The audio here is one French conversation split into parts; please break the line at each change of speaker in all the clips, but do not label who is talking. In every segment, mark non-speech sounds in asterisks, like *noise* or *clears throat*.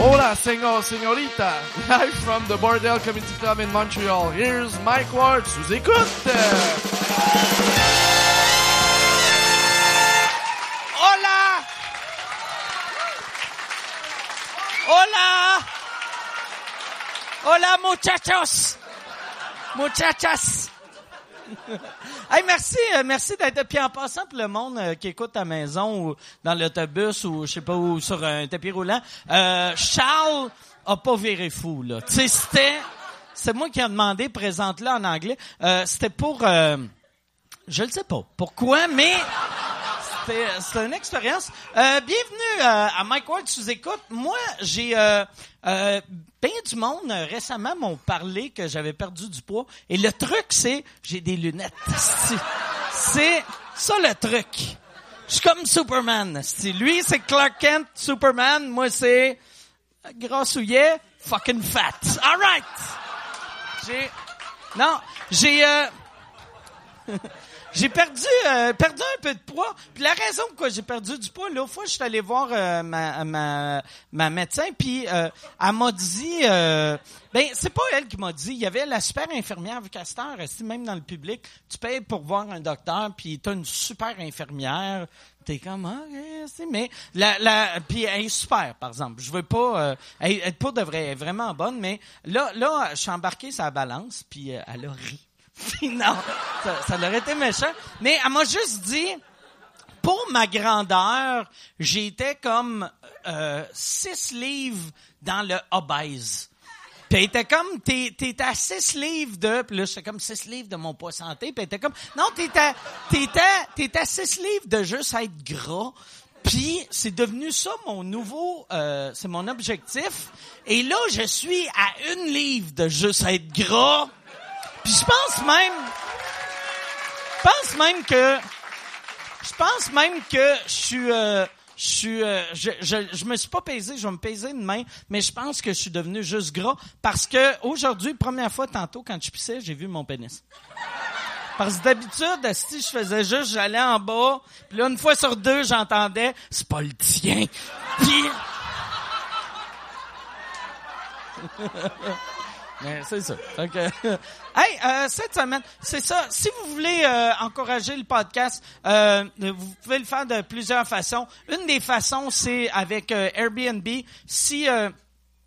Hola, senor, señorita. Live from the Bordel Comedy Club in Montreal. Here's Mike Ward. Sous écoute.
Ah, Hola! Hola! Hola, muchachos! Muchachas! *laughs* hey, merci, euh, merci d'être. Puis en passant pour le monde euh, qui écoute à la maison ou dans l'autobus ou je sais pas où sur un tapis roulant, euh, Charles a pas viré fou là. Tu sais, c'était, c'est moi qui ai demandé présente-le en anglais. Euh, c'était pour, euh, je le sais pas pourquoi, mais c'était c'était une expérience. Euh, bienvenue euh, à Mike Ward sous écoute. Moi, j'ai euh, euh, bien du monde euh, récemment m'ont parlé que j'avais perdu du poids. Et le truc, c'est j'ai des lunettes. *laughs* esti. C'est ça le truc. Je suis comme Superman. esti. Lui, c'est Clark Kent, Superman. Moi, c'est gras souillet, fucking fat. All right. J'ai non, j'ai euh, j'ai perdu, euh, perdu un peu de poids. Puis la raison pourquoi j'ai perdu du poids, l'autre fois, je suis allé voir euh, ma, ma, ma médecin, puis euh, elle m'a dit... euh, ben, c'est pas elle qui m'a dit. Il y avait la super infirmière Castor, si même dans le public, tu payes pour voir un docteur, puis t'as une super infirmière. T'es comme, ah, eh, c'est- mais la, la, puis elle est super, par exemple. Je veux pas, euh, elle, elle, pour de vrai, elle est vraiment bonne, mais là, là, je suis embarqué sa balance, puis euh, elle a ri. *laughs* Puis non, ça, ça aurait été méchant. Mais elle m'a juste dit, pour ma grandeur, j'étais comme euh, six livres dans le obèse. Puis elle était comme, t'es, t'es à six livres de... Puis là, j'étais comme six livres de mon poids santé. Puis elle était comme, non, t'es à, t'es à, t'es à six livres de juste être gras. Puis c'est devenu ça mon nouveau, euh, c'est mon objectif. Et là, je suis à une livre de juste être gras. Puis je pense même, je pense même que, je pense même que je suis, euh, je suis, euh, je, je, je me suis pas pesé, je vais me peser demain, mais je pense que je suis devenu juste gras parce que aujourd'hui, première fois tantôt quand je pissais, j'ai vu mon pénis. Parce que d'habitude, si je faisais juste, j'allais en bas, puis là une fois sur deux, j'entendais, c'est pas le tien. Puis- Mais c'est ça. Fait que- *laughs* hey, euh, cette semaine, c'est ça. Si vous voulez euh, encourager le podcast, euh, vous pouvez le faire de plusieurs façons. Une des façons, c'est avec euh, Airbnb. Si euh,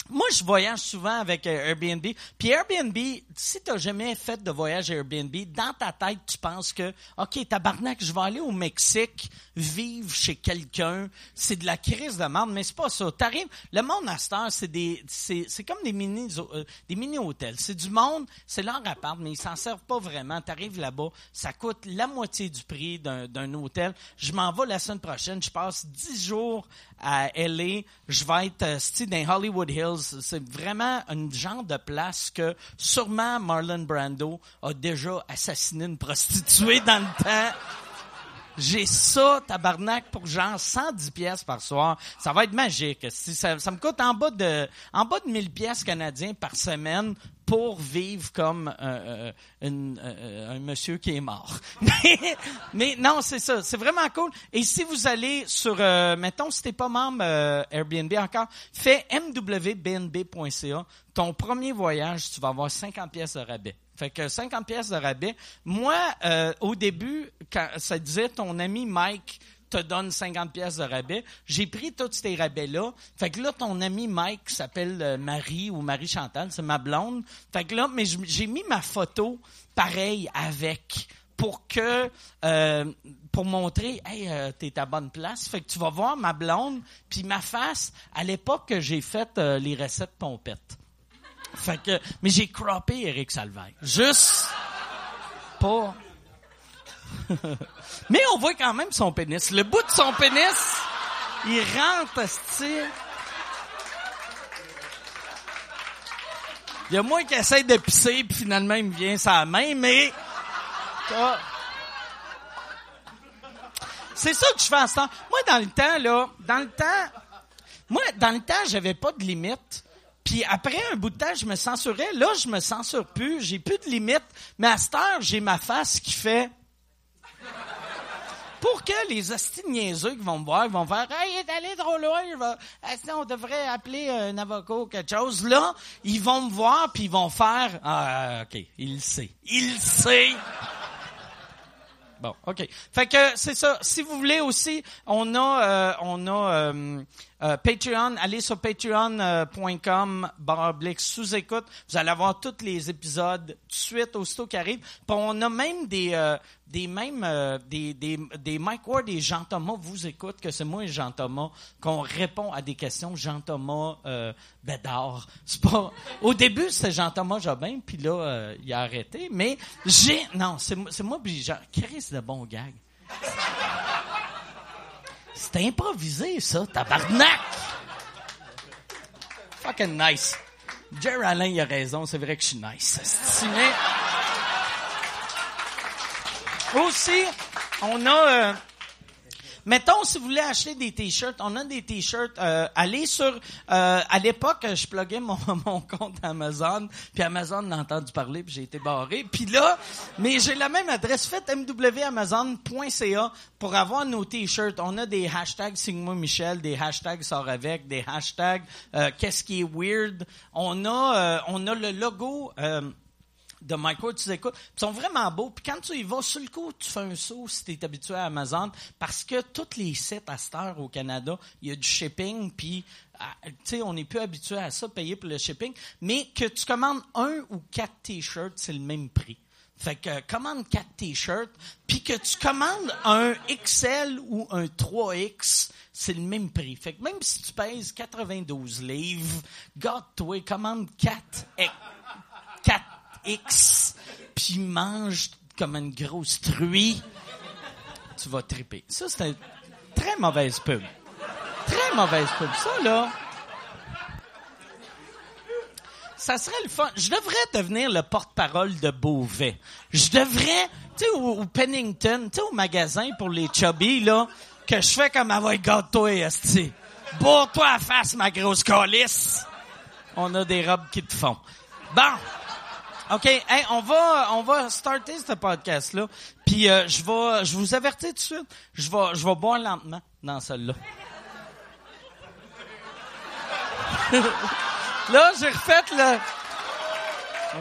moi, je voyage souvent avec euh, Airbnb. Puis Airbnb, si t'as jamais fait de voyage Airbnb, dans ta tête, tu penses que, OK, tabarnak, je vais aller au Mexique, vivre chez quelqu'un. C'est de la crise de merde, mais c'est pas ça. T'arrives, le monde à cette heure, c'est des, c'est, c'est comme des mini, euh, des mini-hôtels. C'est du monde, c'est leur appart, mais ils s'en servent pas vraiment. T'arrives là-bas, ça coûte la moitié du prix d'un, d'un hôtel. Je m'en vais la semaine prochaine, je passe 10 jours à LA, je vais être, euh, c'ti, dans les Hollywood Hills. C'est vraiment un genre de place que sûrement Marlon Brando a déjà assassiné une prostituée dans le temps. J'ai ça, tabarnak, pour genre 110 pièces par soir. Ça va être magique. Si ça, ça me coûte en bas de, en bas de 1000 pièces canadiens par semaine pour vivre comme euh, euh, une- euh, un monsieur qui est mort. *laughs* Mais, mais non, c'est ça. C'est vraiment cool. Et si vous allez sur, euh, mettons, si t'es pas membre euh, Airbnb encore, fais mwbnb.ca. Ton premier voyage, tu vas avoir 50 pièces de rabais. Fait que 50 pièces de rabais. Moi, euh, au début, quand ça disait ton ami Mike te donne 50 pièces de rabais, j'ai pris tous ces rabais-là. Fait que là, ton ami Mike qui s'appelle euh, Marie ou Marie Chantal, c'est ma blonde. Fait que là, mais je- j'ai mis ma photo pareil avec pour que euh, pour montrer hey euh, t'es à bonne place fait que tu vas voir ma blonde puis ma face à l'époque que j'ai fait euh, les recettes pompettes fait que, mais j'ai croppé Eric Salvaille. Juste pas. *laughs* mais on voit quand même son pénis. Le bout de son pénis, il rentre, style. Il y a moi qui essaie de pisser, puis finalement, il me vient sa main, mais... Ah. C'est ça que je fais en ce temps. Moi, dans le temps, là, dans le temps, moi, dans le temps, j'avais pas de limite. Puis après un bout de temps, je me censurais. Là, je me censure plus. J'ai plus de limite. Mais à cette heure, j'ai ma face qui fait. Pour que les hosties de niaiseux qui vont me voir, ils vont faire Hey, il est allé trop loin, je vais- Ah, sinon, on devrait appeler un avocat ou quelque chose. Là, ils vont me voir puis ils vont faire Ah, OK, il le sait. Il le sait! Bon, OK. Fait que c'est ça. Si vous voulez aussi, on a, euh, on a euh, euh, Patreon. Allez sur euh, patreon.com, barblique sous-écoute. Vous allez avoir tous les épisodes tout de suite, aussitôt qui arrivent. Puis on a même des, euh, des mêmes, euh, des, des, des Mike Ward et Jean-Thomas vous écoutent, que c'est moi et Jean-Thomas, qu'on répond à des questions. Jean-Thomas euh, Bédard. C'est pas... Au début, c'était Jean-Thomas Jobin, puis là, euh, il a arrêté. Mais j'ai... Non, c'est moi- c'est moi puis Jean. Chris, de bon gag. C'était improvisé, ça, tabarnak! Fucking nice. Jerry Alain, il a raison, c'est vrai que je suis nice. esti, mais- aussi, on a. euh, Mettons, si vous voulez acheter des t-shirts, on a des t-shirts. euh, allez sur. euh, à l'époque, je pluguais mon, *laughs* mon compte Amazon, puis Amazon l'a entendu parler, puis j'ai été barré. Puis là, mais j'ai la même adresse faite mwamazon.ca pour avoir nos t-shirts. On a des hashtags Sigma Michel, des hashtags sort avec, des hashtags euh, qu'est-ce qui est weird. On a, euh, on a le logo. euh, de Mike Ward, tu les écoutes. Ils sont vraiment beaux. Puis quand tu y vas, sur le coup, tu fais un saut si tu es habitué à Amazon. Parce que tous les sites à cette heure au Canada, il y a du shipping. Puis, ah, tu sais, on n'est plus habitué à ça, payer pour le shipping. Mais que tu commandes un ou quatre T-shirts, c'est le même prix. Fait que euh, commande quatre T-shirts, puis que tu commandes un XL ou un 3X, c'est le même prix. Fait que même si tu pèses 92 livres, garde-toi, commande 4 4X, puis mange comme une grosse truie, tu vas triper. Ça, c'est une très mauvaise pub. Très mauvaise pub. Ça, là... Ça serait le fun. Je devrais devenir le porte-parole de Beauvais. Je devrais, tu sais, au, au Pennington, tu sais, au magasin pour les chubby, là, que je fais comme avoir gâteau et esti. Bourre-toi à face, ma grosse colisse. On a des robes qui te font. Bon. OK, hey, on va on va starter ce podcast là. Puis euh, je vais je vous avertis tout de suite, je vais je vais boire lentement dans celle-là. là, j'ai refait le Oh.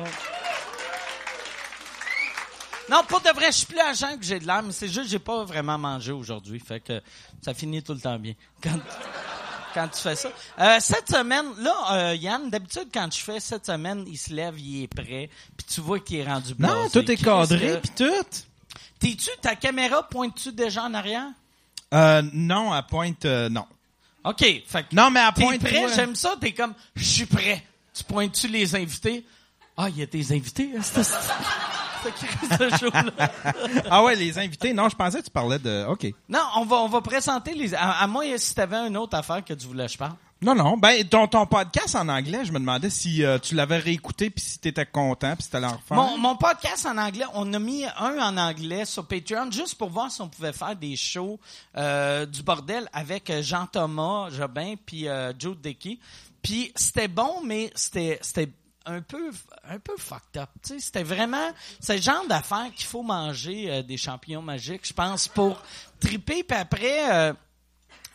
Non, pour de vrai, je suis plus agent que j'ai de l'âme, c'est juste que j'ai pas vraiment mangé aujourd'hui, fait que ça finit tout le temps bien. *laughs* Quand quand tu fais ça. Euh, cette semaine, là, euh, Yann, d'habitude, quand je fais cette semaine, il se lève, il est prêt, puis tu vois qu'il est rendu blasé.
Non, tout est
Christ,
cadré,
euh,
puis tout.
T'es-tu, ta caméra pointe-tu déjà en arrière?
Euh, non, à pointe, euh, non.
OK, fait que
Non, mais à
t'es
pointe.
prêt,
ouais.
j'aime ça, t'es comme, je suis prêt. Tu pointes-tu les invités? Ah, il y a des invités, hein, *laughs* c'est ce show-là.
Ah ouais, les invités. Non, je pensais que tu parlais de. OK.
Non, on va, on va présenter les... À, à moins si t'avais une autre affaire que tu voulais que je parle.
Non, non. Ben, ton, ton podcast en anglais, je me demandais si euh, tu l'avais réécouté, puis si t'étais content, puis si t'allais en refaire.
Mon, mon podcast en anglais, on a mis un en anglais sur Patreon juste pour voir si on pouvait faire des shows euh, du bordel avec euh, Jean-Thomas Jobin puis euh, Joe Dickey. Puis c'était bon, mais c'était c'était un peu un peu fucked up. tu sais. C'était vraiment c'est le genre d'affaire qu'il faut manger euh, des champignons magiques, je pense, pour triper. Puis après... euh,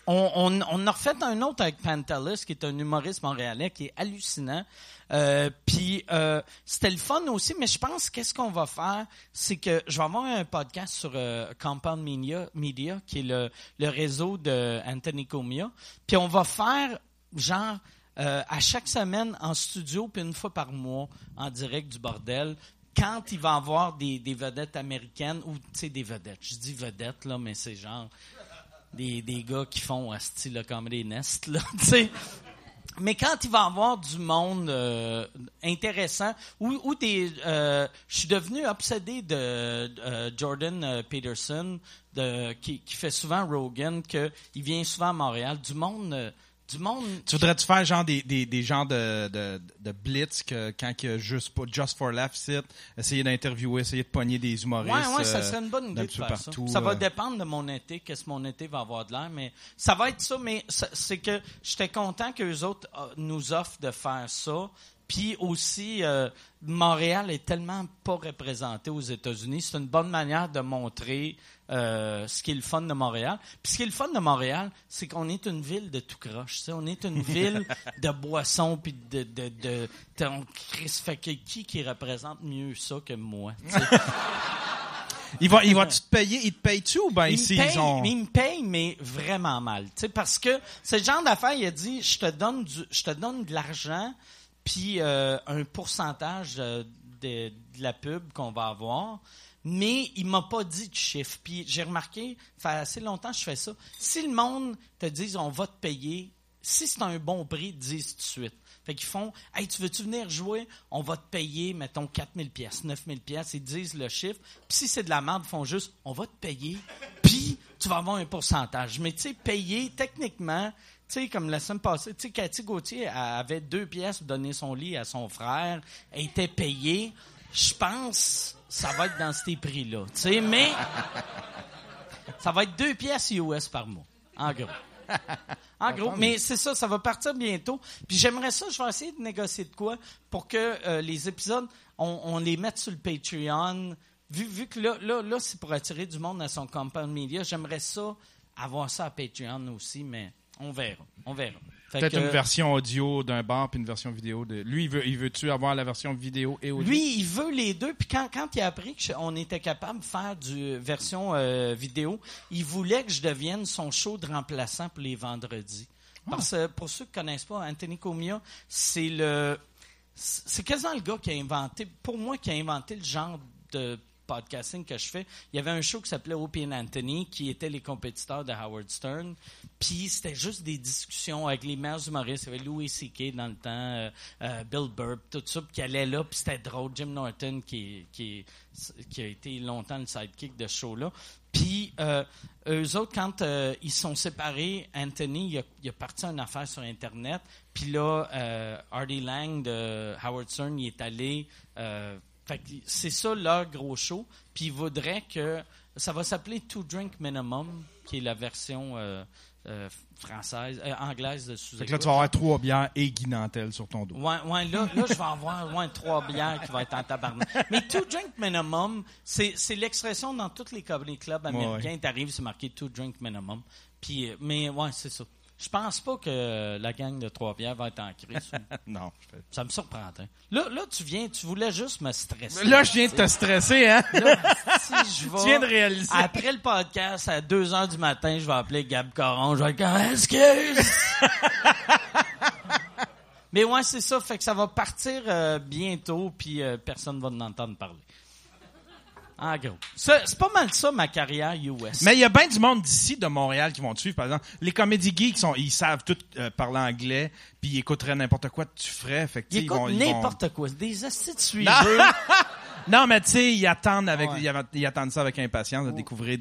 on, on, on a refait un autre avec Pantalus, qui est un humoriste montréalais qui est hallucinant. Euh, Puis euh, c'était le fun aussi, mais je pense qu'est-ce qu'on va faire, c'est que je vais avoir un podcast sur euh, Compound Media, Media, qui est le, le réseau de Anthony Comia. Puis on va faire genre euh, à chaque semaine en studio, puis une fois par mois en direct du bordel. Quand il va avoir des, des vedettes américaines ou tu sais des vedettes, je dis vedettes là, mais c'est genre des, des gars qui font euh, asti là, comme des nests là, *laughs* tu sais. Mais quand il va y avoir du monde euh, intéressant, ou, ou des, euh, je suis devenu obsédé de euh, Jordan euh, Peterson, de, qui, qui fait souvent Rogan, que il vient souvent à Montréal, du monde, euh, du monde.
Tu voudrais-tu faire genre des, des, des genres de, de, de blitz que, quand il y a juste pas Just for Laughs it, essayer d'interviewer, essayer de pogner des humoristes.
Ouais, ouais, ça
euh,
serait une bonne idée
d'un
de
petit
faire
peu partout,
ça. Ça va
euh.
dépendre de mon été, qu'est-ce que mon été va avoir de l'air, mais ça va être ça, mais ça- c'est que j'étais content que les autres euh, nous offrent de faire ça. Puis aussi, euh, Montréal est tellement pas représenté aux États-Unis. C'est une bonne manière de montrer euh, ce qui est le fun de Montréal. Puis ce qui est le fun de Montréal, c'est qu'on est une ville de tout croche. tu sais. On est
*laughs*
une ville de boissons puis de de de. de- on- Chris, fait que qui qui représente mieux ça que moi tu sais?
Il va, il va te payer, il te paye-tu ou ben
il
ici,
me paye,
ils ont...
mais il me paye, mais vraiment mal. Tu sais, parce que ce genre d'affaires, il a dit, je te donne du, je te donne de l'argent, puis euh, un pourcentage euh, de, de la pub qu'on va avoir. Mais il m'a pas dit de chiffre. Puis j'ai remarqué, ça fait assez longtemps que je fais ça. Si le monde te dit on va te payer, si c'est un bon prix, ils te disent tout de suite. Fait qu'ils font Hey, tu veux-tu venir jouer On va te payer, mettons, 4000 pièces, 9000 pièces. Ils disent le chiffre. Puis si c'est de la merde, ils font juste On va te payer, puis tu vas avoir un pourcentage. Mais tu sais, payer, techniquement, tu sais, comme la semaine passée, tu sais, Cathy Gauthier elle avait deux pièces pour donner son lit à son frère, elle était payée. Je pense ça va être dans ces prix-là. Tu sais, mais ça va être deux pièces US par mois, en gros. *laughs* En gros, mais c'est ça, ça va partir bientôt. Puis j'aimerais ça, je vais essayer de négocier de quoi pour que euh, les épisodes, on, on les mette sur le Patreon. Vu, vu que là, là, là c'est pour attirer du monde à son compound media, j'aimerais ça avoir ça à Patreon aussi, mais on verra. On verra. Fait
Peut-être
que-
une version audio d'un bar puis une version vidéo de. Lui, il veut, il veut-tu avoir la version vidéo et audio?
Lui, il veut les deux. Puis quand, quand il a appris qu'on était capable de faire du version euh, vidéo, il voulait que je devienne son show de remplaçant pour les vendredis. Parce que euh, pour ceux qui connaissent pas, Anthony Comia, c'est le, c'est quasiment le gars qui a inventé, pour moi, qui a inventé le genre de podcasting que je fais. Il y avait un show qui s'appelait Opie and Anthony, qui étaient les compétiteurs de Howard Stern. Puis c'était juste des discussions avec les meilleurs humoristes. Il y avait Louis C.K. dans le temps, euh, euh, Bill Burr, puis tout ça, puis qui allait là, puis c'était drôle. Jim Norton, qui, qui, qui a été longtemps le sidekick de ce show-là. Puis euh, eux autres, quand euh, ils sont séparés, Anthony, il a, il a parti une affaire sur Internet. Puis là, euh, Artie Lang de Howard Stern, il est allé. euh, fait que c'est ça leur gros show. Puis ils voudraient que. Ça va s'appeler Two Drink Minimum, qui est la version euh, euh, française, euh, anglaise de sous
Fait que là, tu vas avoir trois bières et Guy Nantel sur ton dos.
*laughs* Ouais, ouais, là, là je vais avoir ouais, trois bières qui vont être en tabarnak. Mais two drink minimum, c'est, c'est l'expression dans tous les comedy clubs américains.
Ouais,
T'arrives, c'est marqué two drink minimum. Puis, euh, mais ouais, c'est ça. Je pense pas que la gang de trois bières va être en
*laughs*
crise.
Non. je fais-
ça me surprendrait. Là, là, tu viens, tu voulais juste me stresser.
Là, je viens de te stresser, hein?
si je vais-
Tu viens de réaliser.
Après le podcast, à 2 heures du matin, je vais appeler Gab Coron. Je vais dire,
*laughs*
excuse! Mais ouais, c'est ça. Fait que ça va partir euh, bientôt, puis euh, personne va en entendre parler. En gros. Ça, C'est pas mal ça, ma carrière US.
Mais il y a bien du monde d'ici, de Montréal, qui vont te suivre. Par exemple, les comédies geeks, sont, ils savent tous euh, parler anglais, puis ils écouteraient n'importe quoi que tu ferais. Fait que, tu
Ils
sais,
écoutent
vont- ils vont- *laughs*
n'importe quoi. C'est Des astuces de suiveurs.
Non, mais tu sais, ils attendent avec,
Ouais.
ils av- ils attendent ça avec impatience de découvrir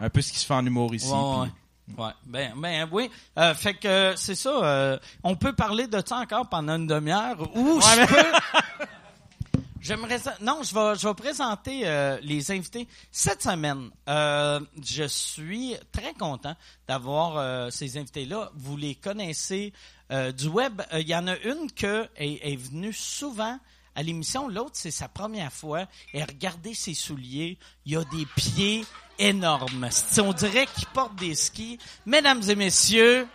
un peu ce qui se fait en humour ici.
Ouais,
puis-
ouais. Ouais. Ben, ben oui. Euh, fait que euh, c'est ça. euh, on peut parler de ça encore pendant une demi-heure ou je peux- J'aimerais ça- Non, je vais, je vais présenter euh, les invités. Cette semaine, euh, je suis très content d'avoir euh, ces invités-là. Vous les connaissez euh, du web. Euh, Il y en a une qui est, est venue souvent à l'émission. L'autre, c'est sa première fois. Et regardez ses souliers. Il a des pieds énormes. C'est- On dirait qu'il porte des skis. Mesdames et messieurs,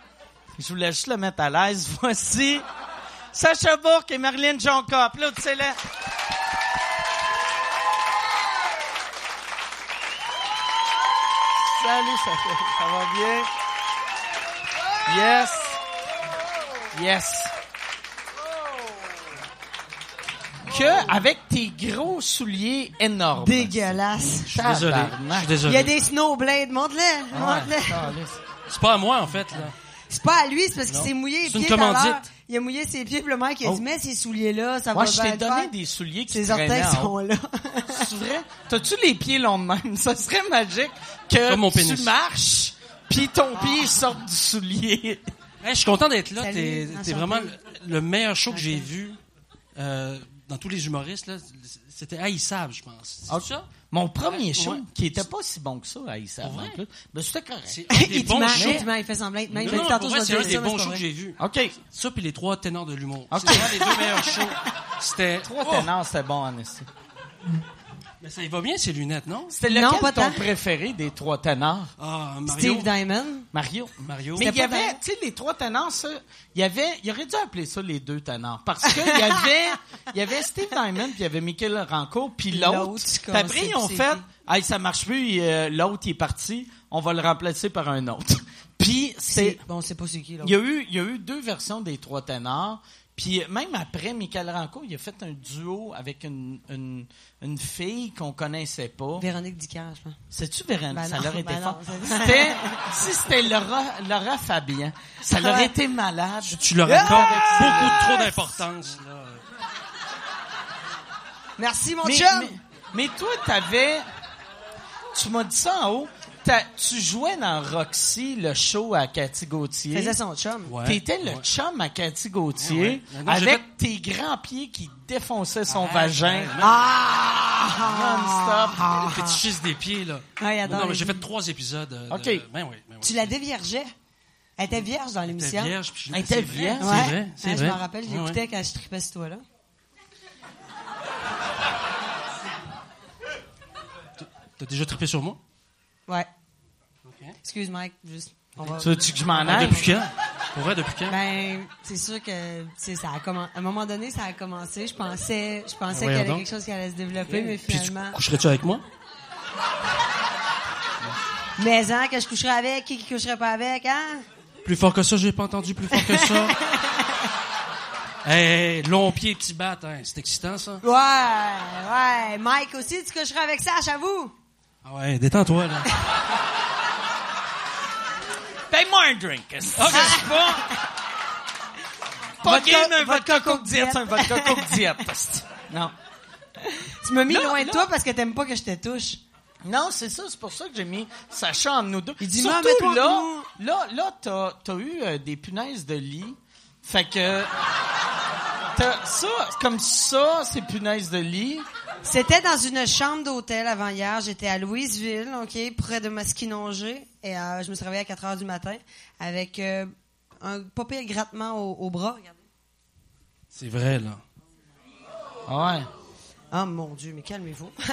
je voulais juste le mettre à l'aise. *laughs* Voici Sacha Bourque et Marilyn Jonca. Applaudissez-les. Salut, Sacha. Ça va bien? Yes. Yes. Que avec tes gros souliers énormes.
Dégueulasse.
Je suis désolé. Je suis
Il y a
désolé. Ah
des snowblades, montre-le, montre-le.
Ouais, calisse.
C'est pas à moi, en fait. Là.
C'est pas à lui, c'est parce qu'il s'est mouillé les
C'est une
pieds tout à l'heure.
commandite. Oh.
Il a mouillé ses pieds, puis le mec il a dit, mais ces souliers-là, ça
Moi,
va
je
bien
t'ai
le
donné
faire.
des souliers qui
Ses
traînaient
orteils
en haut.
sont
*laughs*
là.
C'est vrai? T'as-tu les pieds longs de même? Ça serait magique que
Comme mon
tu
pénis.
marches, puis ton pied sorte du soulier.
Hey, je suis content d'être là.
Salut,
T'es
enchanté.
t'es vraiment le- le meilleur show que j'ai vu euh, dans tous les humoristes. là. C'était haïssable, je pense. C'est Ah, ça?
Ah,
Mon premier show,
Ouais.
qui était pas si bon que ça, à Issa,
Pour vrai?
en plus. Ben, c'était correct.
C'est un des
il dit,
bons
mais
shows.
il dit, mais il fait semblant. d'être- mais il
Non,
fait
non,
tantôt,
pour
je
vrai,
vais
c'est un
dire
des
ça, mais
bons
c'est
shows
pas
que
vrai.
j'ai vu.
OK.
Ça puis les trois ténors de l'humour.
Ah. Ok.
*laughs*
C'était vraiment les deux meilleurs shows. C'était
Trois
Oh!
ténors, c'était bon, en esti.
Mais ça y va bien, ces lunettes, non?
C'était
Non,
lequel
pas
ton
tant.
préféré des trois ténors?
Ah, Mario.
Steve Diamond.
Mario.
Mario.
Mais il y
C'était pas
avait,
Diamond.
tu sais, les trois ténors, ça, il y avait, il aurait dû appeler ça les deux ténors. Parce que il y avait, il y avait Steve Diamond, puis il y avait Michael Rancourt, puis l'autre.
l'autre,
Puis après, ils ont
c'est-
fait, hey, ça marche plus, il, euh, l'autre il est parti, on va le remplacer par un autre. *laughs* Puis c'est,
C'est- Bon, c'est pas c'est qui, là.
il y a eu, il y a eu deux versions des trois ténors. Puis même après, Michael Rancourt, il a fait un duo avec une, une, une fille qu'on connaissait pas.
Véronique Dicard, je pense.
C'est-tu Véronique?
Ben
ça
non,
l'aurait été
ben
fort.
non, ça-
C'était, si c'était Laura, Laura Fabien, ça l'aurait
Ouais.
été malade.
Tu leur accordes
Ah!
beaucoup trop d'importance, là.
Merci, mon
Mais,
chum!
mais, mais toi, t'avais, tu m'as dit ça en haut, T'as- tu jouais dans Roxy, le show à Cathy Gauthier.
Faisait son chum.
Ouais.
T'étais le chum à Cathy Gauthier
Ouais, ouais. Non, j'ai
avec tes grands pieds qui défonçaient son
Ah,
vagin.
ouais,
Non-stop.
Le petit schiste des pieds, là.
Ah, il adore
non, mais
les
j'ai
vies.
fait trois épisodes. euh,
OK.
de- Ben oui, ben oui.
Tu la déviergeais. Elle était vierge dans
T'es
l'émission. Ah,
vierge. Puis je-
Elle était
c'est vrai,
vierge.
C'est
Ouais.
vrai, c'est
Ouais,
vrai.
Je me rappelle, je
Ouais,
l'écoutais
ouais.
quand je tripais sur toi, là.
T'as déjà trippé sur moi?
Ouais. Excuse, Mike, juste. on va-
Tu veux-tu que je m'en
Ah,
aille?
depuis quand? Pour vrai, depuis quand?
Ben, c'est sûr que, tu sais, ça a commen- à un moment donné, ça a commencé. Je pensais, je pensais
Ben, voyons
qu'il y avait
donc.
quelque chose qui allait se développer, mais
Puis tu
finalement.
coucherais-tu avec moi?
Mais hein, que je coucherais avec, qui qui coucherait pas avec, hein?
Plus fort que ça, j'ai pas entendu plus fort que ça.
*laughs*
hey, long pied, petit bat, hein. C'est excitant, ça.
Ouais, ouais. Mike aussi, tu coucherais avec ça, j'avoue.
Ah ouais, détends-toi, là.
Paye-moi un drink. Ah, je sais pas. Pas
Vodka-
game, un vodka
vodka
coke
Coke
diète,
Diet.
un vodka coke diète. asti. Non.
Tu m'as mis
Non,
loin de
non.
toi parce que t'aimes pas que je te touche.
Non, c'est ça, c'est pour ça que j'ai mis Sacha entre nous deux.
Il dit,
Surtout
Maman, mets-toi
là,
entre
là, là, t'as, t'as eu euh, des punaises de lit. Fait que, t'as- ça, comme ça, c'est punaises de lit.
C'était dans une chambre d'hôtel avant hier. J'étais à Louisville, OK, près de Masquinongé. Et euh, je me suis réveillée à 4 heures du matin avec euh, un pas pire grattement au, au bras. Regardez.
C'est vrai, là.
Ouais.
Oh mon Dieu, mais calmez-vous. *laughs*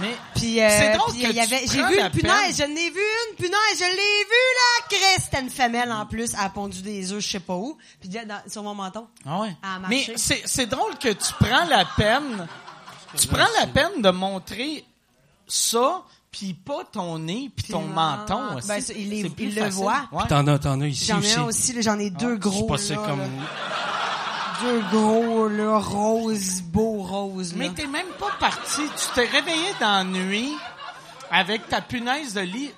Mais,
puis, euh,
C'est drôle
puis,
que
il y
tu
avait, j'ai
prends
vu
la
une punaise, je
peine.
n'ai vu une punaise, je l'ai vue là, Chris. C'était une femelle en plus, elle a pondu des œufs, je sais pas où, puis dans- sur mon menton.
Ah ouais.
À marcher.
Mais c'est, c'est drôle que tu prends la peine, tu prends la peine de montrer ça, puis pas ton nez, puis ton
Ah,
menton. aussi.
ben, ça, il les-
C'est plus
il le
facile.
voit.
Ouais.
Puis t'en as, t'en as ici
J'en ai
aussi.
un aussi, là, j'en ai
Ah,
deux
C'est
gros
passé
là,
comme...
là. deux gros là, rose, beau rose.
Mais
là.
t'es même pas parti. Tu t'es réveillé dans la nuit avec ta punaise de lit.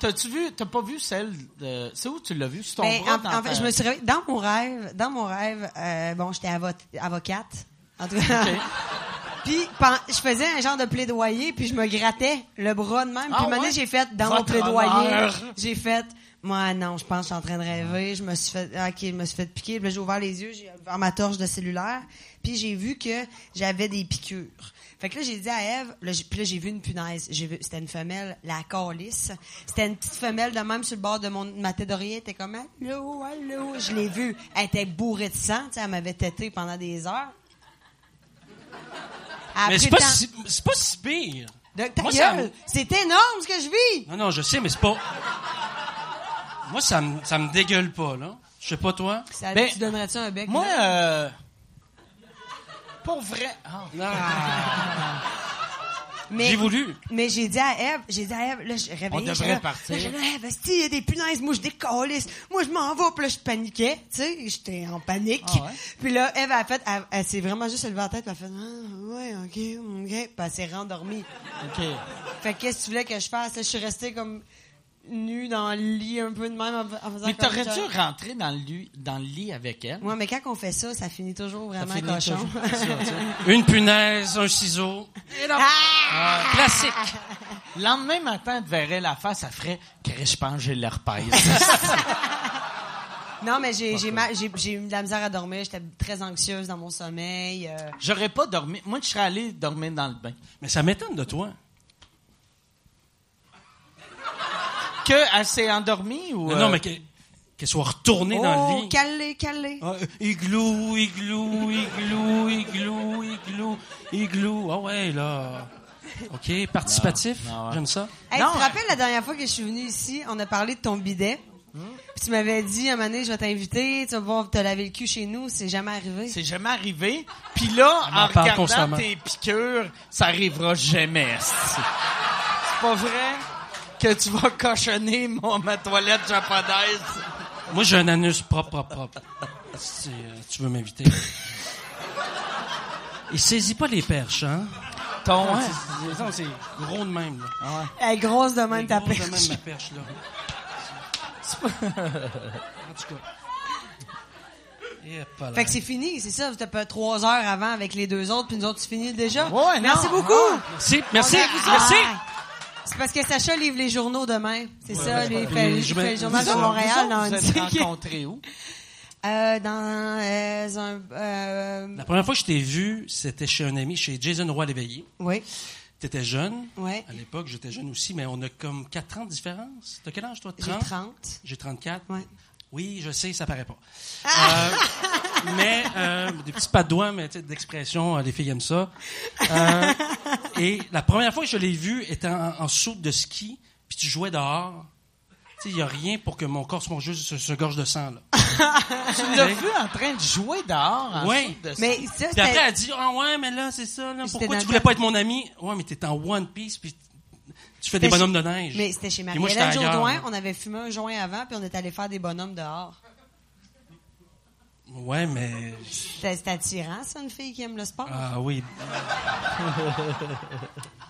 T'as-tu vu, t'as pas vu celle de, c'est où tu l'as vu? C'est ton
Ben,
bras
en,
dans
en fait,
ta-
je me suis réveillée- dans mon rêve, dans mon rêve, euh, bon, j'étais avo- avocate. En tout cas.
Ok.
puis pen- je faisais un genre de plaidoyer, puis je me grattais le bras de même. Puis
Ah
un moment donné,
ouais?
j'ai fait dans
Votre
mon plaidoyer,
honneur.
j'ai fait moi non, je pense que je suis en train de rêver, je me suis fait ah, OK, je me suis fait piquer, Puis là, j'ai ouvert les yeux, j'ai ouvert ma torche de cellulaire, puis j'ai vu que j'avais des piqûres. Fait que là, j'ai dit à Eve, là, j'ai- puis là, j'ai vu une punaise. J'ai vu, c'était une femelle, la calice. C'était une petite femelle de même sur le bord de mon, ma tête d'oreiller. Elle était comme, hein, allô, allô. Je l'ai vue. Elle était bourrée de sang, tu sais, elle m'avait tété pendant des heures. Elle a
Mais
pris le
c'est pas,
temps
si, c'est pas si pire.
de- ta
Moi, ça me-
gueule! C'est énorme ce que je vis!
Non, non, je sais, mais c'est pas... Moi, ça me, ça me dégueule pas, là. Je sais pas, toi.
Ça-
Ben,
tu donnerais-tu un bec?
Moi,
là?
euh, pour vrai. ah.
Mais-
J'ai voulu.
Mais j'ai dit à Eve, j'ai dit à Eve, là, je réveillais.
devrait
j'étais là,
partir.
Là, j'ai dit, Ève, esti, il y a des punaises, moi, je décalisse. Moi, je m'en vais, puis là, je paniquais, tu sais, j'étais en panique.
Ah ouais?
Puis là, Eve, elle a fait, elle, elle s'est vraiment juste levée en tête, puis elle a fait, ah, ouais, ok, ok, puis elle s'est rendormie.
OK.
Fait que qu'est-ce que tu voulais que je fasse? Là, je suis restée comme nue dans le lit, un peu de même, en, en faisant
Mais t'aurais
comme-
dû rentrer dans le, lit- dans le lit avec elle.
Ouais, mais quand on fait ça, ça finit toujours vraiment
finit
cochon.
toujours.
*laughs*
Une punaise, un ciseau.
Ah!
Classique.
Le lendemain matin, elle te verrait la face, elle ferait « Chris, je pense que j'ai l'herpès.
*laughs*
Non, mais j'ai j'ai ma- j'ai- j'ai eu de la misère à dormir. J'étais très anxieuse dans mon sommeil. euh, »
J'aurais pas dormi. Moi, je serais allé dormir dans le bain.
Mais ça m'étonne de toi.
Que, elle s'est endormie ou...
Non,
euh,
Ah non, mais qu'elle qu'elle soit retournée dans le
Oh,
lit.
calé, calé.
Ah, euh, igloo, igloo, igloo, igloo, igloo, igloo. Ah ouais, là. OK, participatif,
Non, non, ouais.
j'aime ça.
Hey,
Non,
tu te
euh,
rappelles la dernière fois que je suis venue ici, on a parlé de ton bidet. Puis tu m'avais dit, à un moment donné, je vais t'inviter, tu vas pouvoir te laver le cul chez nous. C'est jamais arrivé.
C'est jamais arrivé. Puis là,
Elle m'en
en
parle
regardant
constamment.
tes piqûres, ça arrivera jamais. esti. C'est pas vrai que tu vas cochonner mon, ma toilette japonaise.
Moi, j'ai un anus propre, propre, propre. Si euh, tu veux m'inviter. *laughs* Il saisit pas les perches, hein?
Ton,
Ouais, c'est- non, c'est gros de même, là.
Elle est grosse de même, ta
Gros de
perche.
même, ma perche, là. C'est pas- en tout cas. Et voilà.
Fait que c'est fini, c'est ça. T'as pas trois heures avant avec les deux autres, puis nous autres, tu finis déjà.
Ouais,
Merci
non.
beaucoup.
Merci, Ah. merci,
On a vous-
merci!
Ah. C'est parce que Sacha livre les journaux demain. C'est ça, lui, il fait,
Puis
il
je
fait
me-
le journal
vous
de
autres,
Montréal.
vous
dans
êtes
une-
rencontrés où?
Euh, dans euh, un... euh,
La première fois que je t'ai vu, c'était chez un ami, chez Jason Roy Léveillé.
Oui,
T'étais jeune.
Ouais.
À l'époque, j'étais jeune aussi, mais on a comme 4 ans de différence. T'as quel âge, toi?
j'ai 30.
J'ai 34.
Ouais. Ah!
Oui, je sais, ça paraît pas. Euh, mais euh, des petits pas de doigts, mais tu sais, d'expression, euh, les filles aiment ça. Euh, et la première fois que je l'ai vu était en, en soupe de ski, puis tu jouais dehors. Tu sais, il n'y a rien pour que mon corps se, mon jeu, se, se gorge de sang. Là.
Tu l'as vu en train de jouer dehors. en
Ouais.
sorte de-
Mais ça,
Euh, Puis après,
c'était...
elle dit Ah ouais, mais là, c'est ça. Là,
Puis c'était
pourquoi
dans
tu
le
voulais
temps-
pas être mon ami Ouais, mais t'es en One Piece, puis tu fais des
C'était
bonhommes
chez-
de neige.
Mais c'était chez
Puis moi, j'étais
Marie-Hélène
ailleurs,
Jourdouin.
là.
On avait fumé un joint avant, puis on est allé faire des bonhommes dehors.
Ouais, mais.
C'était c'était attirant, ça, une fille qui aime le sport. *laughs*
Ah oui.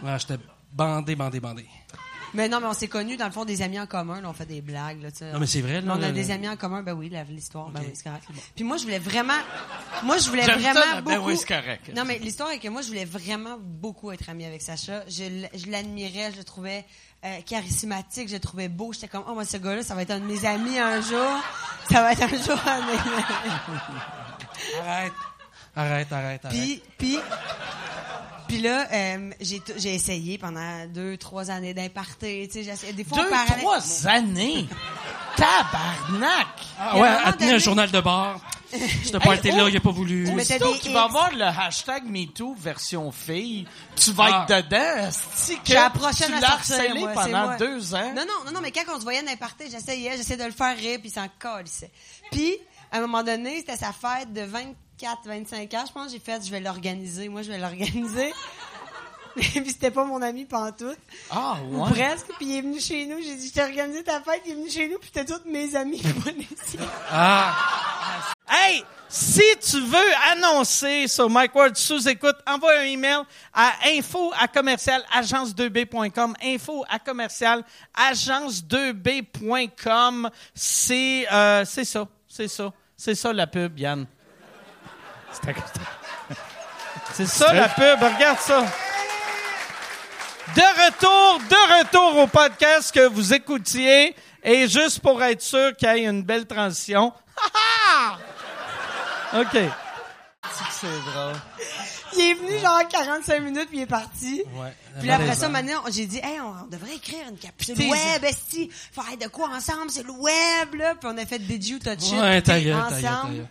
ouais, j'étais bandé, bandé, bandé.
Mais non, mais on s'est connus, dans le fond, des amis en commun. là, on fait des blagues, là, tu sais.
Non, mais c'est vrai, là,
On a
le-
des amis en commun, ben oui, la- l'histoire, ben
Ok,
oui, c'est correct.
c'est bon.
Puis moi, je voulais vraiment... Moi, je voulais
J'aime ça,
vraiment
le
beaucoup...
ben oui, c'est correct.
Non, mais l'histoire est que moi, je voulais vraiment beaucoup être amie avec Sacha. Je, l- je l'admirais, je le trouvais euh, charismatique, je le trouvais beau. J'étais comme, oh, moi, ce gars-là, ça va être un de mes amis un jour. Ça va être un jour un de mes-
Arrête. Arrête, arrête, arrête.
Puis, puis, puis là, euh, j'ai t- j'ai essayé pendant deux, trois années d'imparter. Tu sais, j'essayais- des fois, on
Deux,
parlait-
trois années. Tabarnak.
Ah
Mais
ouais,
à un moment
elle tenait un
donné-
journal
*laughs*
de bord. Ce
Hey,
party-là,
oh,
il a pas voulu.
Tu mettais
Aussitôt
des
qu'il va
X.
avoir le hashtag MeToo version fille, tu vas
Ah.
être dedans. esti, que
J'ai la prochaine
tu
à
l'as
sortir,
harcelé
moi, c'est
pendant
moi.
deux ans.
Non, non, non, non, mais quand on se voyait d'imparter, j'essayais, j'essayais de le faire rire, puis il s'en calissait. Puis, à un moment donné, c'était sa fête de 24, 25 ans, je pense, j'ai fait, je vais l'organiser, moi, je vais l'organiser. *laughs* puis c'était pas mon ami pantoute,
Ah,
ou
ouais.
presque, puis il est venu chez nous, j'ai dit, je t'ai organisé ta fête, il est venu chez nous, puis c'était toutes mes amies qui venaient ici.
Ah,
Hey, si tu veux annoncer sur Mike Ward sous écoute, envoie un email à info à commercial agence2b.com. Info à commercial agence2b.com. C'est euh, c'est ça, c'est ça, c'est ça la pub, Yann. C'est ça la pub, regarde ça. De retour, de retour au podcast que vous écoutiez. Et juste pour être sûr qu'il y ait une belle transition. OK. C'est drôle.
Il est venu genre 45 minutes, puis il est parti.
ouais.
Puis là, après ça, maintenant, j'ai dit, hey, on, on devrait écrire une capsule
Puis t'es-
web, esti. Faire de quoi ensemble? C'est le web, là. Puis on a fait Did You Touch It?
Ouais, ta
puis
gueule, ta gueule, ta
ensemble.
gueule.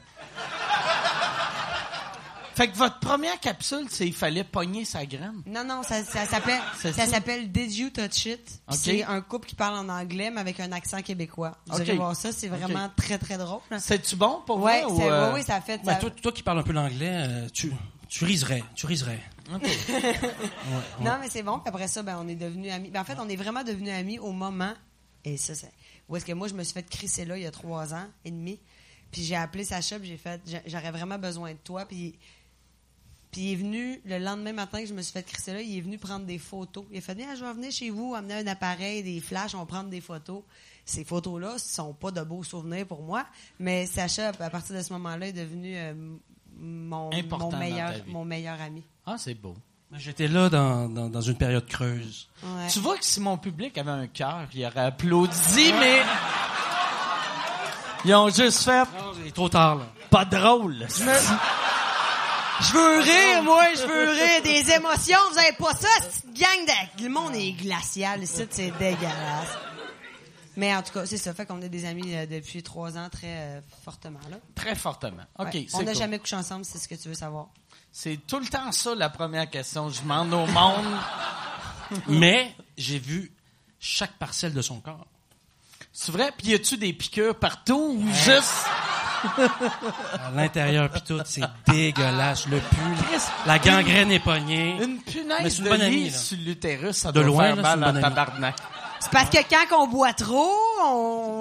Fait que votre première capsule, c'est il fallait pogner sa graine.
Non, non, ça, ça s'appelle,
C'est
ça
ça.
s'appelle Did You Touch It? Puis
Ok.
C'est un couple qui parle en anglais, mais avec un accent québécois. Vous
Ok.
allez voir ça, c'est
Ok.
vraiment très, très drôle.
C'est-tu bon pour euh,
Ouais,
vous?
ça, ouais, ouais, ça a fait,
Ben,
ça-
toi, toi qui parles un peu l'anglais, euh, tu, tu riserais, tu riserais.
Non, mais c'est bon. Puis après ça, ben, on est devenus amis. Ben, en fait, on est vraiment devenus amis au moment. Et ça, c'est. Où est-ce que moi, je me suis fait crisser là il y a trois ans et demi. Puis j'ai appelé Sacha, puis j'ai fait. j'a- J'aurais vraiment besoin de toi. Puis. Puis il est venu, le lendemain matin que je me suis fait crisser là, il est venu prendre des photos. Il a fait, viens, je vais venir chez vous, amener un appareil, des flashs, on va prendre des photos. Ces photos-là sont pas de beaux souvenirs pour moi, mais Sacha, à partir de ce moment-là, est devenu euh, m- mon,
Important
mon,
dans
meilleur,
ta vie.
mon meilleur ami.
Ah, c'est beau.
Mais J'étais là dans, dans, dans une période creuse.
Ouais.
Tu vois que si mon public avait un cœur, il aurait applaudi, mais... Ils ont juste fait
Ah
Non, il est trop tard, là.
pas drôle.
Je veux rire, moi, je veux rire. Des émotions, vous avez pas ça, cette gang de... Le monde est glacial ici, c'est dégueulasse. Mais en tout cas, c'est ça. Fait qu'on est des amis euh, depuis trois ans très euh, fortement. Là.
*laughs* Très fortement. OK,
Ouais.
c'est
On n'a
cool.
jamais couché ensemble, c'est ce que tu veux savoir.
C'est tout le temps ça, la première question. Je demande au monde.
Mais j'ai vu chaque parcelle de son corps.
C'est vrai? Puis y a-tu des piqûres partout ou juste...
À l'intérieur, puis tout,
*laughs*
c'est dégueulasse. Le pull, la gangrène est pognée.
Une
Mais
punaise
c'est
de
une bonne
lit
amie, là.
sur l'utérus, ça
De
doit
loin,
faire
là,
mal
c'est une
en
bonne amie.
tabarnak.
C'est parce que quand on boit trop, on,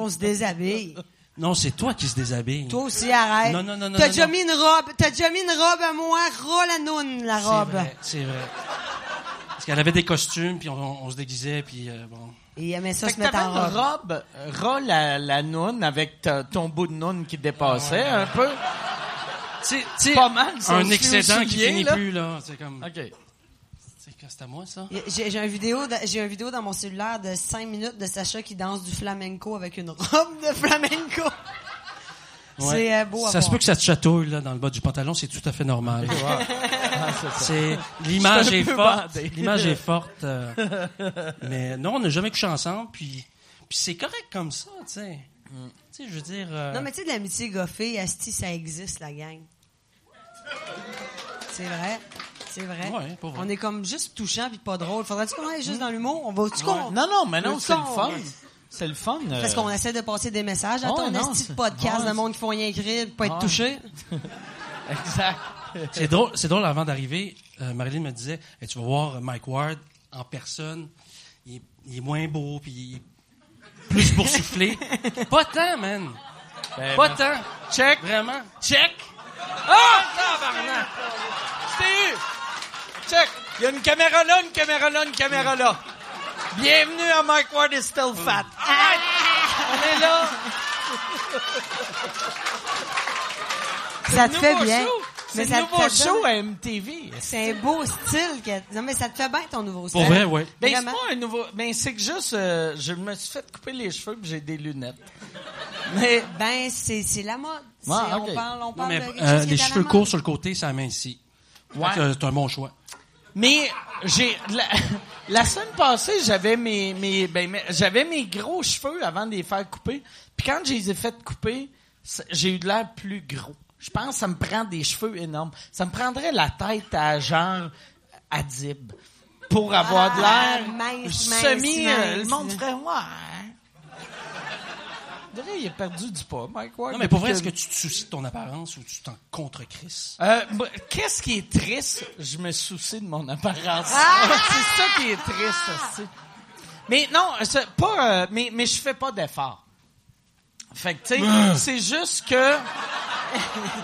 on se déshabille.
Non, c'est toi qui se déshabille.
Toi aussi, arrête.
Non, non, non, non,
T'as
non,
déjà
non.
mis une robe. T'as déjà mis une robe à moi. Rolanoun, la
C'est
robe.
vrai, C'est vrai. Parce qu'elle avait des costumes, puis on, on se déguisait, puis euh, bon.
Et il aimait ça
Fait
se
que t'avais
mettre en robe.
une robe, euh, ras la, la noune avec ta- ton bout de noune qui dépassait un peu.
C'est c'est
Pas mal, ça,
un
aussi,
excédent
aussi
qui
bien,
finit
là.
plus, là. C'est comme.
OK.
C'est c'est à moi, ça?
J'ai j'ai un vidéo, de- j'ai un vidéo dans mon cellulaire de 5 minutes de Sacha qui danse du flamenco avec une robe de flamenco. C'est euh, beau à
Ça se
voir.
peut que ça te chatouille, là, dans le bas du pantalon, c'est tout à fait normal.
Ah, *laughs*
C'est l'image
J'étais un
est
peu
forte,
bandé.
l'image est
*laughs*
forte. euh, mais non, on n'a jamais couché ensemble, puis puis c'est correct comme ça, tu sais. Tu sais, je veux dire. euh,
Non mais tu sais de l'amitié goffée, asti ça existe la gang. C'est vrai. C'est vrai.
Ouais, pas vrai.
On est comme juste touchant puis pas drôle. Faudrait-tu qu'on aille juste dans l'humour On va tu qu'on
Non, non, mais non,
Veux-tu
c'est le
qu'on-
fun. C'est le fun. euh,
Parce qu'on essaie de passer des messages à
Ouais,
ton
Oh, non, c'est-
esti
Ah.
de podcast,
ouais,
le monde qui font rien écrire, pas être
Ouais.
touché.
Exact.
C'est drôle, c'est drôle avant d'arriver, euh, Marilyn me disait Hey, Tu vas voir Mike Ward en personne, il est, il est moins beau, puis il est plus boursouflé.
*laughs*
pas tant, man. pas tant.
Ben, Check.
Vraiment.
Check. Ah, tabarnak. Je t'ai eu. Check. Il y a une caméra là, une caméra là, une caméra là. Bienvenue à Mike Ward is still fat. Arrête. On est là.
Ça te fait
Nouveau
bien.
show.
Mais
C'est
ça
le
te
nouveau
fait
show
bien.
à MTV.
C'est un beau style que- Non mais ça te fait bien ton nouveau style.
Pour vrai, ouais.
Ben, c'est
Vraiment.
pas un nouveau. Ben, c'est que juste, euh, je me suis fait couper les cheveux puis j'ai des lunettes. Mais,
Ben, c'est c'est la mode. C'est-
Ah, ok.
On parle, on
Non,
parle
mais,
de quelque
euh,
chose qui
les
est à la
cheveux
mode.
courts sur le côté, ça amincit.
Ouais.
Fait que, euh, C'est un bon choix.
mais j'ai la, *laughs* la semaine passée, j'avais mes mes ben, mes- j'avais mes gros cheveux avant de les faire couper. Puis quand je les ai fait couper, c- j'ai eu de l'air plus gros. Je pense que ça me prend des cheveux énormes. Ça me prendrait la tête à genre Adib pour avoir de
Ah,
l'air
mince, mince,
semi. euh,
mince.
Le monde ferait ouais. hein? On dirait qu'il a perdu du poids, Mike Ward.
Non, mais pour vrai,
depuis
est-ce que tu te soucies de ton apparence ou tu t'en contre-crisses?
Euh, bah, Qu'est-ce qui est triste? Je me soucie de mon apparence. *laughs* c'est ça qui est triste aussi. Mais non, c'est pas. euh, mais, mais je fais pas d'effort. Fait que, tu sais, c'est juste que. *laughs*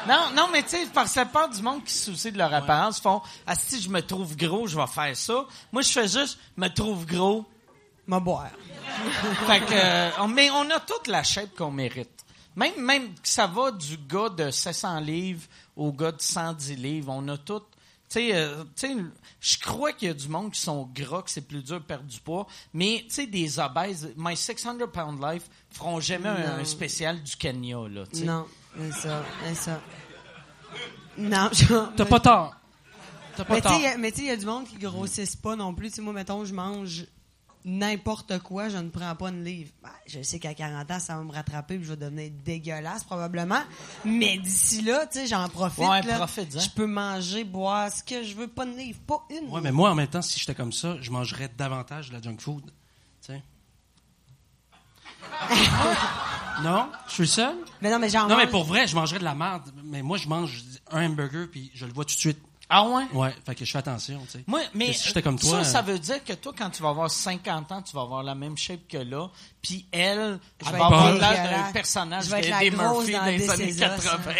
Non, non, mais tu sais, parce que la part du monde qui se soucie de leur apparence font Ah, si je me trouve gros, je vais faire ça. Moi, je fais juste me trouve gros.
M'a boire.
Fait que, euh, on- mais on a toute la shape qu'on mérite. Même, même que ça va du gars de 700 livres au gars de 110 livres, on a tout. Tu sais, euh, tu sais, je crois qu'il y a du monde qui sont gras, que c'est plus dur de perdre du poids, mais tu sais, des obèses, My 600 Pound Life feront jamais un,
Non.
un spécial du Kenya, là, tu sais.
Non, c'est ça, c'est ça. Non, je...
T'as pas tort. T'as pas
Mais tu
tort.
sais, y a- mais tu sais, il y a du monde qui grossissent pas non plus. Tu sais, moi, mettons, je mange n'importe quoi, je ne prends pas une livre. Ben, je sais qu'à 40 ans, ça va me rattraper puis je vais devenir dégueulasse probablement. Mais d'ici là, tu sais, j'en profite.
Ouais,
là.
profite-en.
Je peux manger, boire ce que je veux, pas une livre, pas une.
Ouais, mais moi, en même temps, si j'étais comme ça, je mangerais davantage de la junk food.
*laughs*
Tu sais. non? Je suis le seul?
Mais non, mais j'en
Non,
mange.
mais pour vrai, je mangerais de la merde. Mais moi, je mange un hamburger, puis je le vois tout de suite.
Ah ouais?
Ouais, fait que je fais attention, tu sais.
Moi, mais
Que si j'étais comme toi...
ça,
euh,
ça veut dire que toi, quand tu vas avoir 50 ans, tu vas avoir la même shape que là, puis elle,
Je
elle va
vais être
avoir
dégueulasse.
l'air d'un personnage
Je vais être
d'Eddie
la grosse
Murphy
dans
dans les
This
années
Is Us, hein.
80.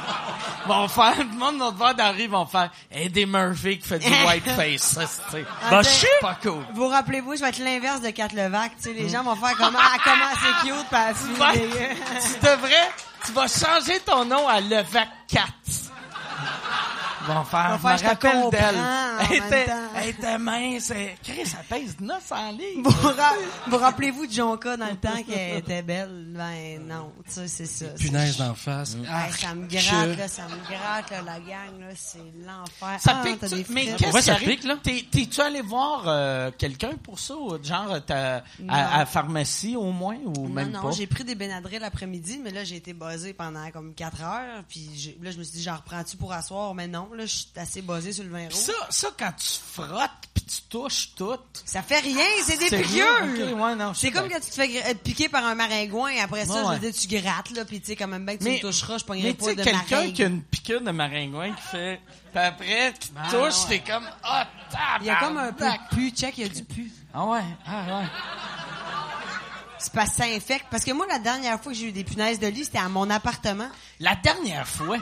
*laughs* Vont faire, le monde va te voir dans la rue, vont faire Eddie Murphy qui fait
*laughs*
du whiteface. ça, c'est
Ah, ben,
c'est pas cool.
Vous rappelez-vous, je vais être l'inverse de Kat Levac. Tu sais, les gens vont faire comment, ah, comment c'est cute, pas
Mm. Ouais, tu devrais, tu vas changer ton nom à Levac 4. Vont faire,
Vont faire,
je
je
me
te
rappelle
comprends
d'elle.
en
Elle
même
était,
temps.
elle était mince. elle- Chris, elle pèse 900 livres.
*laughs* Vous, ra- vous rappelez-vous de Jonka dans le temps qu'elle était belle? Ben non, tu sais, c'est ça.
Punaise d'en face. Ah,
Hey, ça me gratte, là, ça me gratte, là, la gang, là, c'est l'enfer.
Ça
Ah,
pique,
t'as
tu-
des
mais
frites.
qu'est-ce
Ouais,
qui
ça
arrive?
pique, là.
T'es- T'es-tu allé voir euh, quelqu'un pour ça? ou Genre, t'as- à, à pharmacie au moins, ou même
non,
pas?
non, j'ai pris des Benadryl l'après-midi, mais là, j'ai été buzzée pendant comme 4 heures. Puis j'ai- là, je me suis dit, j'en reprends-tu pour asseoir? Mais non, là, je suis assez buzzée sur le vin
Pis
rouge.
ça, ça, quand tu frottes puis tu touches tout.
Ça fait rien, c'est des
C'est rien,
piqûres!
ok, ouais, non, je
c'est
suis
comme
d'accord.
quand tu te fais gr- être piqué par un maringouin et après ça,
Ouais,
je veux dire, tu grattes, là, puis tu sais, quand même bien que tu me toucheras, je
mais
pognerai
tu
pas
sais,
de
quelqu'un
maringouin.
qui a une piqûre de maringouin qui fait... Puis après, qui te
Ah,
touche,
ouais.
t'es comme... Ah, tabarnak!
Il y a comme un peu de pu, check, il y a du pu.
Ah ouais, ah ouais.
C'est pas ça infecte. Parce que moi, la dernière fois que j'ai eu des punaises de lit, c'était à mon appartement.
La dernière fois,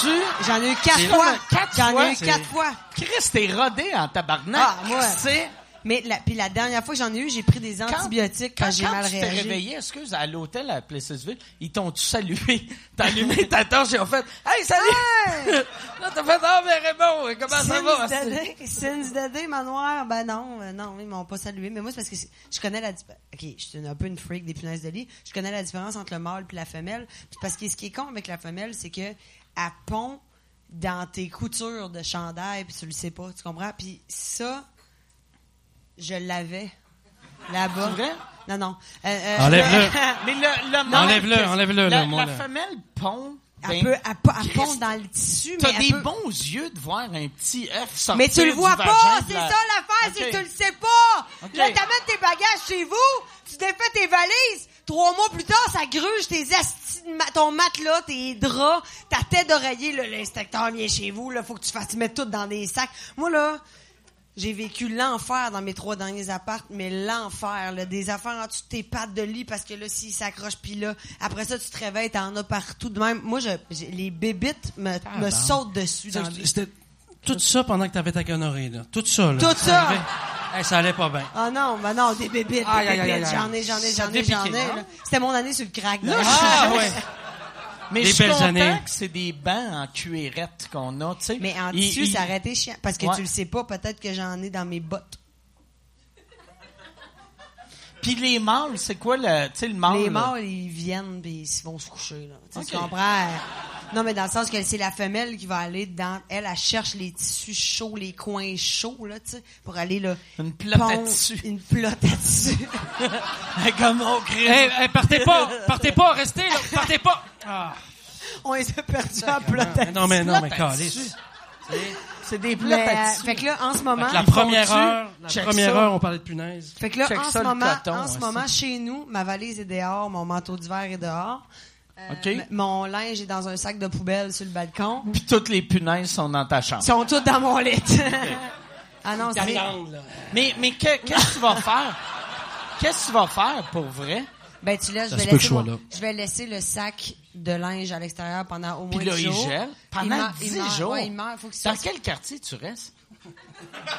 tu...
J'en ai eu quatre
C'est-
fois.
Quatre
J'en
fois,
ai eu
c'est-
quatre fois.
Chris, t'es rodé en tabarnak.
Ah, moi.
C'est...
Mais la, puis la dernière fois que j'en ai eu, j'ai pris des antibiotiques quand, j'ai mal
tu t'es
réagi.
réveillé, excuse, à l'hôtel à Plessisville, ils t'ont-tu salué? *laughs* T'as allumé ta torche et ont fait « Hey, salut!
Hey!
*laughs* Là, t'as fait « Ah, mais Raymond, comment ça va?
Since the day- Since the day, manoir. Ben non, euh, non, ils m'ont pas salué. Mais moi, c'est parce que c'est- je connais la différence. OK, je suis une- un peu une freak des punaises de lit. Je connais la différence entre le mâle et la femelle. Puis parce que ce qui est con avec la femelle, c'est que à pond dans tes coutures de chandail, puis tu le sais pas, tu comprends? Puis ça, je l'avais là-bas.
C'est vrai?
Non, non. Euh, euh,
Enlève-le.
*laughs* Mais le, le mâle...
Enlève-le,
qu'est-ce-
enlève-le,
La,
le mot,
la
là.
femelle pond...
Elle
ben,
peut, elle, po- elle
Christ,
pond dans le tissu, mais
T'as
elle
des
peut-
bons yeux de voir un petit œuf sortir
Mais tu le
du
vois
vagin
pas,
de
c'est
la-
ça l'affaire, c'est
Ok.
que tu le sais pas.
Ok.
Là, t'amènes tes bagages chez vous, tu défais tes valises. Trois mois plus tard, ça gruge tes asti de ma- ton matelas, tes draps, ta tête d'oreiller. Là, l'inspecteur vient chez vous, là, faut que tu fasses, tu mets tout dans des sacs. Moi, là, j'ai vécu l'enfer dans mes trois derniers appartes, mais l'enfer, là, des affaires en dessous de tes pattes de lit parce que là, s'ils s'accrochent, puis là, après ça, tu te réveilles, t'en as partout. De même, moi, je, j'ai- les bébites me, me sautent dessus dans le lit.
C'était tout ça pendant que t'avais ta gonorrhée, là. Tout ça, là.
Tout ça.
arrivait. Hey, ça allait pas bien.
Ah non, bah non, des bébites,
Aïe,
des
aïe, aïe,
bébites,
aïe.
j'en ai, j'en ai,
Ça
j'en ai, j'en ai.
dépiquait, hein?
là. C'était mon année sur le crack.
Là,
d'ailleurs.
je
*laughs*
suis
ouais.
Mais
Des
je suis
belles
content
années.
que c'est des bancs en cuirette qu'on a, tu sais.
*laughs* Mais en
Il-
tissu,
il-
ça aurait été chiant. Parce que
Ouais.
tu le sais pas, peut-être que j'en ai dans mes bottes.
Puis les mâles, c'est quoi le... Tu sais, le mâle...
les
Ah, là? *laughs*
mâles, ils viennent puis ils vont se coucher. Là. Tu sais, Tu
Ok.
comprends? Non, mais dans le sens que c'est la femelle qui va aller dans... Elle, elle cherche les tissus chauds, les coins chauds, là, tu sais, pour aller, là...
Une plotte à
pondre
tissu.
Une plotte à tissu.
Comme oh, on crie.
Hey, hey, partez pas! Partez pas! Restez, là! Partez pas! Ah,
*laughs* On les a perdus en plotte à
mais non, mais non, mais
Là, t'as
calice.
dessus. C'est des
Mais,
plats
euh,
à
fait que là, en ce moment...
Fait que La
Ils
première
font-tu?
heure, la
Check
première
ça.
heure, on parlait de punaise.
Fait que là,
Check
en,
ça,
ce
le
moment,
coton,
en
ouais,
ce moment, chez nous, ma valise est dehors, mon manteau d'hiver est dehors. Euh,
OK.
m- Mon linge est dans un sac de poubelle sur le balcon.
Puis toutes les punaises sont dans ta chambre.
Ils sont tous dans mon lit. *laughs* ah non, c'est...
Mais, mais que- qu'est-ce que tu vas faire? Qu'est-ce que tu vas faire pour vrai?
Ben, tu laisses, je
Ça
vais
se peut que
laisser,
je sois
mon-
là.
je vais laisser le sac de linge à l'extérieur pendant au moins
Puis là,
10
il
jours.
gèle.
Il
Pendant
meurt- il
10
meurt-
jours.
ouais, il meurt, faut que ça-
dans quel quartier tu restes?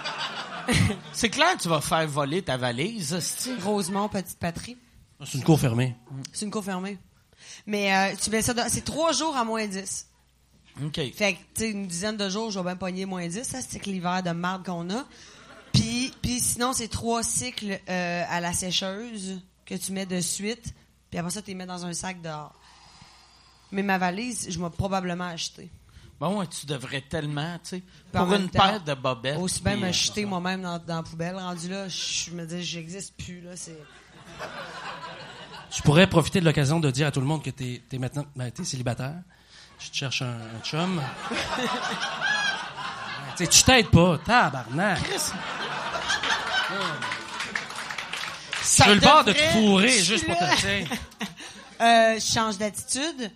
*laughs* C'est clair que tu vas faire voler ta valise, hostie.
Rosemont, petite patrie.
C'est une cour fermée.
C'est une cour fermée. Mais euh, tu mets ça dans- C'est trois jours à moins 10.
OK.
Fait que, tu sais, une dizaine de jours, je vais bien pogner moins 10. Ça, c'est que l'hiver de marde qu'on a. Puis, puis sinon, c'est trois cycles euh, à la sécheuse que tu mets de suite. Puis après ça, tu les mets dans un sac dehors. Mais ma valise, je m'ai probablement acheté.
Bon, ouais, tu devrais tellement, tu sais,
Puis en
pour
même
une
temps,
paire de bobettes.
Aussi bien
puis,
me
euh,
jeter moi-même dans, dans la poubelle. Rendu là, je me dis, j'existe plus. Là, c'est...
Tu pourrais profiter de l'occasion de dire à tout le monde que t'es es maintenant ben, t'es célibataire. Tu te cherches un, un chum. Ouais, tu sais, tu t'aides pas, tabarnak.
ça
Je veux le bord de
devrait-
te fourrer juste
*laughs*
pour te dire.
Euh, je change d'attitude.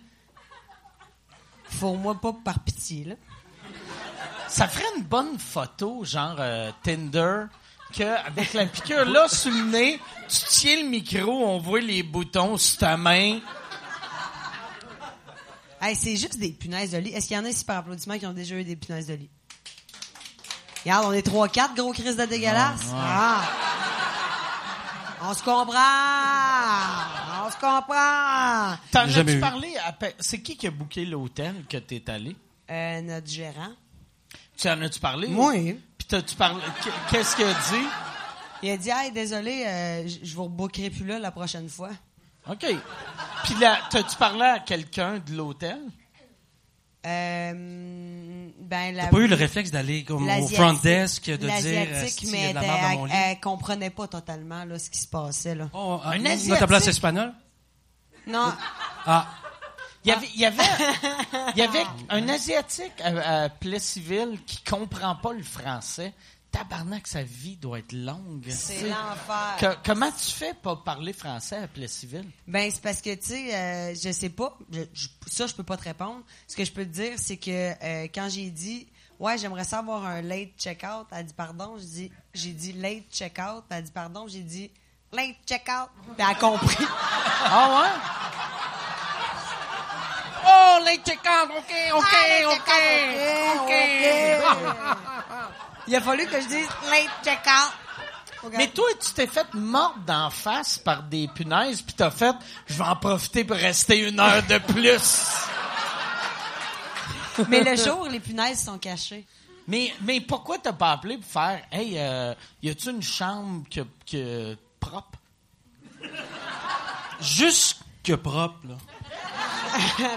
Faut-moi pas par pitié, là.
Ça ferait une bonne photo, genre euh, Tinder, que avec la piqûre là sur le nez, tu tiens le micro, on voit les boutons sur ta main.
Hey, c'est juste des punaises de lit. Est-ce qu'il y en a ici par applaudissement qui ont déjà eu des punaises de lit? Regarde, on est 3-4, gros Chris de dégueulasse. Ah. On se comprend! On se comprend!
T'en
J'ai jamais
as-tu
eu.
parlé à pe- C'est qui qui a booké l'hôtel que t'es allé?
Euh, notre gérant.
Tu en as-tu parlé?
Oui.
Puis t'as-tu parlé? qu'- Qu'est-ce qu'il a dit?
Il a dit, hey, désolé, euh, je- je vous rebookerai plus là la prochaine fois.
OK. Puis là, t'as-tu parlé à quelqu'un de l'hôtel?
Euh, ben, la,
T'as pas eu le réflexe d'aller comme au
l'Asiatique-
front desk de dire euh,
l'Asiatique,
s'il y
mais
a de la
elle,
merde dans mon lit.
elle- elle comprenait pas totalement là, ce qui se passait. Là.
Oh, ah,
Un
non,
Asiatique.
ta place espagnole?
Non,
Ah,
Il y avait, il y avait, il y avait un Asiatique à, à Plessisville qui comprend pas le français. Tabarnak, sa vie doit être longue.
c'est
Tu sais.
l'enfer.
Que- comment tu fais pour parler français à Plessisville?
Ben c'est parce que tu sais, euh, je sais pas. Je- je- ça, je peux pas te répondre. Ce que je peux te dire, c'est que euh, quand j'ai dit, ouais, j'aimerais savoir un late check-out, elle dit pardon. Je dis, j'ai dit late check-out, elle dit pardon. J'ai dit late check-out. Puis elle a compris.
Ah ouais? Oh, les check-out, OK, OK,
Ah,
OK, OK.
ok, Ah, Il a fallu que je dise late check-out.
Mais toi, tu t'es fait mordre d'en face par des punaises, puis t'as fait « Je vais en profiter pour rester une heure de plus
Mais le jour, les punaises
*laughs*
sont cachées. ».
Mais, mais pourquoi t'as pas appelé pour faire « Hey, euh, y a-tu une chambre que, que propre?
juste que propre, là.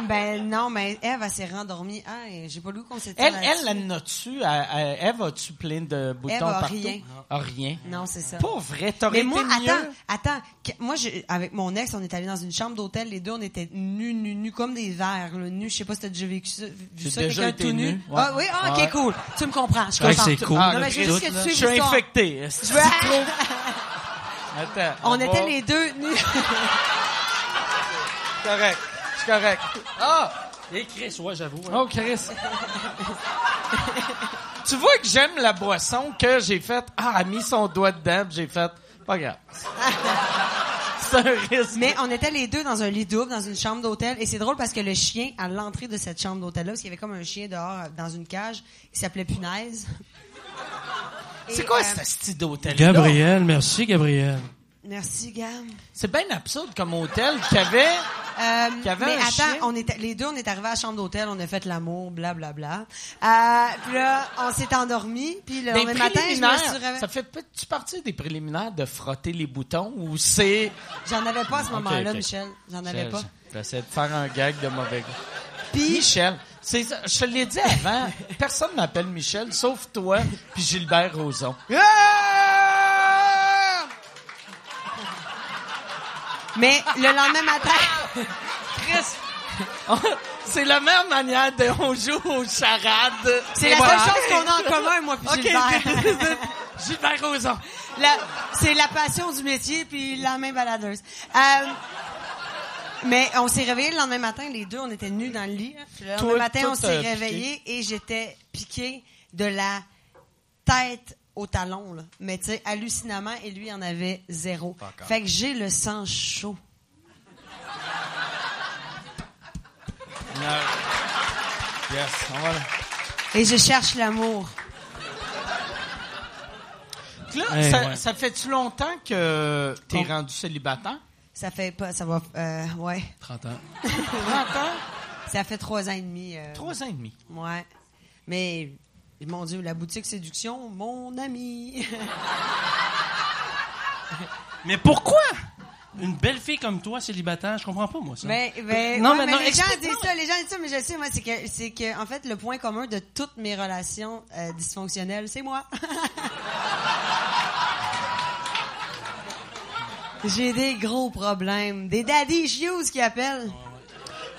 ben non, mais Eve, elle s'est rendormie. Ah, et j'ai pas lu qu'on s'était.
Elle,
là-dessus.
elle, elle n'a-tu? Elle, elle- Ève, as-tu plein de boutons
Ève a
partout?
rien.
A rien.
Non, c'est ça.
Pas vrai, t'aurais été
Mais moi,
mieux.
attends, attends. que- Moi, je, avec mon ex, on est allé dans une chambre d'hôtel. Les deux, on était nus, nus, nus comme des verres. Là, nus. Je sais pas si t'as déjà vécu ça. Vu
J'ai
ça,
déjà
quelqu'un
été
tout nu.
nu, ouais.
Ah oui, ah, ok,
Ouais.
cool. Tu me comprends. Je
Ouais,
comprends.
c'est cool.
Ah,
Non, mais je veux juste que tu
Je
suives
suis
l'histoire.
infecté. est-ce que *laughs*
Je
tu
veux-
trouves? Attends,
*laughs* On
va-
était les deux nus. *laughs*
Correct. C'est correct. Ah!
Et Chris, ouais, j'avoue. hein.
Oh, Chris! tu vois que j'aime la boisson que j'ai faite. Ah, elle a mis son doigt dedans, puis j'ai fait. Pas
*laughs*
grave. C'est un risque.
mais on était les deux dans un lit double, dans une chambre d'hôtel. Et c'est drôle parce que le chien, à l'entrée de cette chambre d'hôtel-là, parce qu'il y avait comme un chien dehors, euh, dans une cage, il s'appelait Punaise.
C'est
Et,
quoi
euh,
ce style d'hôtel?
Gabriel, merci, Gabriel.
Merci, Gam.
C'est bien absurde comme hôtel qu'il y avait.
Euh,
Qu'il y avait
mais
un
attends,
chien.
on était, les deux, on est arrivés à la chambre d'hôtel, on a fait l'amour, blablabla. Euh, puis là, on s'est endormis, puis le
Des
lendemain matin, je me suis
préliminaires.
réveillée.
Ça fait tu partie des préliminaires de frotter les boutons ou c'est.
J'en avais pas à ce moment-là,
ok.
Michel. J'en avais pas.
J'essaie de faire un gag de mauvais goût.
Puis,
Michel, c'est ça, je te l'ai dit avant, personne m'appelle Michel sauf toi puis Gilbert Rozon. *laughs*
mais le lendemain
*laughs*
matin,
c'est la même manière de on joue aux charades.
c'est
Et
la
voilà.
seule chose qu'on a en commun, moi puis
OK,
Gilbert.
*laughs* c'est- c'est- c'est- Gilbert Rozon.
La- c'est la passion du métier puis la main baladeuse. Euh, mais on s'est réveillés le lendemain matin, les deux, on était nus dans le lit. Le lendemain
Toi,
matin,
toi,
on s'est
t'as piqué.
réveillés et j'étais piquée de la tête au talon, là. Mais tu sais, hallucinamment, et lui, il en avait zéro. Fait que j'ai le sang chaud.
Yes, on va-
Et je cherche l'amour.
Donc Là,
Eh,
ça,
ouais.
ça fait-tu longtemps que t'es
Bon.
rendu célibataire?
Ça fait pas, ça va, euh, ouais.
30 ans.
30 ans?
Ça fait trois ans et demi. euh,
Trois ans et demi.
Ouais. Mais, mon Dieu, la boutique séduction, mon
*laughs*
ami.
Mais pourquoi? Une belle fille comme toi, célibataire, je comprends pas, moi, ça.
Mais, mais,
Non,
Ben, ouais,
mais
mais
non,
les gens
explique-moi.
disent ça, les gens disent ça, mais je sais, moi, c'est que, c'est que, en fait, le point commun de toutes mes relations euh, dysfonctionnelles, c'est moi. *laughs* J'ai des gros problèmes, des daddy issues qui appellent.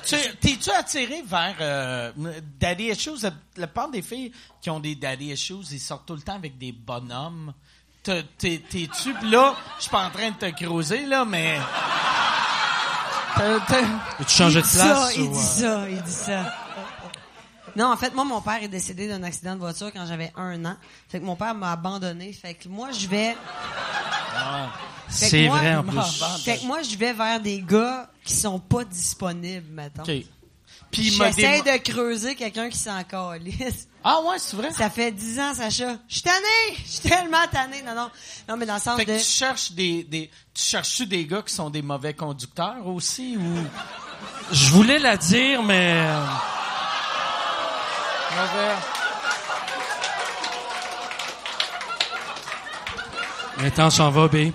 Tu- T'es-tu attiré vers euh, daddy issues? La, la part des filles qui ont des daddy issues, ils sortent tout le temps avec des bonhommes. Te- t'es- T'es-tu... pis là, je suis pas en train de te creuser, là,
*laughs*
mais... T'as- t'as-
tu changeais de
dit
place? euh?
ça, il
euh?
dit ça, il dit ça. Non, en fait, moi, mon père est décédé d'un accident de voiture quand j'avais un an. Fait que mon père m'a abandonné. Fait que moi, je vais.
Ah,
Fait que
C'est
moi-
vrai, en plus.
Fait que moi, je vais vers des gars qui sont pas disponibles, mettons.
OK. Puis il m'a
J'essaie
démo-
de creuser quelqu'un qui s'en calisse.
Ah ouais, c'est vrai?
Ça fait dix ans, Sacha. Je suis tannée! Je suis tellement tannée! Non, non. Non, mais dans le sens
Fait que
de...
tu cherches des, des... Tu cherches-tu des gars qui sont des mauvais conducteurs aussi? Ou...
Je euh, voulais la dire, mais...
Mauvais...
Le temps s'en va, B.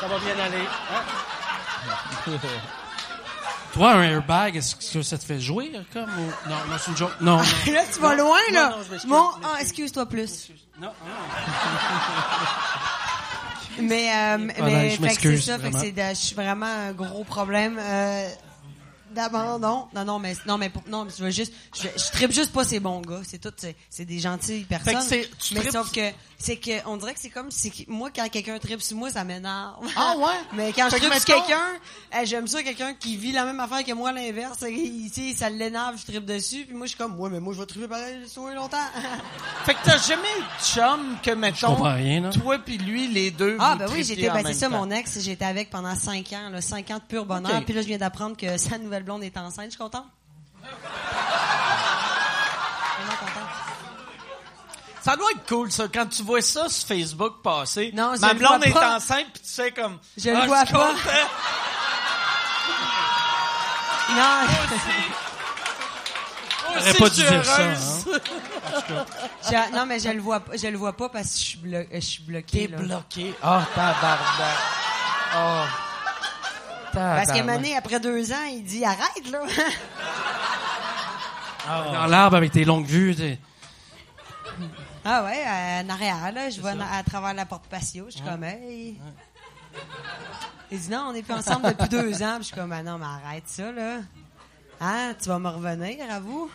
Ça va bien aller. hein? Toi, un airbag, est-ce que ça te fait jouer comme ou- Non, non, c'est une joke. Non, non.
Là, tu vas loin, là.
Non, non, je m'excuse,
Mon,
je
ah, excuse-toi plus. *laughs*
non, non.
Mais, euh,
ben,
mais fait que
je
c'est
m'excuse,
ça, fait que
vraiment.
c'est de- je suis vraiment un gros problème euh, d'abandon. Non, non, mais non, mais pour- non, mais je veux juste, je, je tripe juste pas ces bons gars. C'est tout, c'est- c'est des gentilles personnes.
c'est- tu
mais
tripes-
sauf que c'est que on dirait que c'est comme si moi quand quelqu'un tripe sur moi, ça m'énerve.
Ah ouais?
mais quand je
Fait que
tripe sur
mettons-
quelqu'un, euh, j'aime ça quelqu'un qui vit la même affaire que moi l'inverse. Il- tu sais, ça l'énerve, je tripe dessus, puis moi je suis comme, ouais, mais moi je vais triper pareil, sur
*laughs*
eux longtemps.
Fait que t'as jamais eu de chum que, mettons,
comprends rien, là.
toi puis lui, les deux,
Ah
vous
ben oui,
tripiez
j'étais
en
ben,
même
c'est ça
temps.
mon ex, j'étais avec pendant cinq ans, là, cinq ans de pur bonheur.
Ok.
Puis là je viens d'apprendre que sa nouvelle blonde est enceinte, je suis contente. Vraiment contente.
Ça doit être cool, ça, quand tu vois ça sur Facebook passer.
Non, je
Ma
le
blonde
vois
est
pas.
enceinte, puis tu sais comme...
Je
ah,
le vois
suis
pas.
content.
*laughs* *laughs* Non,
Moi
J'aurais
aussi,
pas
je
dû
suis
dire ça, hein.
heureuse.
je, non mais je le vois pas, je le vois pas parce que je suis, blo- euh, je suis bloquée.
T'es
là.
bloqué. Ah, oh, tabarnak. Oh.
Parce que
Tabarnak.
Mané après deux ans, il dit arrête là. *laughs*
Dans l'arbre avec tes longues vues. t'es-
ah ouais, euh, en arrière là, je vois na- à travers la porte patio, je suis comme hey. Il dit non, on est plus ensemble depuis deux ans, Puis je suis comme ah non mais arrête ça là. Hein, tu vas me revenir
*laughs*
à vous.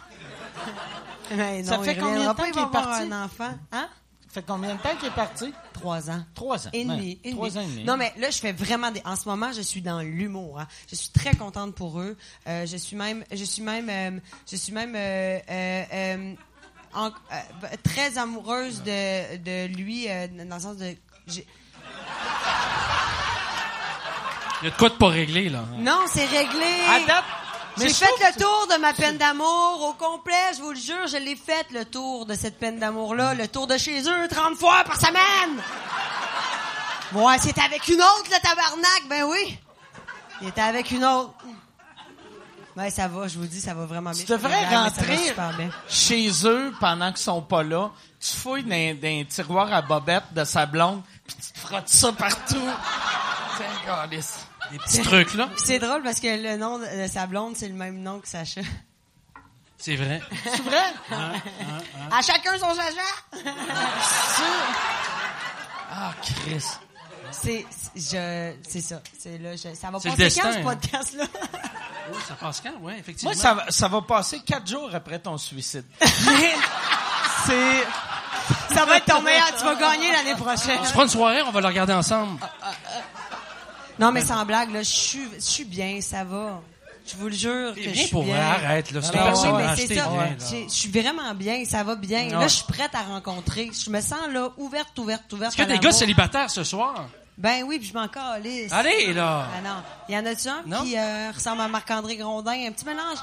Mais non,
Ça fait
il
combien de
reviendra
temps
pas, il
qu'il
va
est
avoir
parti?
un enfant, hein?
Fait combien de temps qu'il est parti?
Trois ans.
Trois ans.
Et
Ouais.
demi. et
Trois
demi.
ans et demi.
Non, mais là, je fais vraiment des... En ce moment, je suis dans l'humour. hein. Je suis très contente pour eux. Euh, je suis même... Je suis même... euh, je suis même... euh, euh, euh, en- euh, bah, très amoureuse de, de lui, euh, dans le sens de... j'ai-
Il y a de quoi de pas réglé, *laughs* là.
Ah.
Non, c'est réglé!
À date, mais
J'ai
je
fait
trouve
le tour de ma peine d'amour au complet, je vous le jure, je l'ai fait le tour de cette peine d'amour-là, le tour de chez eux 30 fois par semaine! Ouais, c'était avec une autre, le tabarnak, ben oui! Il était avec une autre. Ouais, ça va, je vous dis, ça va vraiment bien.
Tu devrais
Ouais, mais ça va
rentrer
super bien.
chez eux pendant qu'ils sont pas là. Tu fouilles dans, dans un tiroir à bobette de sa blonde, puis tu te frottes ça
*laughs*
partout. C'est un câlisse.
Des petits trucs, là.
Puis C'est drôle parce que le nom de de sa blonde, c'est le même nom que Sacha.
C'est vrai.
C'est
*laughs*
vrai?
À chacun son Sacha!
Ah, Chris.
C'est, c'est- je, c'est ça. C'est là, je- ça va
C'est le
passer quand
destin,
ce
hein.
podcast-là? *laughs*
Oh, ça passe quand? Ouais, effectivement.
Moi, ça, va- ça va passer quatre jours après ton
*laughs*
suicide. Mais c'est...
ça va être ton meilleur, tu vas gagner l'année prochaine.
On se prend une soirée, on va le regarder ensemble.
Ah, Non, mais sans blague, là, je suis, je suis bien, ça va. Je vous le jure que
T'es
je
bien
suis
pour
bien.
vrai, arrête, là. C'est
Ben
un
oui,
personnage,
mais
t'es
c'est ça.
bien, là. Ah.
J'ai- Je suis vraiment bien, ça va bien. Là, je suis prête à rencontrer. Je me sens là ouverte, ouverte, ouverte.
Est-ce qu'il y a
à
des gars
l'amour.
célibataires ce soir?
Ben oui, puis je m'en calisse.
Allez, là!
Ah non, il y en a-tu un
Non?
qui euh, ressemble à Marc-André Grondin, un petit mélange.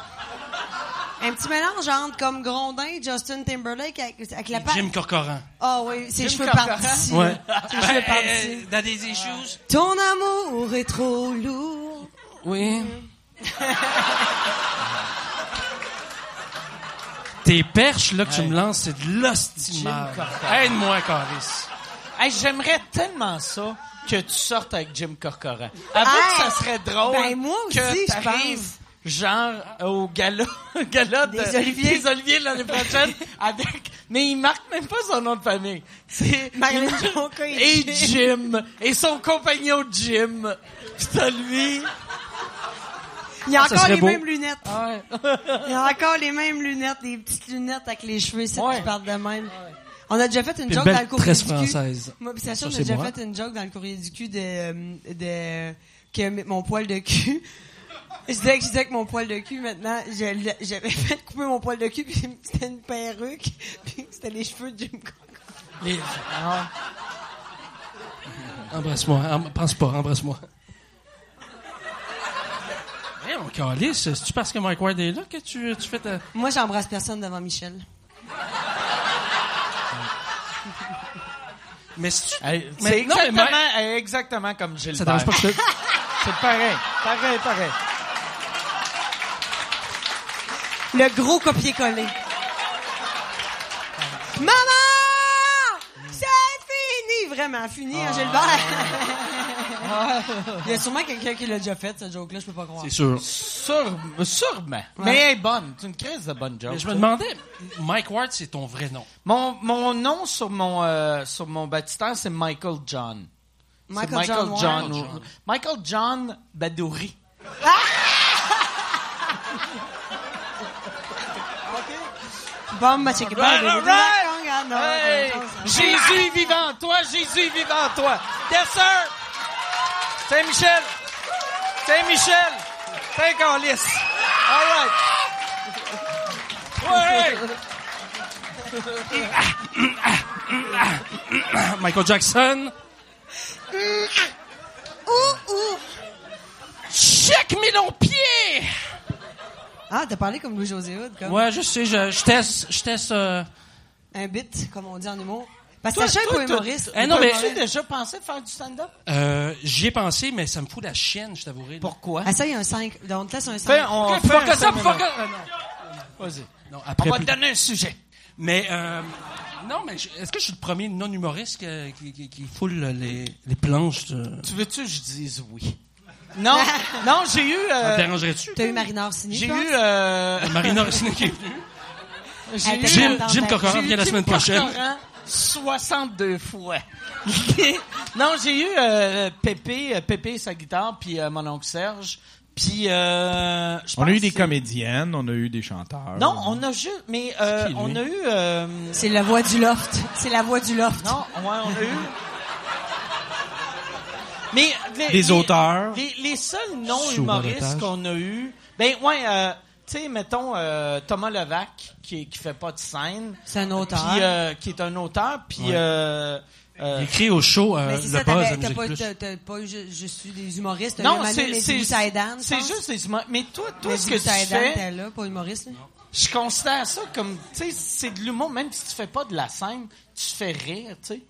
Un petit mélange entre comme Grondin et Justin Timberlake avec, avec la
Et
patte.
Jim Corcoran.
Ah oui, ses
Jim
cheveux
Carter.
par-dessus.
Ouais.
Ses
Ben,
cheveux par-dessus.
euh,
Dans des issues.
Ton amour est trop lourd.
*laughs*
*laughs*
Oui. Tes perches, là, que tu me lances, c'est de l'hostie de merde. Aide-moi, Caris.
Hey, j'aimerais tellement ça que tu sortes avec Jim Corcoran. Avoue que ça
Hey!
serait drôle
Ben, moi aussi,
que
je
t'arrives, genre au gala, *laughs* gala de-
Des Oliviers.
des Oliviers l'année prochaine avec mais il marque même pas son nom de famille. C'est
Marilyn
il marque-
Jonca et
et Jim et son compagnon Jim. Putain lui.
Il a
Ah, ça
encore
serait
les
beau.
mêmes lunettes.
Ah
Il a encore les mêmes lunettes, des petites lunettes avec les cheveux ici
Ouais.
qui partent de même. On a déjà fait une
Puis
joke
une belle
dans le courrier
tresse
du
française.
cul. Moi pis Sacha, on a
Ça, c'est
déjà
moi.
fait une joke dans le courrier du cul de, euh, de que m- mon poil de cul. *laughs* Je disais que je disais que mon poil de cul maintenant, je l'ai- j'avais fait couper mon poil de cul *laughs* puis c'était une perruque *laughs* puis c'était les cheveux de Jim Cook.
Les- Ah. Embrasse-moi. em- Pense pas, embrasse-moi. Hey, mon Calis, c'est-tu parce que Mike Ward est là que tu, tu fais ta...
Moi, j'embrasse personne devant Michel.
Mais si tu...
Hey,
Mais
C'est
non, mais
exactement, hey, exactement comme Gilbert.
Ça dérange pas que je te-
C'est pareil, pareil, pareil.
Le gros copier-coller. Maman! C'est fini! Vraiment, fini, hein,
Ah.
Gilbert. *laughs* Il y a sûrement quelqu'un qui l'a déjà fait, cette joke-là, je peux pas croire.
C'est sûr.
Sûr- sûrement. Mais
Ouais.
elle est bonne. C'est une crise de bonne job.
Mais je me demandais, Mike Ward, c'est ton vrai nom.
Mon, mon nom sur mon, euh, sur mon baptistère, c'est Michael John. C'est
Michael John
John.
Ward.
ou- Michael John Badouri.
Bombe, ma chicken
Right,
bomb.
right, Hey! Jésus est vivant, toi, Jésus est vivant, toi. Yes, sir! Saint-Michel! Saint-Michel! Saint Carlis! All right! Ouais!
Ah, Michael Jackson.
Ouh, ouh!
Check mes longs pieds!
Ah, t'as parlé comme Louis-José Hood, comme
Ouais, je sais, je, je teste, je teste, euh,
un bit, comme on dit en humour. Parce que
Toi,
Sacha est
toi,
pas
toi,
humoriste.
Eh non, mais-
As-tu déjà pensé de faire du stand-up?
euh, j'y ai pensé, mais ça me fout la chienne, je t'avouerai. là.
Pourquoi?
Ah, ça, il y a un 5. Donc, te laisse un 5.
Fais- on
Fuck
fait un
fuck ça,
cinq
fuck
minutes.
ça. Euh, non. Non, après.
On va te
plus-
donner un sujet.
Mais, euh, non, mais je- est-ce que je suis le premier non-humoriste que- qui, qui, qui foule les, les planches? De...
Tu veux-tu que je dise oui? Non, non, j'ai eu...
Ça te
euh,
dérangerais-tu?
T'as eu Marinard Sini,
j'ai
toi?
eu... euh,
Ah, Marina Orsini qui est venue. *laughs*
j'ai
Elle
eu-
était
Jim,
contente.
Jim Cochran
J'ai
revient la
eu
semaine
Tim
prochaine.
Corcoran 62 fois. *laughs* non, j'ai eu euh, Pépé, euh, Pépé et sa guitare, puis euh, mon oncle Serge. Puis, euh, je
On
pense
a eu des
que-
comédiennes, on a eu des chanteurs.
Non, on a juste, mais euh,
C'est qui, lui?
on a eu. euh,
C'est la voix du loft. C'est la voix du loft.
non, ouais, on a eu. Mais les,
Des auteurs.
Les, les seuls non
Sous
humoristes
balotage.
qu'on a eu, ben ouais, euh, tu sais, mettons euh, Thomas Levac qui qui fait pas de scène.
C'est un auteur.
Puis, euh, qui est un auteur, puis
Ouais.
euh, euh,
Il écrit au show euh,
mais
le
c'est ça,
buzz à
t'avais- t'as
Musique
pas,
Plus.
t'as- t'as pas eu ju- juste eu des humoristes. T'as eu
non,
Manu
c'est
Leslie
c'est
Saïdan, je
c'est
pense.
juste des humains. Mais toi, toi,
Leslie
ce que tu
Saïdan,
fais,
t'es là, pas humoriste. là.
je considère ça comme, tu sais, c'est de l'humour. Même si tu fais pas de la scène, tu fais rire, tu sais.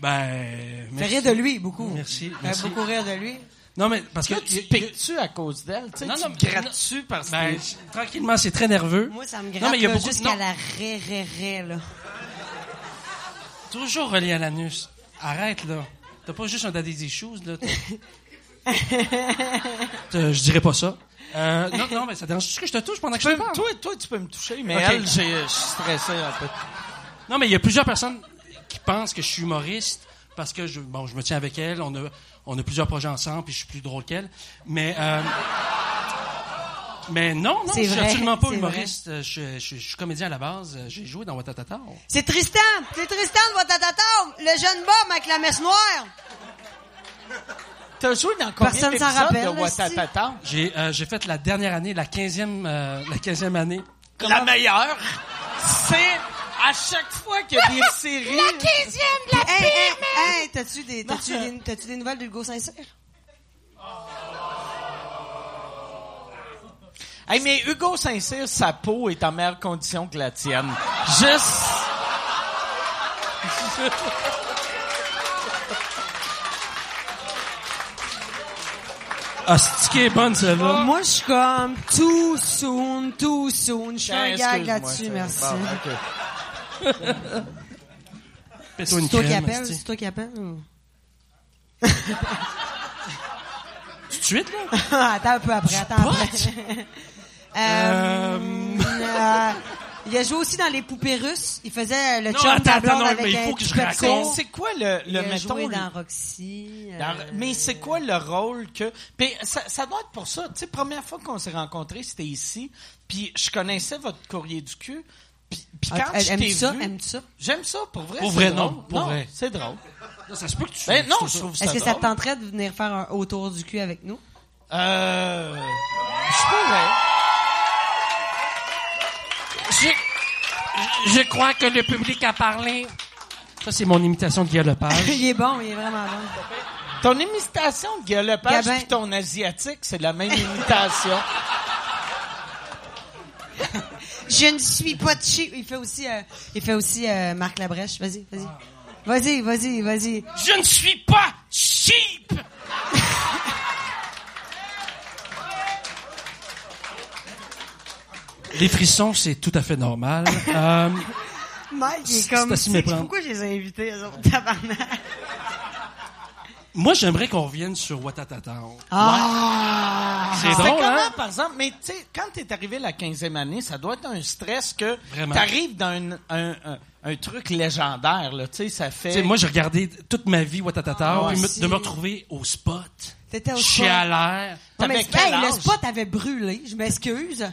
Ben,
Fais
merci.
rire de lui, beaucoup.
Merci,
Fais
merci.
beaucoup rire de lui.
Non, mais parce que...
Là, tu piques-tu à cause d'elle, tu sais,
Non,
tu
non,
te grattes-tu parce que
Ben, tranquillement, c'est très nerveux.
Moi, ça me
Non,
gratte
mais il y a
là,
beaucoup...
jusqu'à
Non,
la ré, ré, ré, là.
toujours relié à l'anus. Arrête, là. T'as pas juste un daddy issues, là.
*laughs*
T'as- T'as- je dirais pas ça. Euh, non, non, mais ça dérange juste que je te touche pendant que
Tu
je
peux
te
me-
parle.
toi, toi, tu peux me toucher, mais
Ok.
elle, j'ai- je suis stressé un peu.
Non, mais il y a plusieurs personnes qui pensent que je suis humoriste parce que je, bon, je me tiens avec elle, on a, on a plusieurs projets ensemble, puis je suis plus drôle qu'elle. Mais, euh, mais non, non,
C'est
je suis
vrai,
absolument pas
c'est
humoriste. Euh, Je, je- je suis comédien à la base. Euh, J'ai joué dans Watatata.
C'est Tristan! C'est Tristan de Watatata! Le jeune Bob avec la messe noire!
T'as joué dans combien
Personne s'en
d'épisodes
rappelle,
de
là, si.
Watatata?
J'ai, euh, j'ai fait la dernière année, la quinzième, euh, la quinzième année.
La meilleure, c'est à chaque fois qu'il y
*laughs*
a des séries...
de la hey, hey, hey, t'as-tu des, *laughs* t'as-tu des, t'as-tu des nouvelles d'Hugo Saint-Cyr?
Hey, mais Hugo Saint-Cyr, sa peau est en meilleure condition que la tienne. Juste.
Ah, c'est qui est bonne, celle-là.
Euh, Moi, je suis comme too soon, too soon. Je fais un
Ah,
gag
excuse-moi,
là-dessus,
c'est-
merci.
bon, ok.
Fais-toi
C'est
une
toi qui
crème,
appelles?
esti.
C'est toi qui appelles? ou-
Tout de suite, là?
*laughs* attends un peu après, attends après. *laughs* Euh, euh, il a joué aussi dans Les Poupées Russes. Il faisait le
Non,
chum de la
attends,
blonde
attends, non,
avec
mais il faut
un
que je
petit
raconte.
C'est-
pepco.
C'est quoi le,
Il
le
a
mettons,
joué
le-
dans Roxy. euh,
dans- mais c'est quoi le rôle que puis ça, ça doit être pour ça, tu sais première fois qu'on s'est rencontrés, c'était ici, puis je connaissais votre courrier du cul, puis, puis quand
Ah, elle-
je
aime
t'ai
ça,
vu,
aime ça.
j'aime ça pour vrai,
Pour
c'est
vrai,
drôle.
non, pour vrai.
c'est drôle.
Non, Ça se peut que tu...
Ben non,
tu-
je trouve ça
Est-ce que ça te
drôle.
tenterait de venir faire un autour du cul avec
*laughs*
nous?
Euh je pourrais.
Je, je crois que le public a parlé. Ça, c'est mon imitation de Guy
*laughs*
Lepage.
il est bon, il est vraiment bon.
Ton imitation de Guy Lepage
Gabin.
puis ton asiatique, c'est la même imitation.
Je ne suis pas chi. Il fait aussi, euh, il fait aussi euh, Marc Labrèche. Vas-y, vas-y. Vas-y, vas-y, vas-y.
Je ne suis pas cheap! Les frissons, c'est tout à fait normal. Euh,
Mike, il est
C'est
comme.
à s'y
c'est-
méprendre.
Pourquoi je les ai invités, eux autres, tabarnak?
moi, j'aimerais qu'on revienne sur Watatata.
Ah!
C'est
C'est
drôle,
comment,
hein?
par exemple, mais tu sais, quand t'es arrivé la 15e année, ça doit être un stress que
Vraiment.
t'arrives dans un, un, un- un truc légendaire, là, tu sais, ça fait...
Tu sais, moi, j'ai regardé toute ma vie Watatata,
Ah,
puis me-
aussi.
de me retrouver au spot.
T'étais au spot.
Chialaire.
Non, mais
T'avais
c'est-
quel
hey,
âge?
le spot avait brûlé, je m'excuse.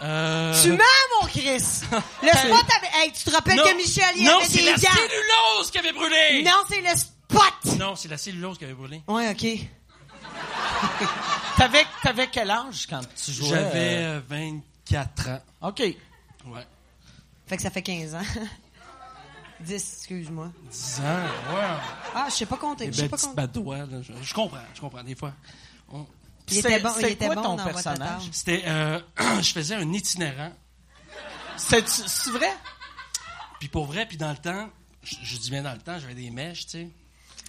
Euh...
Tu mens, mon Chris! Le spot avait. Hey, tu te rappelles
Non.
que Michel, il
non,
avait
c'est
des
la
gants?
cellulose qui avait brûlé!
Non, c'est le spot!
Non, c'est la cellulose qui avait brûlé.
Ouais, OK.
T'avais, t'avais quel âge quand tu jouais?
J'avais
euh,
euh, 24 ans.
OK.
Ouais.
Fait que ça fait 15 ans. *laughs* 10, excuse-moi.
10 ans, ouais.
Ah, je sais pas compter.
Des
Je sais
belles
pas
petites
compter.
badois, ben, là. Je, je comprends, je comprends, des fois. On-
Il était bon, il
c'est
était
quoi
bon
ton
dans
personnage?
Watatata.
C'était, euh, *clears throat* je faisais un itinérant,
C'est, c'est vrai?
puis pour vrai, puis dans le temps, je, je dis bien dans le temps, j'avais des mèches, tu sais.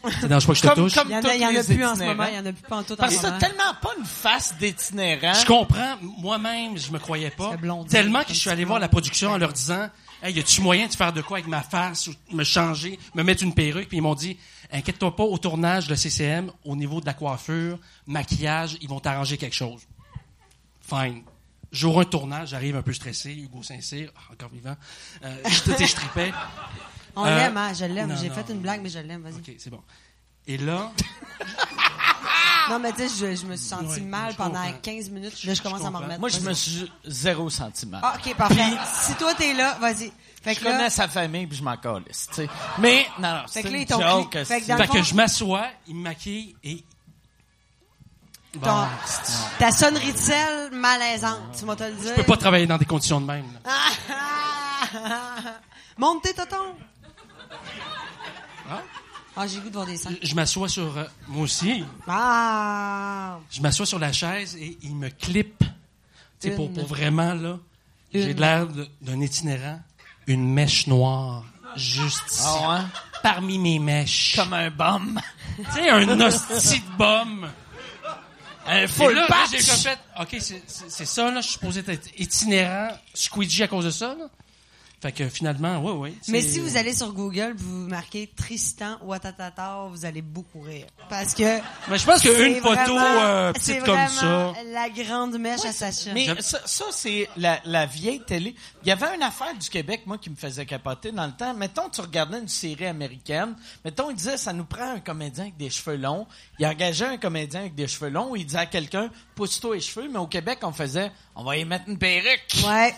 *laughs* C'est dans Je crois que je te
Comme-
touche.
comme-
Il y en
Tous
a, il y en a
les
plus en ce
itinérants.
moment, il y en a plus pas en tout en
Parce
ce
que t'as
moment.
tellement pas une face d'itinérant.
Je comprends, moi-même, je me croyais pas.
C'est blondé,
Tellement
Hein? comme
que je suis
petit
allé voir la
blond.
production en leur disant, hey, y a-tu moyen de faire de quoi avec ma face ou me changer, me mettre une perruque? Puis ils m'ont dit, inquiète-toi pas, au tournage de CCM, au niveau de la coiffure, maquillage, ils vont t'arranger quelque chose. Fine. Jour un tournage, j'arrive un peu stressé, Hugo Saint-Cyr, ah, *laughs* encore vivant. Euh, je, tu sais,
*laughs*
je tripais.
On
Euh,
l'aime, hein, je l'aime.
non,
J'ai
non.
fait une blague, mais je l'aime, vas-y.
OK, c'est bon. Et là,
Non, mais tu sais, je, je me suis sentie
Ouais,
mal
je
pendant
comprends.
15 minutes. Là, je commence à m'en
comprends.
remettre.
Moi, je
Vas-y.
me suis zéro sentiment.
Ah, OK, parfait. Si toi, t'es là, vas-y. Fait
je
que là,
connais sa famille puis je m'en calisse, tu sais. Mais, non, non, c'est
que là,
une *laughs*
ils t'ont
joke. c'est-
cli- fait que dans-
fait
le fond-
que je m'assois, ils me maquillent et... Bon,
ton-
c'est-
ta sonnerie de sel malaisante, tu vas te le dire.
je peux pas travailler dans des conditions de même. là.
Ah, ah, ah. *laughs* Monte tes tontons.
Ah.
Ah, j'ai le goût de voir des sangs.
Je m'assois sur. euh, moi aussi.
Ah!
Je m'assois sur la chaise et il me clip. Tu sais, pour,
Une.
pour vraiment, là. J'ai
Une.
l'air de- d'un itinérant. Une mèche noire. Juste ici.
Ah ouais?
Parmi mes mèches.
Comme un bum.
Tu sais, un hostie de bombe.
Un
Et
full
là, là,
patch.
j'ai comme fait. OK, c'est- c'est c'est ça, là. Je suis supposé être itinérant, squeegee à cause de ça, là. Fait que finalement, ouais, ouais.
Mais
c'est-
si vous allez sur Google, vous marquez Tristan Ouattatata, vous allez beaucoup rire. Parce que.
Mais je pense
c'est
qu'une photo
vraiment-
euh,
c'est
petite comme ça.
vraiment La grande mèche à Sacha.
Mais
J'aime-
ça, ça, c'est la, la vieille télé. Il y avait une affaire du Québec, moi, qui me faisait capoter dans le temps. Mettons, tu regardais une série américaine. Mettons, il disait, ça nous prend un comédien avec des cheveux longs. Il engageait un comédien avec des cheveux longs. Il disait à quelqu'un, pousse-toi les cheveux. Mais au Québec, on faisait, on va y mettre une perruque.
Ouais.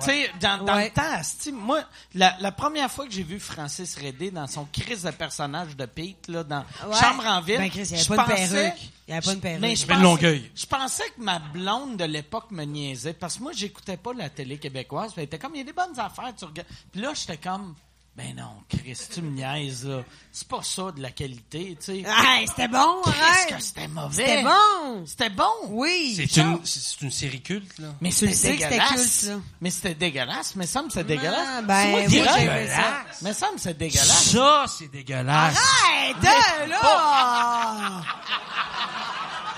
Tu sais, dans, dans
Ouais.
le temps, asti, moi, la, la première fois que j'ai vu Francis Redé dans son crise de personnage de Pete, là, dans
Ouais.
Chambre en ville,
Ben, Chris, il y avait
je
pas de
pensais-
perruque. Il y avait pas de perruque.
Mais je
Il y avait de
pensais-
Longueuil.
Je pensais que ma blonde de l'époque me niaisait, parce que moi, j'écoutais pas la télé québécoise, puis elle était comme, il y a des bonnes affaires, tu regardes. Puis là, j'étais comme, ben non, Chris, tu me niaises, là. C'est pas ça de la qualité, tu sais.
Hey, c'était bon,
Qu'est-ce
Ah, arrête.
que c'était mauvais?
C'était bon.
C'était bon!
Oui.
C'est une, c'est une série culte, là.
Mais c'était
Mais c'est que c'était
dégueulasse.
culte, ça.
mais c'était dégueulasse. Mais ça me c'est dégueulasse.
Ah,
c'est
ben,
moi
moi,
qui rêve.
j'aimais ça.
Mais ça me c'est dégueulasse.
Ça, c'est dégueulasse.
Arrête, hein, là!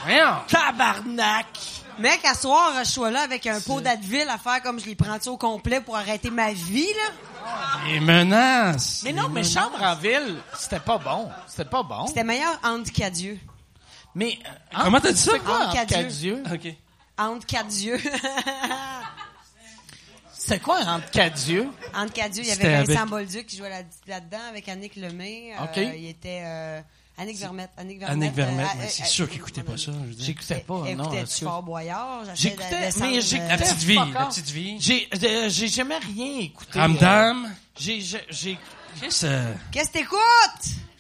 Voyons.
Tabarnak.
*laughs* Mec, à soir, je suis là avec un pot d'Advil à faire comme je les prends-tu au complet pour arrêter ma vie, là?
Les menaces.
Mais non, mais chambre en ville, c'était pas bon. C'était pas bon.
C'était meilleur Andy Cadieux.
Mais euh,
Ah, Comment t'as dit ça? Ah,
c'est quoi
Entre
entre
quatre
quatre yeux?
OK.
Andy *laughs* Cadieux.
C'est quoi entre quatre yeux?
Andy Cadieux, il y
C'était
avait
avec-
Vincent Bolduc qui jouait là- là-dedans avec Annick Lemay. Euh,
OK.
il était... euh, Annick Vermette. Annick Vermette.
Annick Vermette,
euh,
mais
euh,
c'est
euh,
sûr qu'il écoutait pas ça, je veux dire.
J'écoutais pas.
elle
non,
écoutait
là-dessus.
Fort Boyard. j'essayais de-
J'écoutais,
descendre,
mais
euh,
j'écoutais
La petite vie,
fuck
la
off.
petite vie.
J'ai, euh, j'ai jamais rien écouté. euh,
Ramdam.
J'ai, j'ai, j'ai-
Qu'est-ce que...
Qu'est-ce que t'écoutes?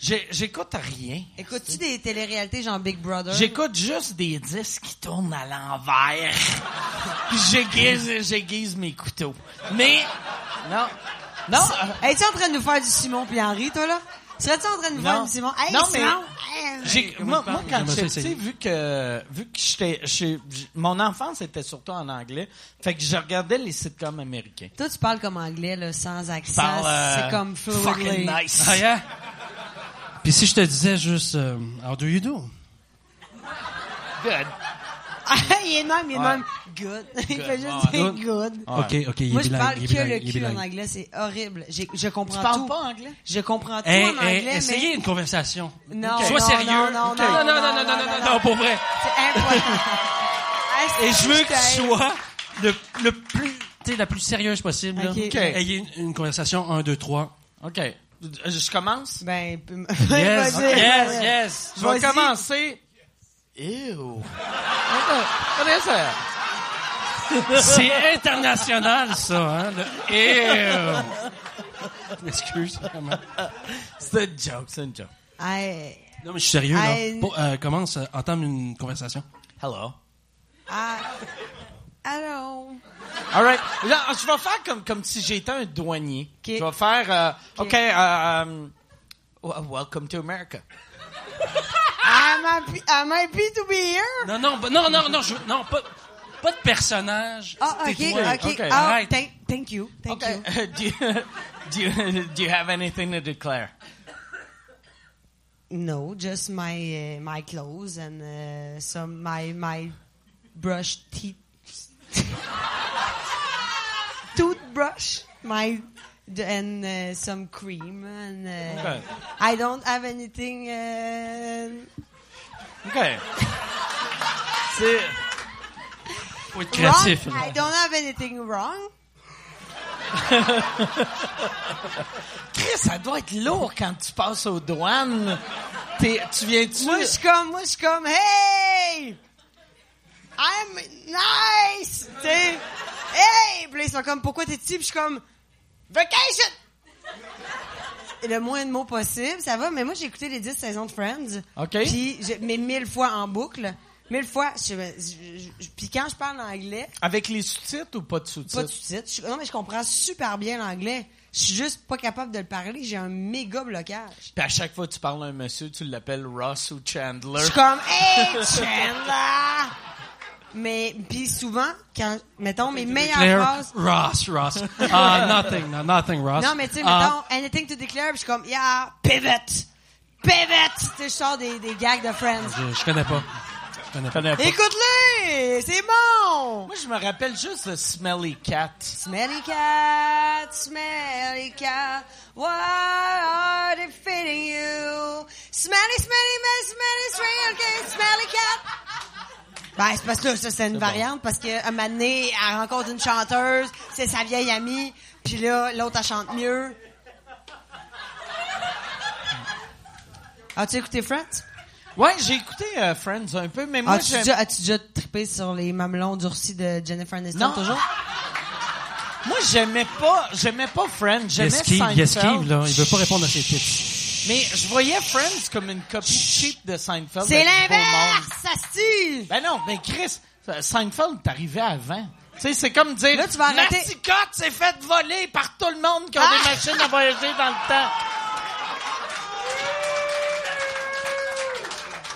j'ai- j'écoute rien.
Écoutes-tu des téléréalités genre Big Brother?
J'écoute juste des disques qui tournent à l'envers. *laughs* Puis j'aiguise, j'aiguise mes couteaux. Mais, non. Non, euh,
Es-tu en train de nous faire du Simon puis Henri, toi, là? Serais-tu en train de nous faire
Non.
du Simon? Hey,
Non, mais-
Simon! Hey!
j'ai- moi,
parle?
moi, quand
J'aimerais ça
j'étais
essayer.
petit, vu que, vu que j'étais, j'ai- j'ai- mon enfance était surtout en anglais, fait que je regardais les sitcoms américains.
Toi, tu parles comme anglais, là, sans
Je
accent.
parle, euh,
c'est comme fluidly.
fucking
*laughs*
nice.
Ah, yeah. Puis si je te disais juste... euh, how do you do?
Good.
Ah, il est de même, il est de même. Good. *laughs* Il fait juste dire good.
OK, OK, Ah, il est
Moi, je
bilingue,
parle
il est
que
bilingue,
le
il est
cul en
bilingue.
anglais, c'est horrible. J'ai- Je comprends tout.
anglais?
Je comprends tout
Hey,
en anglais,
hey,
mais...
Eh, essayez une conversation.
Non,
Sois
non,
sérieux.
non, non,
Ok.
non, non,
non, non, non, non,
non,
non,
non.
non, pour vrai.
C'est impossible.
Et je veux que
t'aille.
tu sois le, le plus, tu sais, la plus sérieuse possible. là.
Ok. Ok.
Ayez une, une conversation 1, 2, 3.
OK. Je je commence?
Ben, *laughs* p-
Yes,
vas-y.
yes, yes.
Je vais
Vas-y.
commencer. Ew. Attends, ça.
C'est international, ça. Hein? le- Ew. Excuse, vraiment.
C'est une joke, c'est une joke.
I,
Non, mais je suis sérieux, là.
I-
Bon, euh, commence, euh, entame une conversation.
Hello.
I, hello.
All right. Là, je vais faire comme, comme si j'étais un douanier.
Ok.
Je vais faire... euh,
Ok.
OK, euh, um, w- welcome to America.
I'm happy, I'm happy to be here.
Non, non, bah, non, non, non, je veux- non, pas, pas de personnage.
Ah, ok,
Tais-toi.
ok.
Ok,
Ah,
arrête.
thank, thank you, thank
Okay. *laughs*
you.
do, you, do, you, do you have anything to declare?
No, just my uh, my clothes and uh, some my my brush teeth *laughs* toothbrush my d- and uh, some cream and uh,
Okay.
I don't have anything. Uh,
OK. *laughs* C'est...
Faut être créatif.
wrong.
là.
I don't have anything wrong.
Chris, ça doit être lourd quand tu passes aux douanes. T'es- tu viens-tu...
Moi je suis comme moi je suis comme hey I'm nice. Tu sais, hey, puis là, ils sont comme pourquoi t'es ici Puis je suis comme vacation. Le moins de mots possible, ça va. Mais moi j'ai écouté les 10 saisons de Friends.
OK.
Puis je- mais mille fois en boucle, mille fois. Je, je- je- puis quand je parle anglais,
Avec les sous-titres ou pas de sous-titres?
pas de sous-titres. Je suis- Non mais je comprends super bien l'anglais. Je suis juste pas capable de le parler. J'ai un méga blocage.
Puis à chaque fois que tu parles à un monsieur, tu l'appelles Ross ou Chandler.
Je suis
*laughs*
comme, hey, Chandler! Mais, puis souvent, quand, mettons, mes meilleures
Claire,
phrases.
Ross, Ross. Ah, nothing, no, nothing, Ross.
Non, mais tu sais,
Ah,
mettons, anything to declare, puis je suis comme, yeah, pivot! Pivot! Tu sais, je sors des, des gags de Friends.
Je, je connais pas. Je connais pas.
Écoute-les! C'est bon!
Moi, je me rappelle juste de Smelly Cat.
Smelly cat, smelly cat, why are they feeding you? Smelly, smelly, smelly, smelly, smelly, cat, smelly cat. Ben, c'est parce que ça, c'est une variante, parce que un moment donné, elle rencontre une chanteuse, c'est sa vieille amie, puis là, l'autre, elle chante mieux. As-tu écouté Friends?
Ouais, j'ai écouté euh, Friends un peu, mais moi,
As-tu
j'aime-
déjà, as-tu déjà trippé sur les mamelons durcis de Jennifer Aniston,
Non. Ah,
toujours?
moi, j'aimais pas, j'aimais pas Friends,
Il
j'aimais
esquive,
Seinfeld.
il esquive, là. Il veut pas répondre à ses tips.
Mais je voyais Friends comme une copie cheap de Seinfeld.
C'est
avec du beau monde.
l'inverse! Asti!
Ben non, mais Chris, euh, Seinfeld, t'arrivais avant. Tu sais, c'est comme dire,
Là, tu vas arrêter.
Massicotte s'est fait voler par tout le monde qui a
Ah!
des machines à voyager dans le temps.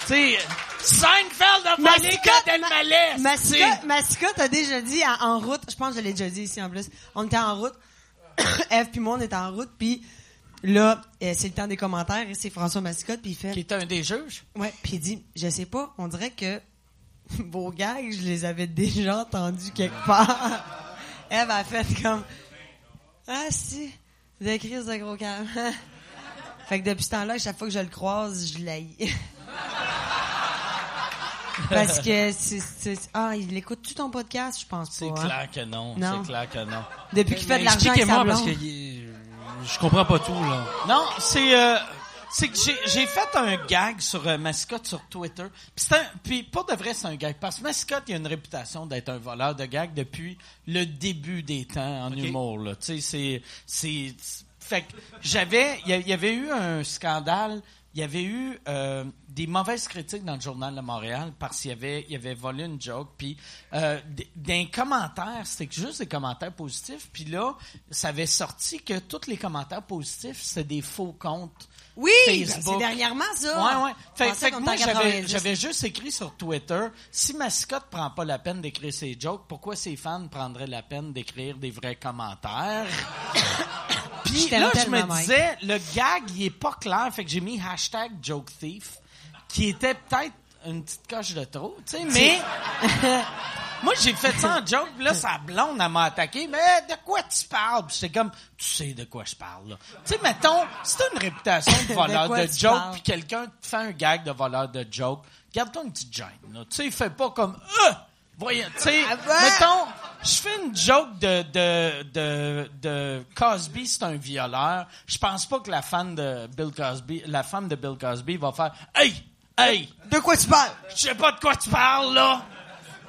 Tu sais, Seinfeld a volé
Mascotte,
Gad Elmaleh.
Ma-
c'est-
Mascotte, mascotte a déjà dit à- en route, je pense que je l'ai déjà dit ici en plus. On était en route, *coughs* Eve puis moi on était en route, puis là euh, c'est le temps des commentaires et c'est François Mascotte puis il fait,
Qui est un des juges.
ouais, puis il dit, je sais pas, on dirait que *laughs* vos gags je les avais déjà entendus quelque part. *laughs* Eve a fait comme, ah si, de crise de gros calme. *laughs* fait que depuis ce temps-là, chaque fois que je le croise, je l'haïs. *laughs* Parce que c'est, c'est- ah, il écoute tout ton podcast, je pense pas.
C'est
hein.
clair que non.
Non.
C'est clair que non.
Depuis qu'il fait de
Mais
l'argent avec sa
Expliquez-moi,
blonde.
parce que il- je comprends pas tout, là.
Non, c'est euh, c'est que j'ai j'ai fait un gag sur euh, mascotte sur Twitter. Puis c'est un- puis pour de vrai c'est un gag parce que mascotte il a une réputation d'être un voleur de gags depuis le début des temps en humour là. Tu sais c'est c'est fait que j'avais il y a- il y avait eu un scandale il y avait eu euh, des mauvaises critiques dans le journal de Montréal parce qu'il y avait, il avait volé une joke. Puis euh, d- d'un commentaire, c'était que juste des commentaires positifs. Puis là, ça avait sorti que tous les commentaires positifs, c'était des faux comptes.
Oui, ben,
Facebook.
c'est dernièrement ça.
Ouais, ouais. Fait,
Je pensais
fait que
qu'on
moi,
était en
j'avais,
90.
j'avais juste écrit sur Twitter, si Mascotte prend pas la peine d'écrire ses jokes, pourquoi ses fans prendraient la peine d'écrire des vrais
*coughs*
commentaires? Puis
Je t'aime
là, je
tellement,
me
Mike.
disais, le gag, il est pas clair. Fait que j'ai mis hashtag joke thief, qui était peut-être une petite coche de trop, tu sais,
*laughs*
mais... Moi, j'ai fait ça en joke, puis là, sa blonde, elle m'a attaqué. Mais de quoi tu parles? Puis j'étais comme, tu sais de quoi je parle, là. Tu sais, mettons, si t'as une réputation de voleur de,
*laughs* De quoi tu
joke,
parles?
puis quelqu'un te fait un gag de voleur de joke, garde-toi une petite gêne, là. Tu sais, fais pas comme, euh, voyons, tu sais,
Ah ben!
mettons, je fais une joke de, de, de, de Cosby, c'est un violeur. Je pense pas que la fan de Bill Cosby, la femme de Bill Cosby va faire, hey, hey,
De quoi tu parles?
je sais pas de quoi tu parles, là.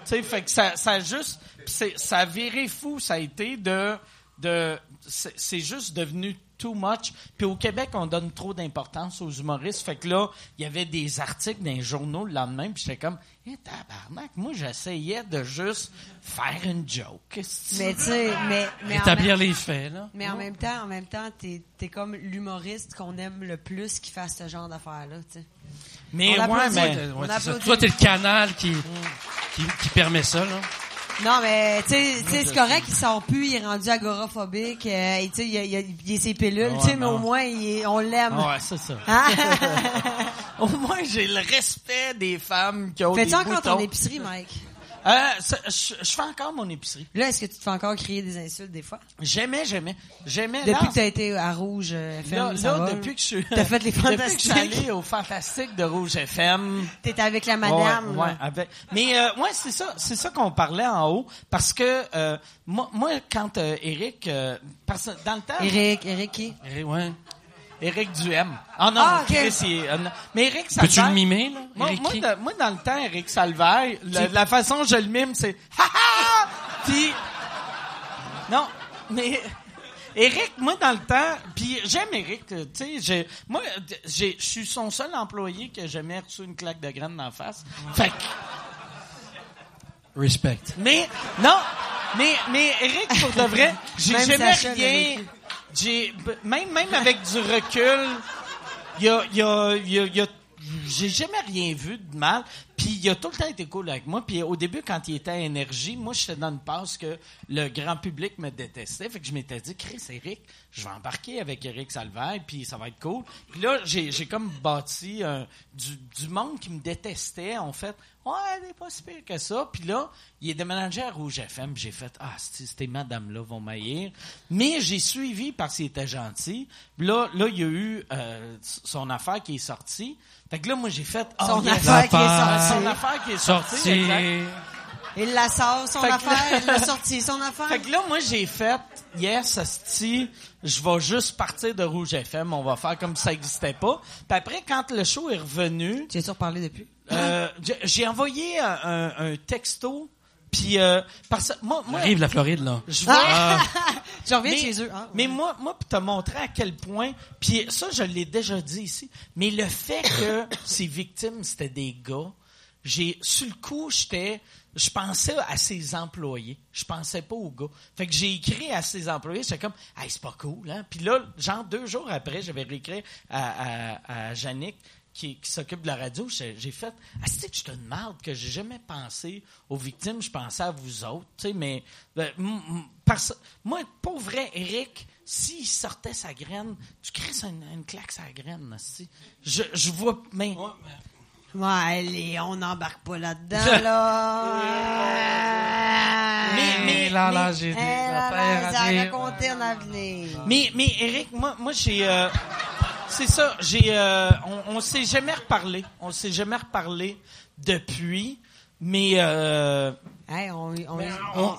Tu sais, fait que ça, ça a juste. pis c'est- ça a viré fou, ça a été de. de c'est c'est juste devenu too much. Puis au Québec, on donne trop d'importance aux humoristes. Fait que là, il y avait des articles dans les journaux le lendemain, puis j'étais comme, eh, tabarnak, moi, j'essayais de juste faire une joke.
Mais tu sais, mais, mais, en
Établir
même-
les faits, là.
mais en même temps, en même temps, t'es es comme l'humoriste qu'on aime le plus qui fasse ce genre d'affaires-là, tu sais.
Mais
on
ouais,
l'applaudit.
mais.
Euh, Ouais,
On
ouais, c'est ça.
applaudit.
Toi, t'es le canal qui, qui, qui permet ça, là.
Non, mais tu sais, tu sais, c'est correct, il sort plus, il est rendu agoraphobique, euh, et tu sais, il, a- il, a- il a ses pilules, tu sais, mais au moins, il est- on l'aime.
Ouais, c'est ça.
Hein?
Au moins, j'ai le respect des femmes qui ont *laughs* des
*laughs* Fais-tu encore
boutons.
ton épicerie, Mike?
Euh, ça- je je fais encore mon épicerie.
Là, est-ce que tu te fais encore crier des insultes des fois?
J'aimais, j'aimais. J'aimais.
Depuis
là,
que t'as été à Rouge euh, FM,
là,
ça
là,
va,
depuis que je suis.
T'as fait
*laughs*
les
Depuis que je suis
fantastiques.
allé euh, au Fantastique de Rouge FM.
T'étais avec la madame.
Ouais, ouais,
là.
avec- Mais euh, ouais, c'est ça, c'est ça qu'on parlait en haut parce que euh, moi, moi, quand euh, Eric, euh, parce que dans le temps, Eric,
Eric, Eric qui?
Eh, ouais.
Duhem. Ah non,
Ah, ok.
Chris, il est- euh, non. mais Eric Salvaire.
Peux-tu le mimer, là?
Moi,
Eric
moi,
qui?
dans- moi, dans le temps, Eric Salvaire, la, la façon dont je le mime, c'est ha ha. Puis non, mais Eric, moi dans le temps, puis j'aime Eric, euh, tu sais, j'ai- moi euh, j'ai- je suis son seul employé que j'ai jamais reçu une claque de graine dans la face. Fait que-
Respect.
mais non, mais mais Eric pour de vrai, j'ai
*laughs* Même
jamais
Sacha l'a
rien.
vécu.
J'ai même même avec du recul, il y a il y a il y a- il y a- j'ai jamais rien vu de mal. Puis il a tout le temps été cool avec moi. Puis au début, quand il était à énergie, moi, j'étais dans une passe que le grand public me détestait. Fait que je m'étais dit, Chris, Eric, je vais embarquer avec Eric Salvaire, puis ça va être cool. Puis là, j'ai j'ai comme bâti un- du, du monde qui me détestait. En fait, ouais, elle n'est pas si pire que ça. Puis là, il est déménagé à Rouge FM. J'ai fait, ah, c'ti- ces madames-là vont m'haïr. Mais j'ai suivi parce qu'il était gentil. Puis là, là, il y a eu euh, son affaire qui est sortie. Fait que là, moi, j'ai fait, ah,
Son
yes.
affaire qui
L'affaire.
est
Son
sortie.
affaire qui est sortie.
Sorti.
exact.
Il la sort, son
Fait que- *laughs*
affaire. Il l'a sorti, son affaire.
Fait que là, moi, j'ai fait, yes, asti, je vais juste partir de Rouge FM, on va faire comme si ça n'existait pas. Puis après, quand le show est revenu,
Tu as-tu reparlé depuis?
euh, j'ai- j'ai envoyé un, un- un texto, puis euh, parce que moi, moi,
Arrive la Floride, là.
je vois...
Ah. Je reviens
Mais-
chez eux. Ah, ouais.
Mais moi, moi, pour te montrer à quel point, puis ça, je l'ai déjà dit ici, mais le fait que ses victimes, c'était des gars, j'ai, sur le coup, j'étais, je pensais à ses employés. Je pensais pas aux gars. Fait que j'ai écrit à ses employés, j'étais comme, hey, c'est pas cool, hein. Puis là, genre deux jours après, j'avais réécrit à, à, à Yannick, qui, qui s'occupe de la radio, j'ai j'ai fait Ah, c'est que je te demande que j'ai jamais pensé aux victimes, je pensais à vous autres, tu sais, mais ben, m- m- parce- moi, pour vrai, Eric, s'il sortait sa graine, tu crées une, une claque sa graine, aussi. Je, je vois, mais
Ouais, allez, on n'embarque pas là-dedans, là.
Mais- mais-
là, là, j'ai
Eh
des
là
affaires
là,
à
ça
dire.
racontait un avenir.
Mais, mais Eric, moi, moi j'ai. euh, c'est ça, j'ai. euh, on on s'est jamais reparlé. On s'est jamais reparlé depuis, mais. euh,
Hey, on, on,
On-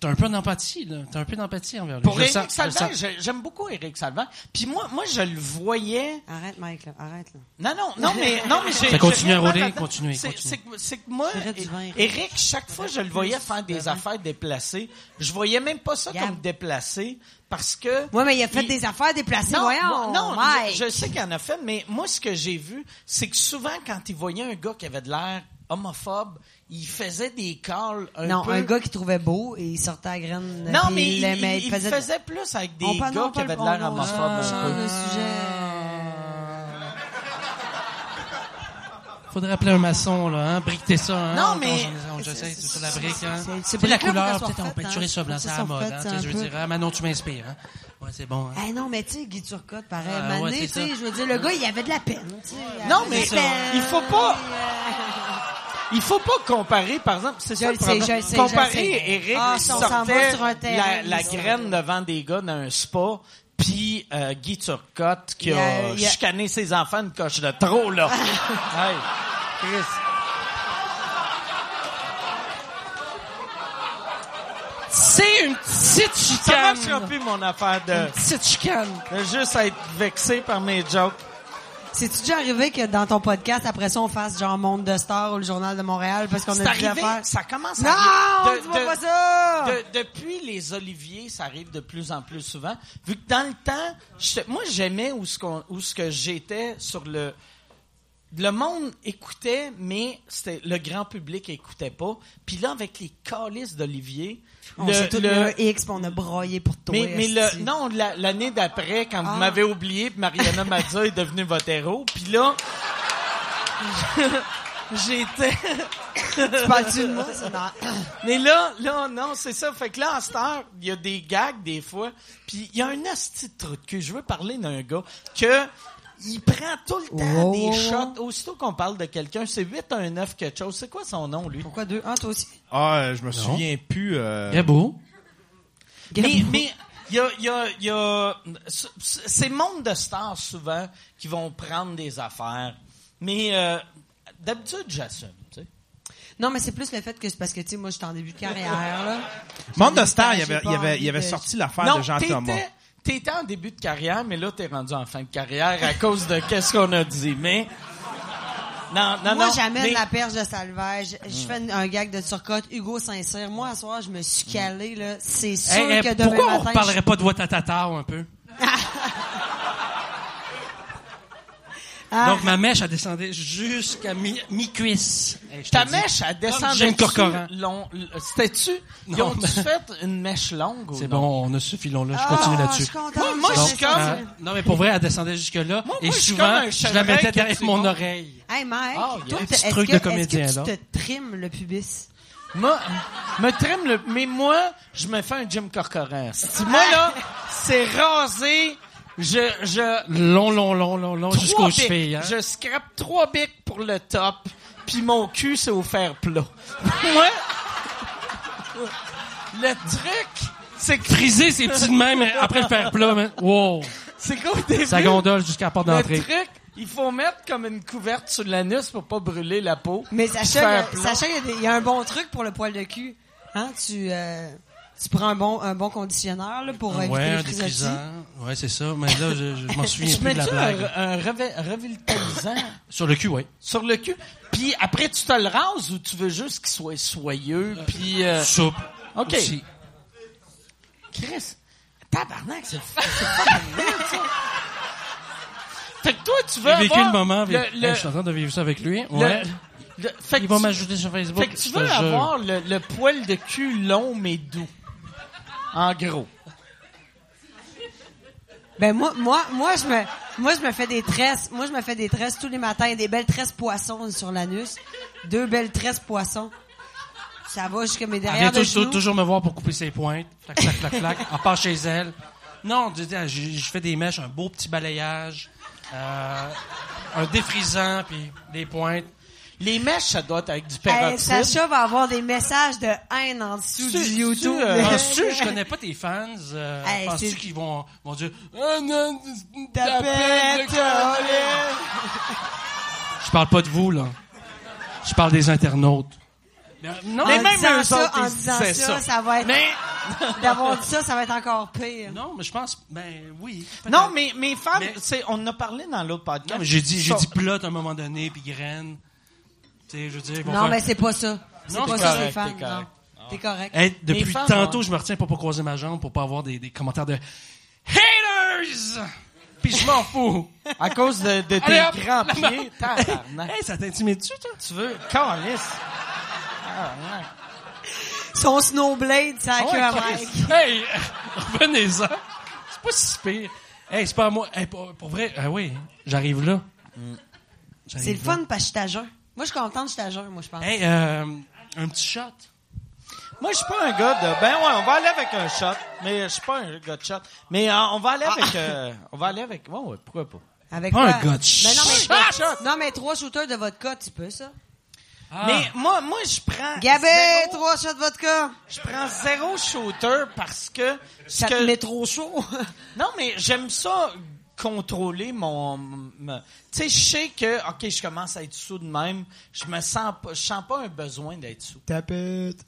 T'as un peu d'empathie, là. T'as un peu d'empathie envers lui.
pour
Je le
Eric
sens, je le
Salvin,
sens.
j'ai- j'aime beaucoup Eric Salvin. Puis moi, moi, je le voyais.
Arrête, Mike, là. Arrête, là.
Non, non, non,
*laughs*
mais, non, mais j'ai.
Ça continue
j'ai
à
rien
rouler,
là-dedans.
continue,
C'est-
continue.
C'est que- c'est que moi,
Arrête du vin.
Eric, chaque fois, je le voyais faire des affaires déplacées. Je voyais même pas ça
Gab.
comme déplacé parce que.
Ouais, mais il a fait
Il-
des affaires déplacées,
Non,
voyons. oh
moi- non,
Mike.
je, je sais qu'il en a fait, mais moi, ce que j'ai vu, c'est que souvent, quand il voyait un gars qui avait de l'air homophobe, il faisait des calls un
non,
peu...
un gars qui trouvait beau et il sortait à graine.
Non,
puis
mais il,
l'aimait,
il- il faisait... plus avec des
On
gars
parle- non, on
qui
parle-
avaient de
on-
l'air
on-
homophobe
on
un
change
peu.
de sujet.
*laughs* Faudrait appeler un maçon, là, hein. Briqueter ça, hein.
Non,
On-
mais-
on- on- J'essaie, c'est la brique, hein.
c'est- c'est
C'est la
brique-là,
couleur,
faut que ça
peut-être,
soit
on
fait,
peinturer
hein.
ça blanc,
Faut que
c'est
ça
à la
soit
mode,
fait,
hein.
c'est
Tu sais,
un
Je veux
peu-
dire, ah, Manon, tu m'inspires, hein. Ouais, c'est bon, hein.
Eh non, mais tu sais, Guy Turcotte, pareil,
Ah,
Mané,
ouais, c'est
tu sais,
ça.
je veux dire, le gars, il avait de la peine. tu sais, il
Non,
avait de
mais
la peine.
il faut pas... Il faut pas comparer, par exemple, c'est ça
Je
le
le sais,
problème.
je le sais, je le
comparer
sais.
Eric
Ah,
qui
si on s'en va
sortait
sur un terrain,
la, la
nous
graine devant des gars dans un spa, puis euh, Guy Turcotte qui
Il y a-
a,
il y a-
chicané ses enfants une coche de trop,
*laughs*
là. Hey, Chris.
C'est une petite
Ça
chicane.
marchera plus, mon affaire de,
petite chicane.
de juste être vexé par mes jokes.
C'est-tu déjà arrivé que dans ton podcast, après ça, on fasse genre Monde de Star ou le Journal de Montréal parce qu'on
C'est
a des
arrivé,
affaires?
ça commence à
Non!
arriver. De-
dis-moi
de-
pas ça!
De- depuis les oliviers, ça arrive de plus en plus souvent. Vu que dans le temps, j'étais- moi j'aimais où ce qu'on- où ce que j'étais sur le le monde écoutait, mais c'était le grand public écoutait pas. Puis là, avec les calices d'Olivier,
on
le-
s'est tous
le-
mis un X pis on a broyé pour toi.
mais, mais
esti.
le, non, la- l'année d'après, quand
Ah.
vous m'avez oublié, puis Mariana *laughs* Mazza est devenue votre héros, puis là, *laughs* j'étais...
Tu parles-tu de moi, ça? Non.
Mais là, là, non, c'est ça. Fait que là, en cette heure, il y a des gags des fois. Puis il y a un asti de trou de cul. Je veux parler d'un gars que il prend tout le temps
Wow,
des
wow,
shots. Aussitôt qu'on parle de quelqu'un, c'est 819 quelque chose. C'est quoi son nom, lui?
Pourquoi deux? Ah, toi aussi?
Ah, euh, je me souviens plus. euh,
Bien beau.
Mais, mais il y a, il y a, il y a c- c- ces mondes de stars souvent qui vont prendre des affaires. Mais euh, d'habitude, j'assume. tu sais.
Non, mais c'est plus le fait que c'est parce que, tu sais, moi, j'étais en début de carrière, là.
Monde de Star, il y
J'ai
avait,
pas
il y avait, il y
envie
avait
de-
sorti l'affaire de Jean
t'étais-
Thomas.
T'étais en début de carrière, mais là, t'es rendu en fin de carrière à cause de *laughs* qu'est-ce qu'on a dit. Mais. Non, non,
moi,
non.
j'amène
mais-
la perche de Salvage. Je fais une- un gag de Turcotte. Hugo Saint-Cyr. Moi, à soir, je me suis calé, là. C'est sûr
Hey, hey,
que demain
pourquoi on
matin...
parlerait pas de Watatata un peu?
je- Ah,
Donc, ma mèche, elle descendait jusqu'à mi- mi-cuisse. Hey, je te
Ta
le dis.
mèche, elle
Comme
descendait.
Jane Corcoran.
long. C'était-tu. Ils
Non,
ont-tu
mais-
fait une mèche longue ou
C'est
non?
bon, on a ce filon-là, je
ah,
continue
Je
là-dessus.
suis contente.
Moi- moi, je
Bon.
suis comme-
Hein? Non, mais pour vrai, elle descendait jusque-là.
Moi,
Et
moi, je suis comme
souvent,
un
je la
chevreuil
mettais
qui a
derrière
du
mon
bon.
oreille.
Hey, Mike,
Ah, il y a
toi,
un
t'as-
petit
est-ce
truc
que,
de
est-ce que
comédien, là.
tu te trimes le pubis?
Moi, me trime le. Mais moi, je me fais un Jim Corcoran. Si moi, là, c'est rasé. Je. je
Long, long, long, long, long,
trois
jusqu'aux
bics.
chevilles. Hein?
Je scrape trois bics pour le top, puis mon cul, c'est au fer plat. Moi, le truc, c'est que
Friser ses petites mains, mais hein, après le faire plat, mais... wow!
c'est qu'au début,
Ça gondole jusqu'à la porte
le
d'entrée.
truc, il faut mettre comme une couverte sur l'anus pour pas brûler la peau.
Mais
puis
Sacha,
faire
il y a-
plat.
Sacha, il y a des- il y, a un bon truc pour le poil de cul. Hein, tu, euh, tu prends un bon, un bon conditionneur là, pour éviter
Ouais,
les
un
frisotis.
défrisant. Ouais, c'est ça. Mais là, je, je
*laughs*
m'en souviens
je
plus
mets
de la
un,
blague.
un reve- revitalisant
Sur le cul, oui.
sur le cul, puis après tu te le rases ou tu veux juste qu'il soit soyeux, puis euh,
Soupe.
OK.
Aussi.
Chris, tabarnak, c'est c'est fucking weird, ça. Fait que toi, tu veux
J'ai vécu
avoir
le moment. Avec...
le- le-
Hey, je suis en train de vivre ça avec lui.
le-
Ouais.
le- fait
Il
que
va
tu-
m'ajouter sur Facebook.
fait que tu
je te
veux
jure.
avoir le, le poil de cul long mais doux. En gros.
Ben moi, moi, moi je me, moi je me fais des tresses, moi je me fais des tresses tous les matins, des belles tresses poissons sur l'anus, deux belles tresses poissons. Ça va jusqu'à mes
Elle vient
derrière de
tou- tou-
genoux.
toujours me voir pour couper ses pointes. Clac, clac, clac, clac. Elle part chez elle. Non, je, dis, ah, je, je fais des mèches, un beau petit balayage, euh, un défrisant, puis des pointes.
Les mèches, ça doit être avec du
Hey,
peroxyde.
Eh, Sacha va avoir des messages de haine en dessous
Tu-
du
tu,
YouTube.
euh,
Penses-tu, je connais pas tes fans, euh,
Hey,
penses-tu
c'est-
qu'ils vont, vont dire Ah, non,
Ta
t'appelles
pète,
le Je parle pas de vous, là. Je parle des internautes.
*laughs*
Non,
En
Mais même
disant
eux
ça,
autres,
en
ils
disant
disaient ça.
ça, ça va être-
Mais,
*laughs* D'avoir dit ça, ça va être encore pire.
non, mais je pense, ben oui.
non, mais, mais femmes,
Mais-
c'est- on en a parlé dans l'autre podcast.
Non, mais j'ai dit, j'ai
Ça-
dit plot à un moment donné, puis graine. Tu sais, je veux dire, ils vont
Non,
faire-
mais c'est pas ça. C'est
Non,
pas
t'es Hein?
ça,
correct,
les femmes.
t'es correct.
non. T'es correct.
Hey, depuis
Les femmes,
tantôt,
ouais.
je me retiens pour pas croiser ma jambe, pour pas avoir des, des commentaires de haters. Puis je m'en fous.
À cause de, de tes
Allez, hop,
grands
là-bas.
pieds, tabarnak.
*laughs* Hey, ça t'intimide-tu, toi?
Tu veux, calisse. Tabarnak.
Son snowblade, ça a
Ah
queue
ouais,
à
Chris.
Mike.
Hey, *laughs* revenez-en. C'est pas si pire. Hey, c'est pas à moi. Hey, pour, pour vrai, ah oui, j'arrive là. J'arrive
C'est le
là.
fun parce que je suis à jeun. Moi, je suis contente, je suis à jeun, moi, je pense.
Hey, euh, un petit shot.
Moi, je suis pas un gars de. Ben ouais, on va aller avec un shot, mais je suis pas un gars de shot. Mais euh, on va aller
Ah.
avec. euh, on va aller avec. Ouais, ouais, pourquoi pas.
Avec
Pas
quoi?
un gars de
Mais non, mais,
shot.
non, mais trois shooters de vodka, tu peux, ça?
Ah.
Mais moi, moi, je prends.
Gabé,
Ah, zéro-
trois shots de vodka.
Je prends zéro shooter parce que. ce
Ça te
que- Ah,
met trop chaud.
Non, mais j'aime ça contrôler mon. me- Tu sais, je sais que, OK, je commence à être sous de même. Je me sens pas. Je sens pas un besoin d'être sous.
Tapette.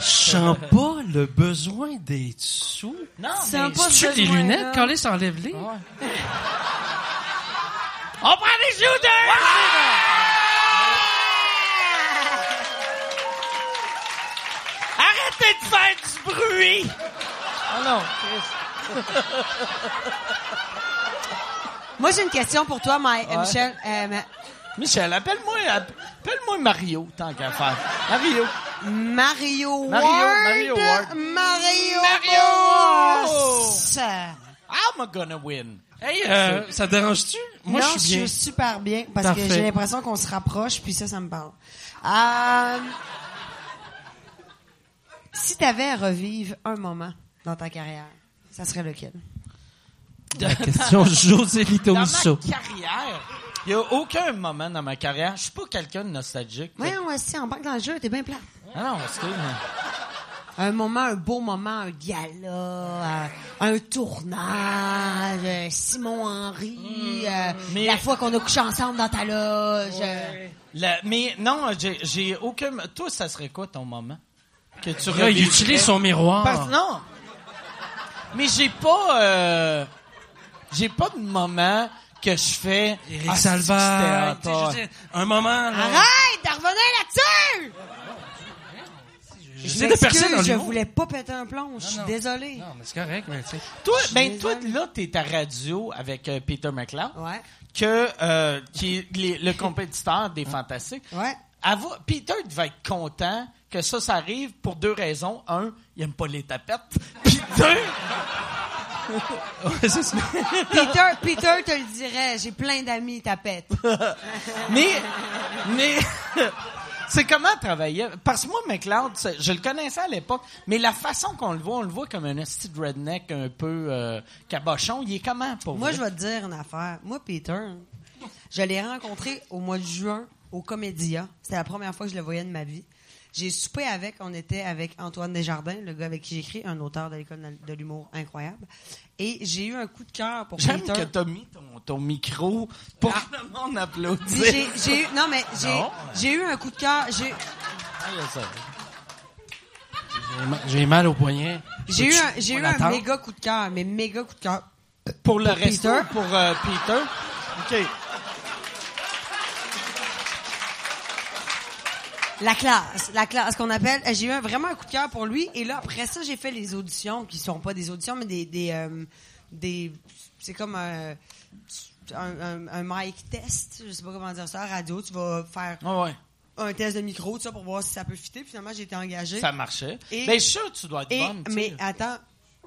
Je sens pas le besoin d'être sous.
Non,
Tu
mais.
sens pas ce
Tu les
besoin-là.
lunettes, Carlis, enlève-les.
On prend des shooters! Arrêtez de faire du bruit! Oh non, Chris.
Moi, j'ai une question pour toi, Ma- euh, Michel. Euh, Ma-
Michel, appelle-moi appelle-moi Mario, tant qu'à faire. Mario.
Mario Ward.
Mario- Mario Ward.
Mario
Mario
Boss.
I'm gonna win.
Hey, euh, ça te dérange-tu? Moi,
non,
je suis bien.
super bien parce que
Parfait.
j'ai l'impression qu'on se rapproche, puis ça, ça me parle. Euh, si t'avais à revivre un moment dans ta carrière, ça serait lequel?
La question José Lito
Dans ma carrière, il n'y a aucun moment dans ma carrière, je suis pas quelqu'un de nostalgique.
Ouais, ouais, si, on embarque dans le jeu, t'es bien plat.
Ah non, excuse-moi.
Un moment, un beau moment, un gala, euh, un, un tournage, euh, Simon Henry, euh,
Mais-
la fois qu'on a couché ensemble dans ta loge. euh.
La- mais non, j'ai- j'ai aucun. Toi, ça serait quoi ton moment que tu
il
revivrais?
utilise son miroir.
Parce- non. Mais j'ai pas. euh, j'ai pas de moment que je fais.
Éric
Ah,
Salvaire.
c'est que
tu sais, je veux
c'était hot.
dire, Un moment, là.
Arrête de revenir là-dessus!
J'essaie de percer dans
je
l'humour.
voulais pas péter un plomb, je suis
non.
désolée.
Non, mais c'est correct, mais tu sais.
Toi,
Je
ben,
les
toi,
aime.
là, t'es à radio avec euh, Peter McLeod,
Ouais,
que, euh, qui est les- le compétiteur des Fantastiques.
ouais.
Avo- Peter devait être content que ça, ça arrive pour deux raisons. Un, il aime pas les tapettes. *laughs* Puis deux,
Ouais, c'est ça.
*laughs* Peter, Peter te le dirait, j'ai plein d'amis tapettes.
mais, mais, *laughs* c'est comment travailler. Parce que moi, McLeod, c'est- je le connaissais à l'époque, mais la façon qu'on le voit, on le voit comme un hostie de redneck un peu euh, cabochon. Il est comment pour
Moi,
vrai?
je vais te dire une affaire. Moi, Peter, je l'ai rencontré au mois de juin au Comédia. C'était la première fois que je le voyais de ma vie. J'ai soupé avec, on était avec Antoine Desjardins, le gars avec qui j'écris, un auteur de l'école de l'humour incroyable. Et j'ai eu un coup de cœur pour
J'aime
Peter.
que t'as mis ton, ton micro pour que le monde
Puis
applaudisse.
j'ai, j'ai eu, non, mais j'ai,
Non.
j'ai eu un coup de cœur. J'ai,
Ah, là, ça.
J'ai ma- J'ai mal au poignet.
j'ai eu un, j'ai eu un
l'attendre?
méga coup de cœur, mais méga coup de cœur.
Pour le
Pour
resto,
Peter?
pour euh, Peter. OK.
La classe, la classe qu'on appelle. Eh, J'ai eu un- vraiment un coup de cœur pour lui. Et là, après ça, j'ai fait les auditions, qui sont pas des auditions, mais des... des, euh, des c'est comme un, un, un- un mic test, je sais pas comment dire ça, à la radio. Tu vas faire
Ah ouais.
un test de micro, tout ça, pour voir si ça peut fitter. Puis Finalement, j'ai été engagée.
Ça marchait.
Et-
ben, je suis sûr que tu dois être
Et,
bonne. tu
mais
sais.
attends,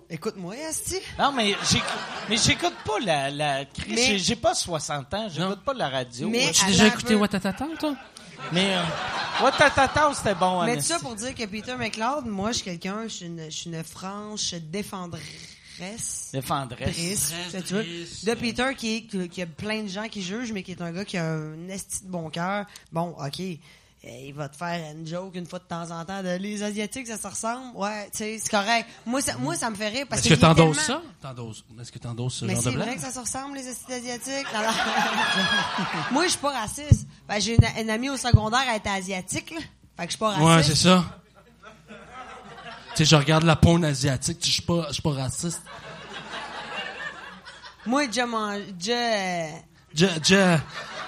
écoute-moi, Asti.
Non, mais j'écoute, mais j'écoute pas la, la Chris,
Mais-
j'ai- j'ai pas 60 ans,
Non.
j'écoute pas la radio.
Mais-
Ouais.
J'ai
Attends
déjà
un
écouté
peu.
Watatata, toi?
mais euh, ouais, ta, ta, ta, c'était bon.
Mais tout
Anesti.
ça pour dire que Peter McLeod, moi, je suis quelqu'un, je suis une, je suis une franche défendresse.
Défendresse.
Triste,
Triste,
tu vois.
triste.
De Peter, qui, est, qui- qui a plein de gens qui jugent, mais qui est un gars qui a un esti de bon cœur. Bon, OK, euh, il va te faire une joke une fois de temps en temps. De, les Asiatiques, ça se ressemble. Ouais, tu sais, c'est correct. Moi, ça, moi, ça me fait rire parce
Est-ce
que
que
il est
t'endosses
tellement-
ça? T'endosses. Est-ce que t'endosses ce
mais
genre de
c'est vrai
blague?
que ça se ressemble, les acides asiatiques. Non, non. *laughs* Moi, je suis pas raciste. Ben, j'ai une, une amie au secondaire, elle était asiatique, là. Fait que je suis pas
Ouais,
raciste.
c'est ça. Tu sais, je regarde la pomme asiatique, tu sais, je suis pas, je suis pas raciste.
Moi, je mange, je...
Je, je,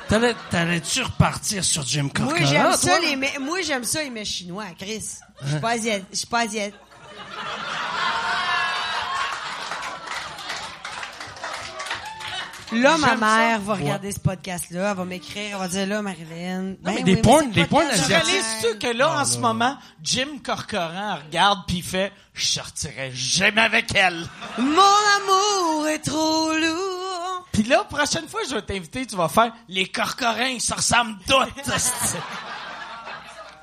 t'allais, t'allais-tu repartir sur Jim Corcoran?
Moi, j'aime ça,
toi?
les mets, moi, j'aime ça, les mets chinois, Chris. Je suis pas asiatique. Je suis pas asiatique. Là, ma mère va regarder ce podcast-là, elle va m'écrire, elle va dire là, Marilyn. ben
mais des porn- des porn
Tu
asiatiques.
réalises-tu que là, en ce moment, Jim Corcoran regarde pis il fait « Je sortirai jamais avec elle
Mon amour est trop lourd. ».
Pis là, prochaine fois, je vais t'inviter, tu vas faire « Les Corcorans, ils se ressemblent tous esti. ».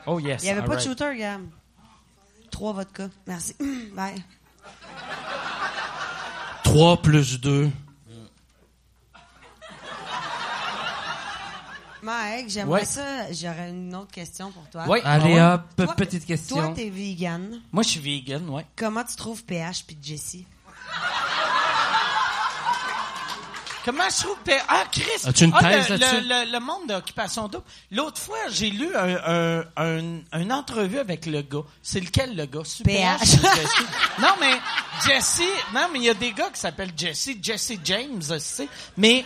Oh yes,
Il y avait pas
alright.
de shooter, Gab. Trois vodka. Merci. *clears throat* Bye.
3 plus 2.
Mike, j'aimerais
Ouais.
ça. J'aurais une autre question pour toi.
Ouais.
Allez
Ah
hop,
Toi-
petite question.
Toi, t'es vegan.
Moi, je suis vegan, ouais.
Comment tu trouves PH puis Jessie?
Comment je trouve... que- Ah, Chris!
As-tu une
ah,
thèse
le,
là-dessus?
le- le- le monde d'Occupation Double. L'autre fois, j'ai lu un, un- un- une entrevue avec le gars. C'est lequel, le gars? Super
PH.
H ou Jesse? non, mais Jesse... Non, mais il y a des gars qui s'appellent Jesse. Jesse James, je sais. Mais...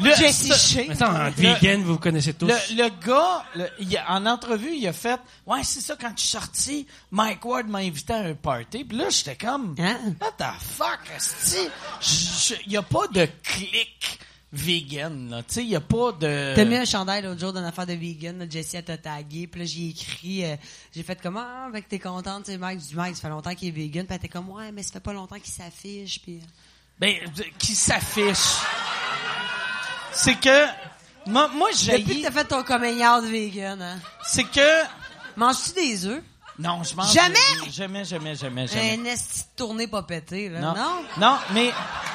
le-
Jessie
ce-
Shea.
Mais Attends, un
Le-
vegan, vous connaissez tous.
Le, le gars, le- il a- en entrevue, il a fait Ouais, c'est ça, quand je suis sorti, Mike Ward m'a invité à un party. Puis là, j'étais comme
Hein?
What the fuck, esti? Je- je- Il n'y a pas de clic vegan, là. Tu sais, il n'y a pas de.
Euh.
T'as mis un chandail l'autre jour d'une affaire de vegan, là, Jessie, elle t'a tagué, puis là, j'ai écrit, euh, j'ai fait comment, ah, fait que t'es contente, tu sais, Mike, du Mike, ça fait longtemps qu'il est vegan, puis elle était comme, ouais, mais ça fait pas longtemps qu'il s'affiche, puis... euh.
Ben, de- qui s'affiche. C'est que. Moi, moi j'ai.
Depuis que t'as fait ton coming out vegan, hein?
C'est que.
Manges-tu des œufs?
Non, je mange.
Jamais! Eh,
Jamais, jamais, jamais, jamais.
Un esti de tournée pas pété, là, non?
Non. Non, mais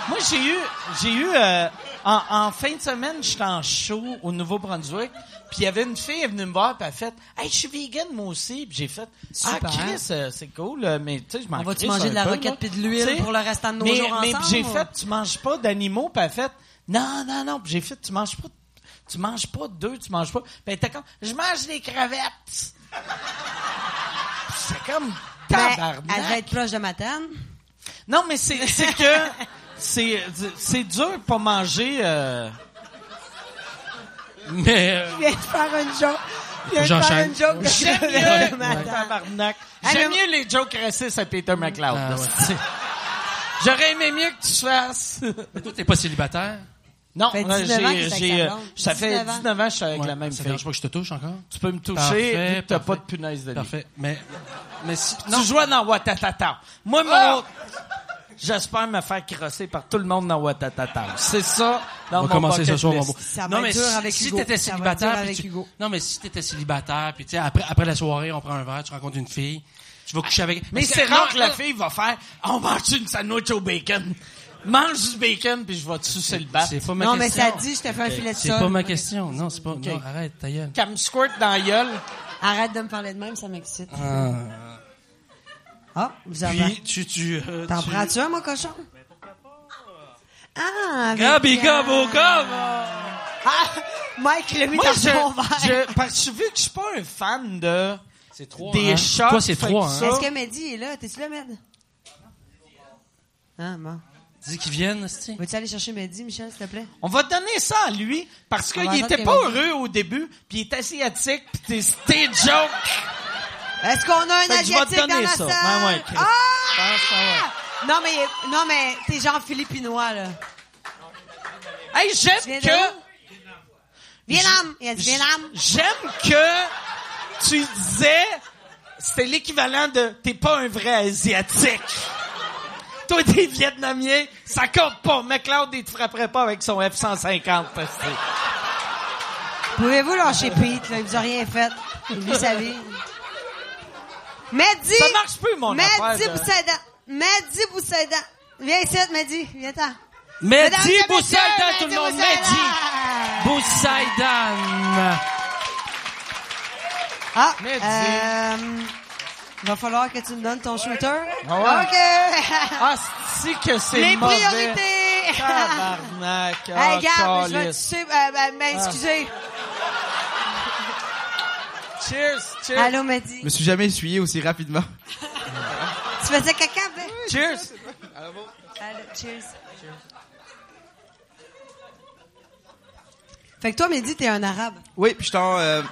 moi j'ai eu j'ai eu euh, en, en fin de semaine, j'étais en show au Nouveau-Brunswick, puis il y avait une fille elle est venue me voir, puis elle a fait "Hey, je suis vegan moi aussi." Puis j'ai fait "Ah
Super.
Chris, euh, c'est cool, euh, mais tu sais je m'en
On va-tu
crisse
manger
un
de la
peu,
roquette
là.
puis de l'huile
Tu sais,
pour le restant de nos
mais,
jours
mais
ensemble,
j'ai
ou?
fait "Tu manges pas d'animaux." Puis elle a fait "Non, non, non." Puis j'ai fait "Tu manges pas tu manges pas d'œufs, tu manges pas." Puis elle était comme "Je mange des crevettes." c'est comme
Ben,
tabarnak.
elle devait être proche de ma tante.
Non, mais c'est c'est que c'est c'est dur de pas manger. euh,
Mais euh,
*laughs* Viens de faire une joke. Viens de faire
J'enchaîne.
une joke. de
J'aime *laughs*
crevettes de ma
mieux,
tante.
Tabarnak.
Ah,
J'aime
mais-
mieux les jokes racistes à Peter McLeod.
Ah,
là,
ouais.
c'est- J'aurais aimé mieux que tu
*laughs*
fasses.
euh, toi, t'es pas célibataire.
Non,
fait
euh,
19 ans que
j'ai,
c'est
j'ai,
avec
euh,
ta blonde.
ça fait
19 ans.
19 ans que je suis avec
Ouais,
la même
ça
fille.
dérange pas que je te touche encore.
Tu peux me toucher,
Parfait,
vu que t'as
parfait.
pas de punaise de lit.
Parfait. Mais, mais si,
Tu jouais dans Watatata. Moi, mon...
Ah!
J'espère me faire crosser par tout le monde dans Watatata. C'est ça, dans
on
mon
va commencer ce
bucket
soir, mon
list.
beau.
Ça va
non,
être
mais
dur
si,
avec
si
Hugo.
t'étais
Ça va être
célibataire,
dur
puis
avec
tu-
Hugo.
non, mais si t'étais célibataire, puis tu sais, après, après la soirée, on prend un verre, tu rencontres une fille, tu vas coucher avec.
Mais
Parce
c'est
que-
rare
non,
que la
non,
fille va faire On mange une sandwich au bacon. Mange du bacon puis je vais te sucer le bat.
C'est pas ma
Non, mais
question.
ça dit, je te fais un filet de
C'est
sol.
pas ma question. Non, c'est pas. non,
Ok.
arrête, ta gueule.
Qu'elle me squirt dans la gueule.
Arrête de me parler de même, ça m'excite.
Ah.
Ah, vous avez...
Puis, tu. tu euh,
T'en
tu-
prends-tu un, mon cochon? Ah,
Gabi,
avec,
Gab,
euh,
oh, Gab!
Ah, Mike, le mis
Moi,
dans
je,
son verre.
je- parce que vu que je suis pas un fan de
C'est trois.
des
hein.
shots,
Toi, c'est
fait
trois,
que
hein.
ça-
Est-ce que Mehdi est là? T'es-tu là, Med? Ah, bon.
Dis qu'ils viennent, c'est.
Veux-tu aller chercher Mehdi, Michel, s'il te plaît?
on va donner ça à lui parce
On va
qu'il était
attendre
pas
qu'elle
heureux au début puis il est asiatique puis t'es c'était joke.
Est-ce qu'on a un
Fait que je vais te
Asiatique dans
donner
la
ça.
salle?
Ouais, ouais, Chris. Je
ah!
pense que ça va.
Non, mais, non, mais t'es genre philippinois, là.
Hey,
Tu viens
j'aime
de
que
où? Vietnam! Il a dit Vietnam!
J'aime que tu disais, c'était l'équivalent de t'es pas un vrai asiatique. Toi, t'es vietnamien, ça compte pas. McLeod, il te frapperait pas avec son F-150. parce que-
Pouvez-vous lâcher Pete, là? Il vous a rien fait. Il vit sa vie. Mehdi!
Ça marche plus, mon affaire.
Mehdi
de-
Boussaïdan! Mehdi Boussaïdan! Viens ici, Mehdi! Viens-t'en! Mesdames
Mehdi
et
Boussaïdan,
messieurs,
tout le monde,
Mehdi
Mehdi
Boussaïdan!
Boussaïdan.
Ah!
Mehdi.
Euh, va falloir que tu me donnes ton shooter.
Ah ouais?
OK!
Ah, c'est que *laughs* c'est
Les
mauvais.
priorités!
Tabarnak. ah,
*laughs* Hey, Gab, je vais te
calice. Ah,
sucer. Euh, ben, ben, excusez.
Cheers, cheers,
Allô, Mehdi.
Je me suis jamais essuyé aussi rapidement.
Tu faisais caca, ben?
cheers.
Allô, cheers. Fait que toi, Mehdi, t'es un arabe.
Oui, puis j'étais en... Euh...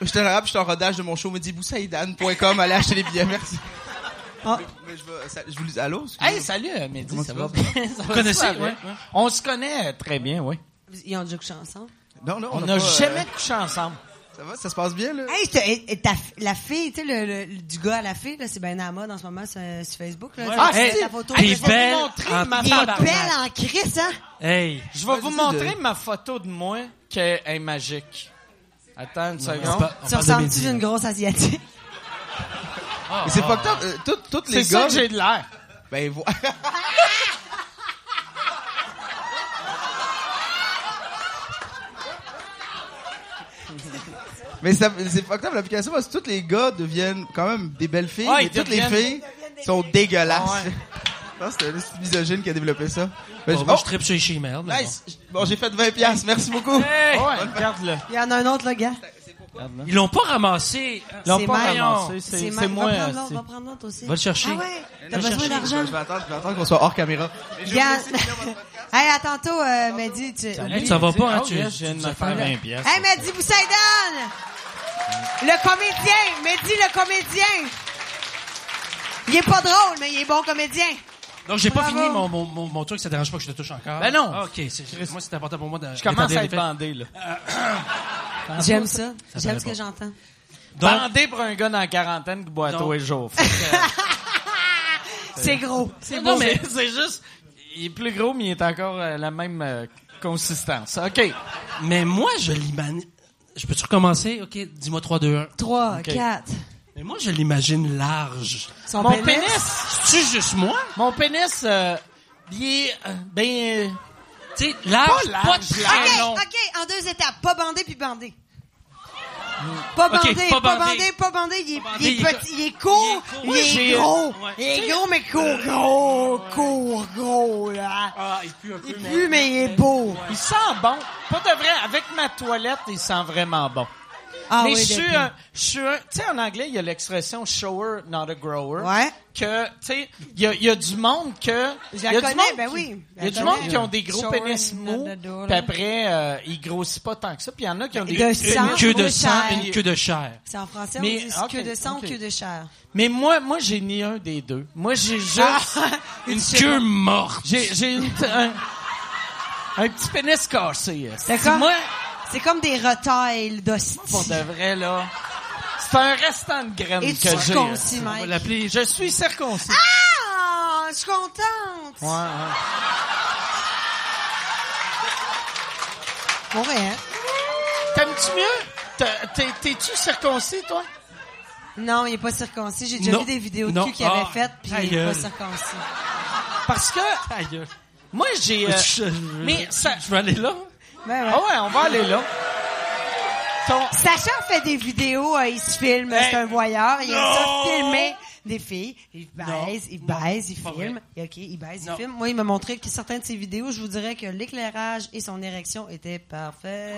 J'étais en arabe, j'étais en rodage de mon show, me dit boussaïdan.com, allez acheter les billets, merci.
Ah.
Mais je vais... ça- je vous... Allô? excusez-moi.
Hey, salut, euh, Mehdi,
Comment
*laughs* ça
tu
va
vas?
bien? Ça va
connaissez,
super bien.
ouais, ouais.
On se connaît euh, très bien, oui.
Ils ont déjà couché ensemble.
Non, non,
On
a
n'a
pas, euh,
jamais couché ensemble.
Ça va, ça se passe bien, là?
Hey, je te- hey, hey, ta fi- la fille, tu sais, le, le- du gars à la fille, là, c'est bien à la mode en ce moment sur, sur Facebook. Là,
Ah,
Tu sais,
c'est-
la photo.
elle
de-
est belle en
Il est
tabarnak.
belle en crise, hein?
Hey.
Je vais vous
dis-le.
montrer ma photo de moi qui est magique. Attends une
On
seconde.
pa- on
Tu
parle de
ressembles-tu
Mehdi,
d'une
là.
grosse asiatique?
Mais c'est fucked up. euh, tout- Toutes
Ah. C'est
les
ça
gars...
que j'ai de l'air.
Ben, vo-
*laughs* Mais ça- c'est pas grave, l'application, parce que tous les gars deviennent quand même des belles filles,
Ouais,
et
ils
toutes
deviennent-
les filles
deviennent
sont dégueulasses.
Ah
*laughs*
ouais.
Je pense que c'est un petit misogyne qui a développé ça. Mais
Bon,
je-
moi,
oh,
je tripe sur les chimères. mais
nice! Bon, j'ai fait 20 piastres, merci beaucoup.
Hey!
Ouais.
Regarde-le.
Il y en a un autre, le gars.
bon. Ils l'ont pas ramassé. hein.
Ils l'ont
C'est
pas
Mike.
ramassé, c'est
Mike.
c'est moi.
Va prendre l'autre,
c'est-
va prendre l'autre aussi.
Va le chercher.
Ah ouais? T'as
Va le
besoin
chercher.
d'argent?
Je vais attendre, je vais attendre qu'on soit hors caméra.
Gars. *laughs* Hey, à tantôt, euh, Mehdi. Tu...
Hey, ça va pas, hein,
Ah,
tu,
yes,
tu-
je viens de
tu-
me faire 20 pièces.
Hey, Mehdi Boussaïdan! Le comédien! Mehdi, le comédien! Il est pas drôle, mais il est bon comédien.
Donc, j'ai pas
Bravo.
fini mon, mon, mon, mon truc, ça dérange pas que je te touche encore.
Ben non.
Ah, ok, c'est- moi, c'est important pour moi de.
Je commence à
d'établir les
être
faits.
bandé, là.
J'aime ça.
paraît
J'aime ce
bon.
que j'entends.
Donc,
bandé pour un gars dans la quarantaine qui boit à
Donc-
tous les jours.
C'est gros. C'est
Non,
beau.
mais c'est juste, il est plus gros, mais il est encore euh, la même euh, consistance. OK.
mais moi, je l'imagine. Je peux-tu recommencer? Ok, dis-moi 3, 2, 1.
3, 4.
Mais moi, je l'imagine large.
Son
Mon
pénis.
pénis,
C'est juste moi?
mon pénis, euh, il est, euh, ben, euh,
Tu sais, large,
Pas
pas,
large,
très
OK,
long.
OK, en deux étapes. Pas bandé puis bandé. Pas
Ok,
bandé,
pas
pas
bandé.
bandé, pas bandé, il est,
Pas bandé,
il est
il est
petit, il est court,
il est court.
il
Moi,
est
j'ai-
gros,
Ouais.
il est gros, mais court, gros, court, gros, là.
Ah, il pue un peu.
Il pue, mais il est beau.
il sent bon. Pas de vrai, avec ma toilette, il sent vraiment bon.
Ah
mais
oui,
je suis
depuis.
un, je suis un, tu sais, en anglais, il y a l'expression shower, not a grower.
Ouais.
Que, tu sais, il y a, il y a du monde que.
Je
il y
la
a du
connais,
monde
ben
qui-
oui. Je
Il y a
la
du monde
connais.
qui ont des gros
Shower,
pénis
not
mous,
a door,
puis
là.
après, euh, ils grossissent pas tant que ça, puis il y en a qui ont des.
De sang,
Une queue de
oui,
sang,
cher.
une queue de chair.
C'est en français,
Mais,
on dit
ok,
queue de sang
ok.
ou queue de chair.
Mais moi, moi, j'ai ni un des deux. Moi,
*laughs*
j'ai juste.
Ah!
Une queue morte.
J'ai, j'ai une t- un, un petit pénis cassé. euh.
C'est
Si
comme-
Moi,
C'est comme des retails d'hostie.
pour de vrai, là, c'est un restant de graine
Et
que
tu
j'ai.
circoncis,
euh. On va
Mike.
l'appeler- Je suis circoncis.
Ah, je suis contente.
Ouais, ouais.
Pour vrai, hein?
T'aimes-tu mieux? T'as- t'es- T'es-tu circoncis, toi?
Non, il est pas circoncis. J'ai déjà
Non.
vu des vidéos de
Non.
cul qu'il avait
Ah,
faites, puis
ta
il est
gueule.
pas circoncis.
Parce que,
Ta gueule.
moi, j'ai... euh,
Je-
mais ça...
Je veux aller là.
Ben ouais.
Ah ouais, on va aller là. Ton-
Sacha fait des vidéos, euh, il se filme,
Hey.
c'est un voyeur, il aime
Non.
ça filmer des filles, il baise, il baise, il
Pas
filme,
vrai.
Et ok, il baise,
Non.
il filme. Moi, il m'a montré que certains de ses vidéos, je vous dirais que l'éclairage et son érection étaient parfaits.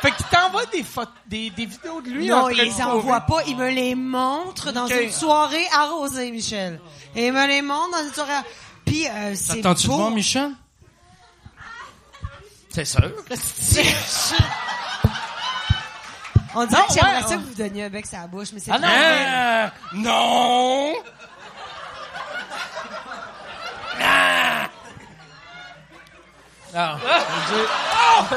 Fait qu'il t'envoie des, photos, des, des vidéos de lui en
non,
train
il
de
les
fourrer.
envoie pas, il me les montre dans
Ok.
une soirée arrosée, Michel. Et il me les montre dans une soirée arrosée. Puis, euh, c'est
T'entends-tu
beau.
voir, Michel?
C'est sûr.
On dirait
Non,
que j'aimerais
ouais,
ça
on-
que vous donniez un bec sur la bouche, mais c'est
Ah non,
pas vrai.
Ah, non!
Ah, j'ai-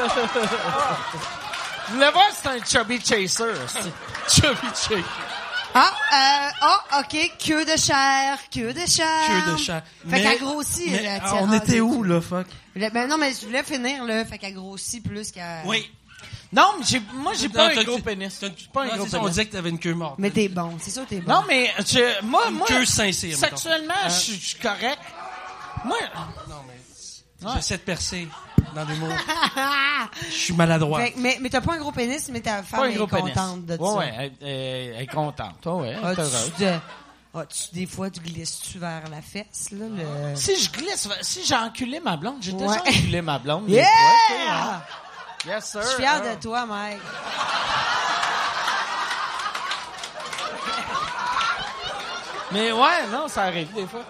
Je voulais voir si c'est un chubby chaser. c'est- Chubby chaser.
Ah, euh, ah, ok, queue de chair, queue de chair.
Queue de chat.
Fait qu'elle grossit,
mais-
la
ah,
tiara,
On était
c'est-
où, là, fuck?
Le- ben non, mais je voulais finir, là. Fait qu'elle grossit plus qu'elle...
Oui.
Non, mais j'ai- moi, j'ai pas
T'as-
un gros
t'as-
pénis.
t'as une-
Pas un
Non,
gros
c'est ça, On
pénis.
disait que t'avais une queue morte.
Mais t'es bon, c'est sûr que t'es bon.
Non, mais je, moi, moi,
queue sincère, mettons. Hein?
sexuellement, je suis- je suis correct. Moi,
Ah,
J'essaie de percer dans des mots. Je suis maladroit.
Ah! Fait que- mais mais t'as pas un gros pénis, mais ta femme
pas un
est
gros pénis.
contente de
Ouais,
ça.
ouais, elle, elle- elle est contente. Ouais, ouais, elle
Ah,
est heureuse.
tu, de- ah, tu- des fois, tu glisses-tu vers la fesse, là? Le...
Si je glisse, si j'ai enculé ma blonde, j'ai
Ouais.
déjà enculé ma blonde. des
*laughs* Yeah!
fois,
Ah,
tu sais, hein. Yes, sir.
Je suis fière
hein.
de toi, Mike.
Mais ouais, non, ça arrive des fois.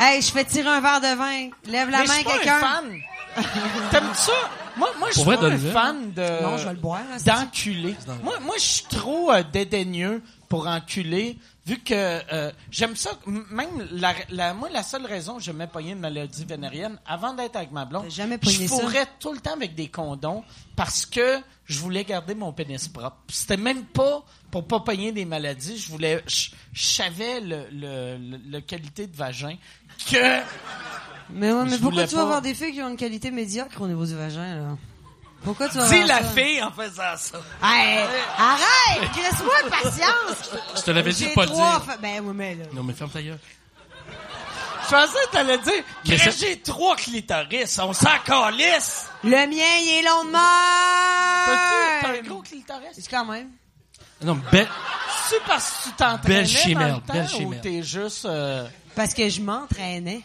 Hey, je fais tirer un verre de vin. Lève la
mais je
main,
suis pas
quelqu'un.
un fan.
*laughs*
T'aimes ça? Moi, moi je suis
Pour vrai,
pas un
donne-le.
fan de...
Non, je vais le boire, hein, c'est-
D'enculer. Moi, moi je suis trop euh, dédaigneux pour enculer, vu que euh, j'aime ça. m- Même, la, la- moi, la seule raison que j'aimais pogner une maladie vénérienne, avant d'être avec ma blonde,
T'as jamais
je
pogné ça?
fourrais tout le temps avec des condoms parce que je voulais garder mon pénis propre. C'était même pas pour pas pogner des maladies. Je voulais... Je, je savais le, le, le- le qualité de vagin que...
Mais, ouais,
Je
mais pourquoi
voulais
tu vas
pas.
avoir des filles qui ont une qualité médiocre au niveau du vagin, là? Pourquoi tu vas
C'est
avoir
la
ça?
fille en faisant ça.
Hey, arrête! Laisse-moi patience!
Je te l'avais dit
J'ai
de pas le
trois
dire.
fa- Ben oui, mais là...
Non, mais ferme ta gueule.
pensais que t'allais dire,
Mais
Chris,
ça-
j'ai trois clitoris, on s'en calisse. Ah,
Le mien, il est long de
T'as un
même.
gros clitoris.
C'est quand même.
Non, belle.
Ah,
C'est parce que tu t'entraînais
Belle chimère,
dans le temps
belle
ou
chimère.
t'es juste... euh,
Parce que je m'entraînais.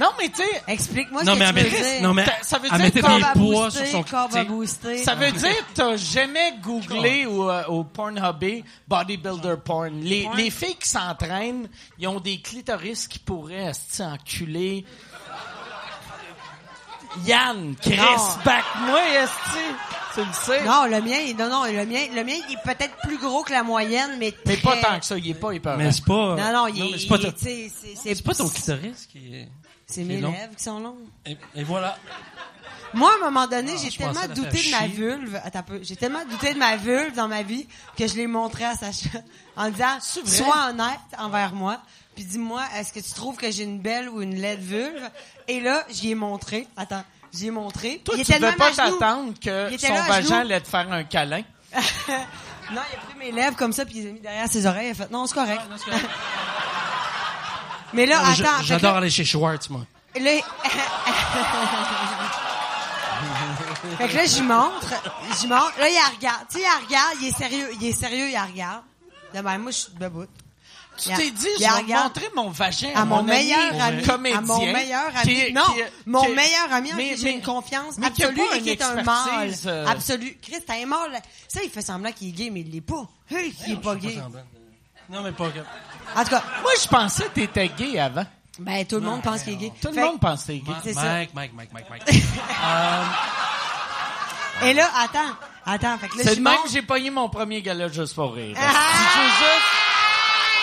Non, mais tu sais,
Explique-moi ce
Non,
que
mais
tu
elle
veux
mettait,
dire.
non, mais
T'as- ça veut
elle
dire
mettait
qu'on
des
va
poids
booster,
sur son
corps va
tu sais.
booster.
ça veut dire que t'as jamais googlé au, euh, au Pornhub bodybuilder porn. Les, les filles qui s'entraînent, ils ont des clitoris qui pourraient se enculer. Yann, Chris,
Non.
back-moi, esti. Tu le sais.
Non, le mien, il- non, non, le mien, le mien, il est peut-être plus gros que la moyenne, mais
Mais pas
très-
tant que ça, il est pas hyper.
Mais c'est pas.
Non, non, il,
mais c'est
il-
pas,
tu
ton-
sais, c'est, c'est,
c'est pas ton clitoris qui est.
C'est mes
long.
lèvres qui sont longues.
Et, et voilà.
Moi, à un moment donné, j'ai
je
tellement
pensais la
douté de
faire
ma
chier.
vulve. Attends un peu. J'ai tellement douté de ma vulve dans ma vie que je l'ai montré à Sacha *laughs* en disant
C'est vrai?
Sois honnête envers moi. Puis dis-moi, est-ce que tu trouves que j'ai une belle ou une laide vulve? Et là, j'y ai montré. Attends, j'y ai montré.
Toi,
il
tu
était
devais
même
pas
à genoux.
t'attendre
Il
que
était
son
là à
vagin
genoux.
allait te faire un câlin.
*laughs* non, il a pris mes lèvres comme ça, puis il les a mis derrière ses oreilles. Il a fait Non, c'est correct. *laughs* Mais là,
Je-
attends. fait que
J'adore
là-
aller chez Schwartz, moi.
Là, *laughs* fait que là, j'y montre. J'y montre. Là, il la regarde. Tu sais, il la regarde. Il est sérieux. Il est sérieux, il la regarde. De même, moi, je suis de bout.
Tu
Yeah.
t'es dit, je
Yeah,
vais
regarde.
montrer mon vagin à,
À mon meilleur
ami,
ami.
comédien.
À mon meilleur
qui
ami.
est-
non,
qui est-
mon
qui est-
meilleur ami en
mais-
qui j'ai
mais-
une confiance
mais qui a
absolue
pas
et qui
une
est un mâle.
expertise, euh,
Absolu. Chris, t'as un mâle. Ça, il fait semblant qu'il est gay, mais il l'est pas. Hey, il est pas
Je fais
gay.
semblant. ben, euh, Non, mais pas.
En tout cas,
Moi, je pensais que t'étais gay avant.
ben, tout le monde pense qu'il est gay.
Tout
Fait-
le monde pense que t'es gay.
C'est
Mike,
ça.
Mike, Mike, Mike, Mike,
*laughs*
Mike.
Et là, attends. Attends. Fait que là,
C'est
j'y
de même
montre.
que j'ai pogné mon premier gala juste pour rire.
Ah!
C'est juste...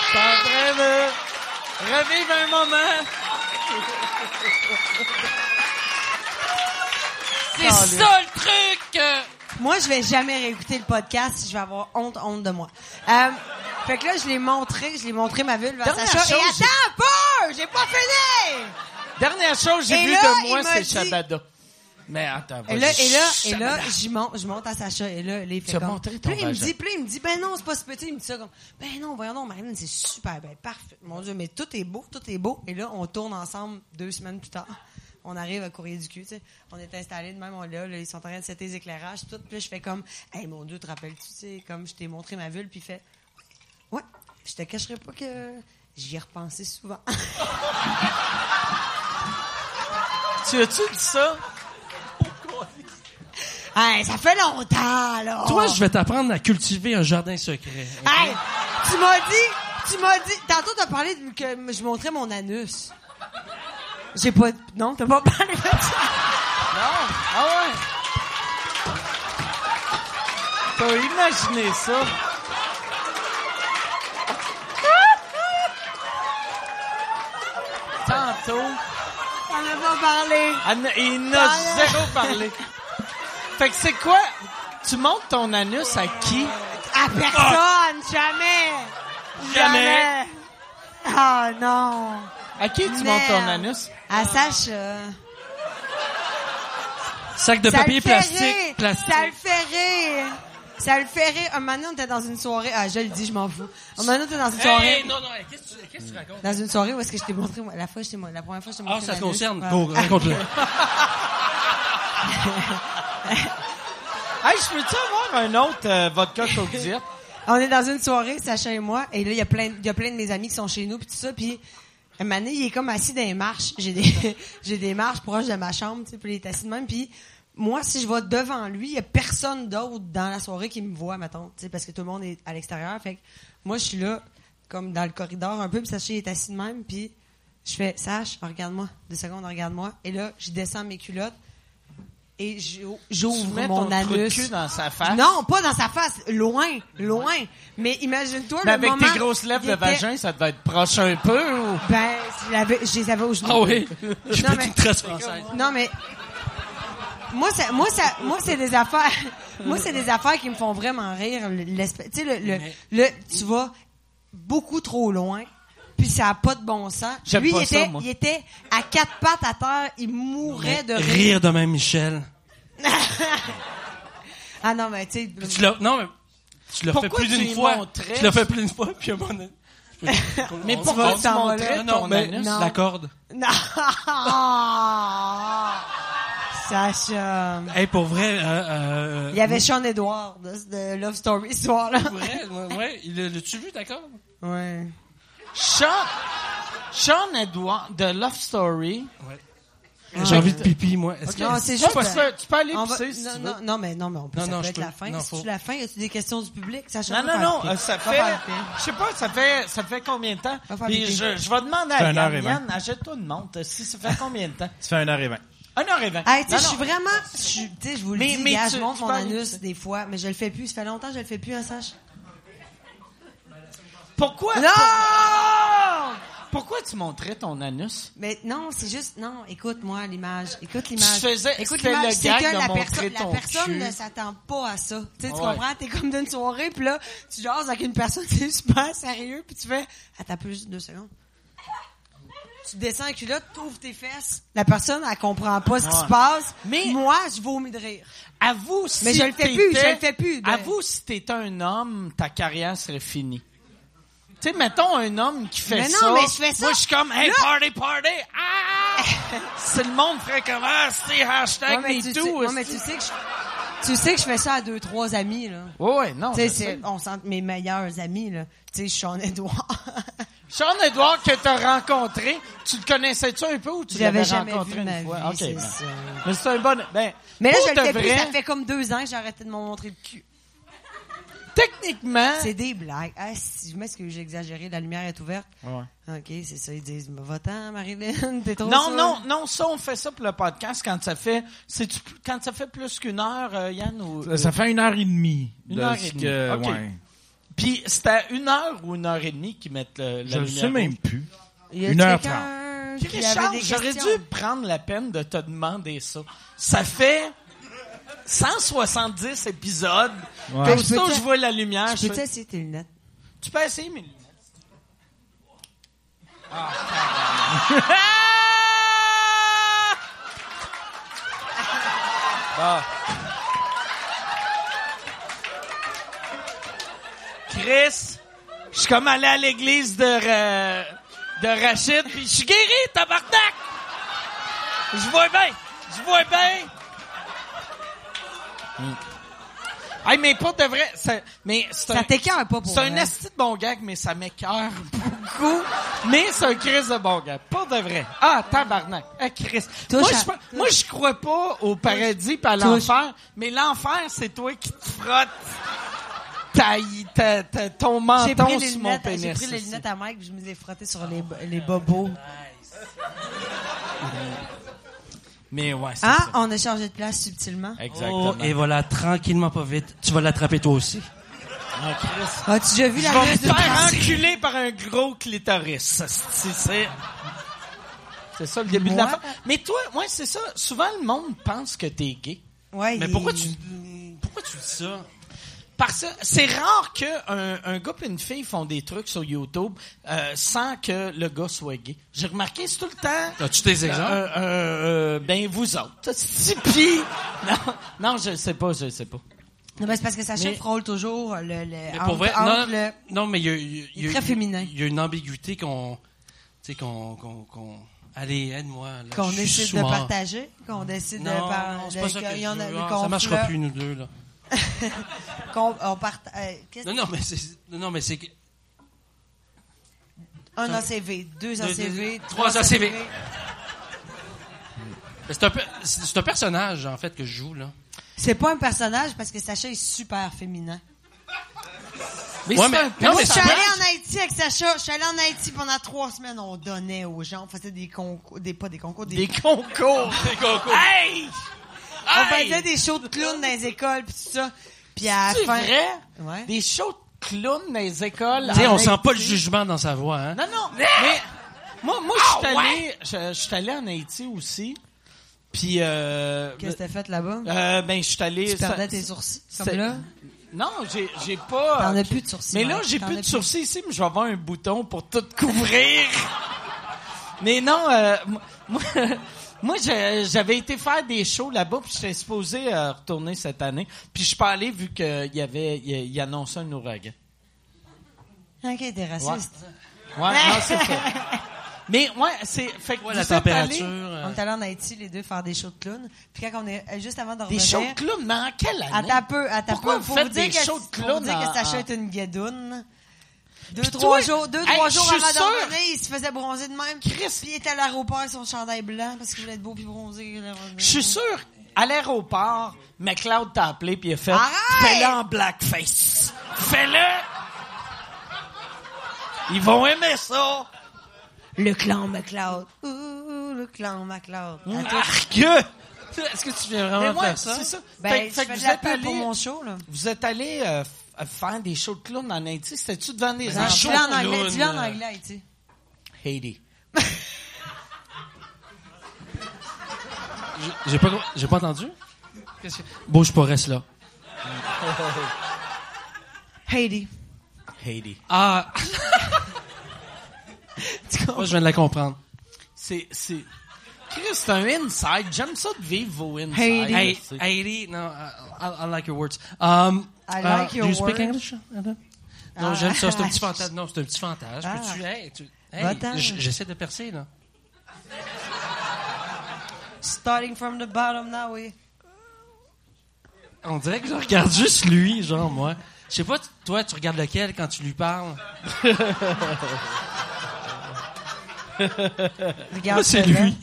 J'étais en train de revivre un moment. C'est ça le truc!
euh, Moi, je vais jamais réécouter le podcast si je vais avoir honte, honte de moi. Euh, fait que là, je l'ai montré, je l'ai montré ma vulve à
Dernière
Sacha. et
chose,
attends un peu! J'ai pas fini!
Dernière chose que j'ai
Et
vue
là,
de moi,
il m'a
c'est
dit-
Shabada. Mais attends,
Et
vas-y.
là, et là, et là,
Shabada.
je monte, je monte à Sacha, et là, les fait
Tu as
comme-
montré ton
Puis là, il me
vagin.
dit, puis là, il me dit, ben non, c'est pas ce petit, il me dit ça comme, ben non, voyons donc, Marine, c'est super, ben parfait. Mon Dieu, mais tout est beau, tout est beau. Et là, on tourne ensemble deux semaines plus tard. *laughs* On arrive à Courrier du cul, tu sais. On est installés de même, on est là, là, ils sont en train de setter les éclairages, tout. Puis là, je fais comme, hey, mon Dieu, te rappelles-tu, tu sais, comme je t'ai montré ma vulve, puis il fait, ouais, je te cacherai pas que j'y ai repensé souvent. *laughs*
Tu as-tu dit ça?
hey, ça fait longtemps, là.
Toi, je vais t'apprendre à cultiver un jardin secret.
Hey, tu m'as dit, tu m'as dit, tantôt t'as parlé de- que je montrais mon anus. J'ai pas, non, t'as pas parlé de ça.
Non? Ah ouais? T'as imaginé ça? Tantôt,
T'en as pas parlé.
Anna- il n'a
Parle.
zéro parlé. Fait que c'est quoi? Tu montes ton anus à qui?
À personne, jamais.
Jamais.
Ah non. Ah,
À qui tu montes ton anus?
À Sacha.
Sac de
ça
papier
le fait rire.
plastique, plastique.
Ça le fait rire. Ça le fait rire. Un moment donné, on était dans une soirée. Ah, je le dis, je m'en fous. Un moment donné, on était dans une soirée.
Hey, non, non, hey, qu'est-ce que tu- qu'est-ce que tu racontes?
Dans une soirée où est-ce que je t'ai montré, moi, la fois, je t'ai mon- la première fois, je t'ai montré.
Ah, ça te
l'anus.
concerne.
Ouais.
Go, raconte-le.
Hey, je peux-tu avoir un autre euh, vodka
*laughs*
coke diète?
On est dans une soirée, Sacha et moi, et là, il y a plein, il y a plein de mes amis qui sont chez nous, puis tout ça, puis un moment donné, il est comme assis dans les marches. J'ai des, *laughs* j'ai des marches proches de ma chambre, tu sais, puis il est assis de même, puis moi, si je vais devant lui, il y a personne d'autre dans la soirée qui me voit, mettons, tu sais, parce que tout le monde est à l'extérieur, fait que moi, je suis là, comme dans le corridor un peu, puis Sacha, il est assis de même, puis je fais, Sacha, regarde-moi, deux secondes, regarde-moi, et là, je descends mes culottes, et j'ou-
Tu
j'ouvre
mets
mon
ton trou de
anus.
cul dans sa face?
Non, pas dans sa face, loin, loin. Mais imagine-toi
Mais
le
avec
moment
tes grosses lèvres
il
de
était-
vagin, ça devait être proche un peu ou...
Ben, je l'avais- je les avais au genou.
Ah oui. Je
Non,
peux
mais-
une trace française.
Non mais moi ça, moi ça, moi c'est des affaires, *laughs* moi c'est des affaires qui me font vraiment rire. l'espèce- Tu sais le, le, le- tu vas beaucoup trop loin. Puis ça a pas de bon sens.
J'aime
Lui,
pas
il
ça,
était,
moi.
il était à quatre pattes à terre, il mourait de rire.
Rire de même Michel.
Ah non, mais tu sais,
Tu l'as, non, mais tu l'as fait
Pourquoi
plus
tu
d'une
y
fois.
montrais?
Tu l'as fait plus d'une fois, puis à un moment donné, Je peux-
Mais
on-
pourquoi
on-
tu t'en
on-
montrais
Non, non,
ton
on anus,
non.
la corde.
Non! *laughs* Sacha!
Hey, pour vrai, euh, euh,
Il y avait Sean Edward de Love Story ce soir-là.
Pour vrai, ouais, ouais, il l'a- l'as-tu vu, d'accord?
*laughs* Ouais.
Sean, Sean Edouard de Love Story.
J'ai envie de pipi, moi. Est-ce
Non, c'est
Tu
juste.
peux, tu peux- tu peux aller
on
pisser
va-
si
non,
tu veux.
non, non, mais non, mais on peut,
Non,
ça
non,
peut
je
être
peux-
la fin.
non,
Si
faut-
tu la fin, y a-tu des questions du public? Sacha,
Non,
va
non,
faire
non,
pipi.
euh, ça
Va
fait,
faire pipi.
je sais pas, ça fait, ça fait combien de temps?
Va faire
Puis
pipi.
je, je vais demander
C'est
à
une heure et
Yann, Yann, achète-toi une montre, si ça fait combien de temps?
Ça fait 1h20.
Une heure et vingt.
Hey, tu sais,
Non,
je suis
non.
vraiment, je suis- tu sais, je vous le
Mais-
dis,
mais
gars,
tu-
je monte
tu
mon
parles-
anus des fois, mais je le fais plus. Ça fait longtemps que je le fais plus, hein, Sacha.
Pourquoi?
Non!
Pourquoi tu montrais ton anus?
Mais non, c'est juste, non, écoute-moi l'image, écoute
Tu
l'image.
faisais,
Écoute
c'était
l'image,
le
c'est
gag
que
de
la, perso-
montrer
la
ton
personne
cul.
ne s'attend pas à ça. Tu sais, tu
Ouais.
comprends? T'es comme d'une soirée, puis là, tu jases avec une personne *laughs* qui est super sérieux, puis tu fais, attends plus juste deux secondes. Tu descends la culotte, t'ouvres tes fesses. La personne, elle comprend pas ce qui se passe.
Mais-
moi, je vomis de rire.
Avoue si
Mais je le fais
t'étais-
plus, je le fais plus, ben.
Avoue si t'étais un homme, ta carrière serait finie. Tu sais, mettons un homme qui fait
Mais non,
ça.
mais je fais ça.
Moi, je suis comme, hey,
Là-
party, party! Ah! *laughs* si le monde ferait comment? C'est hashtag
Ouais, mais tu
me
sais-
too.
ouais, mais tu sais que je, tu sais que je fais ça à deux, trois amis, là.
Ouais, ouais, non.
Tu sais,
je sais.
c'est- on sent mes meilleurs amis, là. Tu sais, je suis en Edouard. *laughs*
Sean-Edouard que t'as rencontré, tu le connaissais-tu un peu ou tu
Je l'avais
l'avais
jamais
rencontré
vu de
une
ma
fois?
vie,
Ok,
c'est
ben.
ça.
Mais c'est un bon... Ben,
Mais là,
pour
je
de
le fais plus.
vrai,
Ça fait comme deux ans que j'ai arrêté de me montrer le cul.
Techniquement...
C'est des blagues. Ah, si je m'excuse, j'ai exagéré. La lumière est ouverte. OK, c'est ça. Ils disent, va-t'en, Marilyn, *laughs* t'es trop
Non,
sûre.
non, non, ça, on fait ça pour le podcast quand ça fait, c'est quand ça fait plus qu'une heure, euh, Yann, ou,
Ça, ça fait 1h30.
Une heure et demie. Ok. euh, Puis c'était une heure ou une heure et demie qu'ils mettent le, la
Je le
lumière
sais même
rouge.
plus.
Y a-tu
Une heure
quelqu'un
Puis
qui
Richard,
avait des
j'aurais
questions?
dû prendre la peine de te demander ça. Ça fait 170 épisodes. Puis
Ouais.
Ah, Je
aussitôt
peux
je vois la lumière, je
Tu peux
fais,
essayer tes lunettes?
tu peux essayer mes lunettes. Ah, bon. Chris, je suis comme allé à l'église de, euh, de Rachid, puis je suis guéri, tabarnak! Je vois bien, je vois bien. Hey, mais pas de vrai, ça, mais c'est
Ça
un-
t'écœure pas pour
c'est un
vrai.
esti de bon gag, mais ça m'écœure beaucoup. Mais c'est un Chris de bon gag. Pas de vrai. Ah, tabarnak. Ah, Chris.
Touche
moi,
à-
je, pe- moi, je crois pas au paradis pis à
Touche.
l'enfer, mais l'enfer, c'est toi qui te frottes ta, ta- ta- ton
J'ai pris,
menton
les
sur mon
lunettes, j'ai
pénis.
pris les lunettes à Mike puis je me les ai frottées sur les, les bobos.
Mais ouais, c'est
Ah,
ça.
on a changé de place subtilement.
Exactement.
Oh, et voilà, tranquillement, pas vite. Tu vas l'attraper toi aussi.
Ah, Chris.
As-tu déjà vu
Je
la
vais me
ruse de
faire
Percy?
enculer par un gros clitoris. esti, C'est c'est ça le début de la
Moi?
fin. Mais toi, ouais, c'est ça. Souvent, le monde pense que t'es gay.
Ouais,
Mais
il-
pourquoi tu, pourquoi tu dis ça?
Parce que c'est rare que un, un gars et une fille font des trucs sur YouTube euh, sans que le gars soit gay. J'ai remarqué c'est tout le temps.
As-tu des exemples?
Euh, euh, euh, ben vous autres, si pis. *laughs* Non, non, je sais pas, je sais pas.
Non, mais c'est parce que Sacha
Mais-
frôle toujours le... le
Mais
entre-
pour vrai, non,
entre le-
non, mais il y a, il y a-
euh, Il est très féminin.
Il y a une ambiguïté qu'on, tu sais, qu'on, qu'on, qu'on- allez, aide-moi. là,
qu'on
je suis
décide de
sous-mort.
partager, qu'on décide de
Non,
par-
non, c'est
de-
pas ça que
qu'il
je
y en a-
veux.
qu'on
Ah, Ça marchera
flirte,
plus, nous deux, là.
qu'on- on parta- euh, qu'est-ce-
Non, non, mais c'est, non, non, mais c'est, que-
un ACV, deux
deux-
ACV,
deux- trois ACV. c'est un, peu- c'est c'est un personnage, en fait, que je joue, là.
C'est pas un personnage parce que Sacha est super féminin.
Mais
c'est un
non,
Moi,
mais
je
c'est
suis
un-
allée en Haïti avec Sacha. Je suis allée en Haïti pendant trois semaines. On donnait aux gens. On faisait des concours, des, pas des concours, des,
Des
*laughs*
concours. Des concours. Hey.
on
Hey!
faisait des shows de clowns dans les écoles puis tout ça. Puis à la
C'est
fin,
vrai?
Ouais.
Des shows de clowns dans les écoles.
Tu sais,
en
on sent pas le
Haïti.
jugement dans sa voix, hein.
Ah, Non, non, mais moi, moi je suis allé, je, je suis allé en Haïti aussi. Puis, euh,
qu'est-ce que t'as fait là-bas?
euh, ben, je suis allé.
Tu
ça-
perdais tes sourcils. Comme
c'est-
là.
Non, j'ai, j'ai pas.
Ah,
T'en as plus de sourcils,
Mais là,
Mike,
j'ai
t'en
plus
as
de
plus.
sourcils ici, mais je vais avoir un bouton pour tout couvrir. *laughs* mais non, euh, moi- moi, *laughs* moi, je- j'avais été faire des shows là-bas, puis j'étais supposé euh, retourner cette année. Puis je suis pas allé vu qu'il y avait, il, il annonçait un ouragan.
Ok, t'es raciste.
Ouais, non, c'est ça. Mais ouais, c'est fait que
Ouais,
vous
la
êtes allés-
température. euh,
On est allé en Haïti, les deux, faire des shows de clowns. Puis quand on est, euh, juste avant de
des
revenir...
shows de clowns, mais en quelle année?
À ta peu, à ta
Pourquoi
peu.
vous
Faut
faites
dire
des
que-
shows de
faut
clowns
dire
en-
que
en-
Sacha est une guédoune. Deux,
Puis
trois
toi,
jours, deux,
hey,
trois
je
jours
suis
avant
sûr-
d'en revenir, il se faisait bronzer de même. Chris. Puis il était à l'aéroport avec son chandail blanc parce qu'il voulait être beau puis bronzé.
Je suis sûr, à l'aéroport, McLeod t'a appelé puis il a fait
Arrête!
Fais-le en blackface. Fais-le! Ils vont aimer ça!
Le clan McLeod. Ouh, le clan McLeod.
Mmh.
À toi.
Arc!
Est-ce que tu viens vraiment
Mais ouais,
faire ça?
c'est ça. Ah,
Ben,
Fait-
je
fait que
fais de
vous
la
êtes
pub
allé,
pour mon show, là.
vous êtes allé euh, f- euh, faire des shows de clowns en Haïti. C'était-tu devant des gens?
Non,
show
dis-le Ben, en
de
anglais,
clown,
dis-le en
euh,
anglais, Haïti.
Haiti.
J'ai- J'ai pas, com- j'ai pas entendu? Qu'est-ce que- Bouge pas, reste là.
Haiti.
Haiti.
Ah! Moi, je viens de la comprendre.
C'est, c'est... Chris, c'est un inside. J'aime ça de vivre vos insides.
Haiti.
Hey,
C'est-
Heidi, no, I, I, I like your words. Um,
I like
uh,
your
Do you speak
words.
English? Adam? Non,
Ah.
j'aime ça. C'est un
*laughs*
petit fantasme. Non, c'est un petit fantasme.
Ah.
Peux-tu- hey, tu- hey,
Va-t'en.
j- j'essaie de percer, là.
Starting from the bottom now, oui.
On dirait que je regarde juste lui, genre, moi. Je sais pas, t- toi, tu regardes lequel quand tu lui parles?
Regarde
Moi, c'est
celui-là.
lui.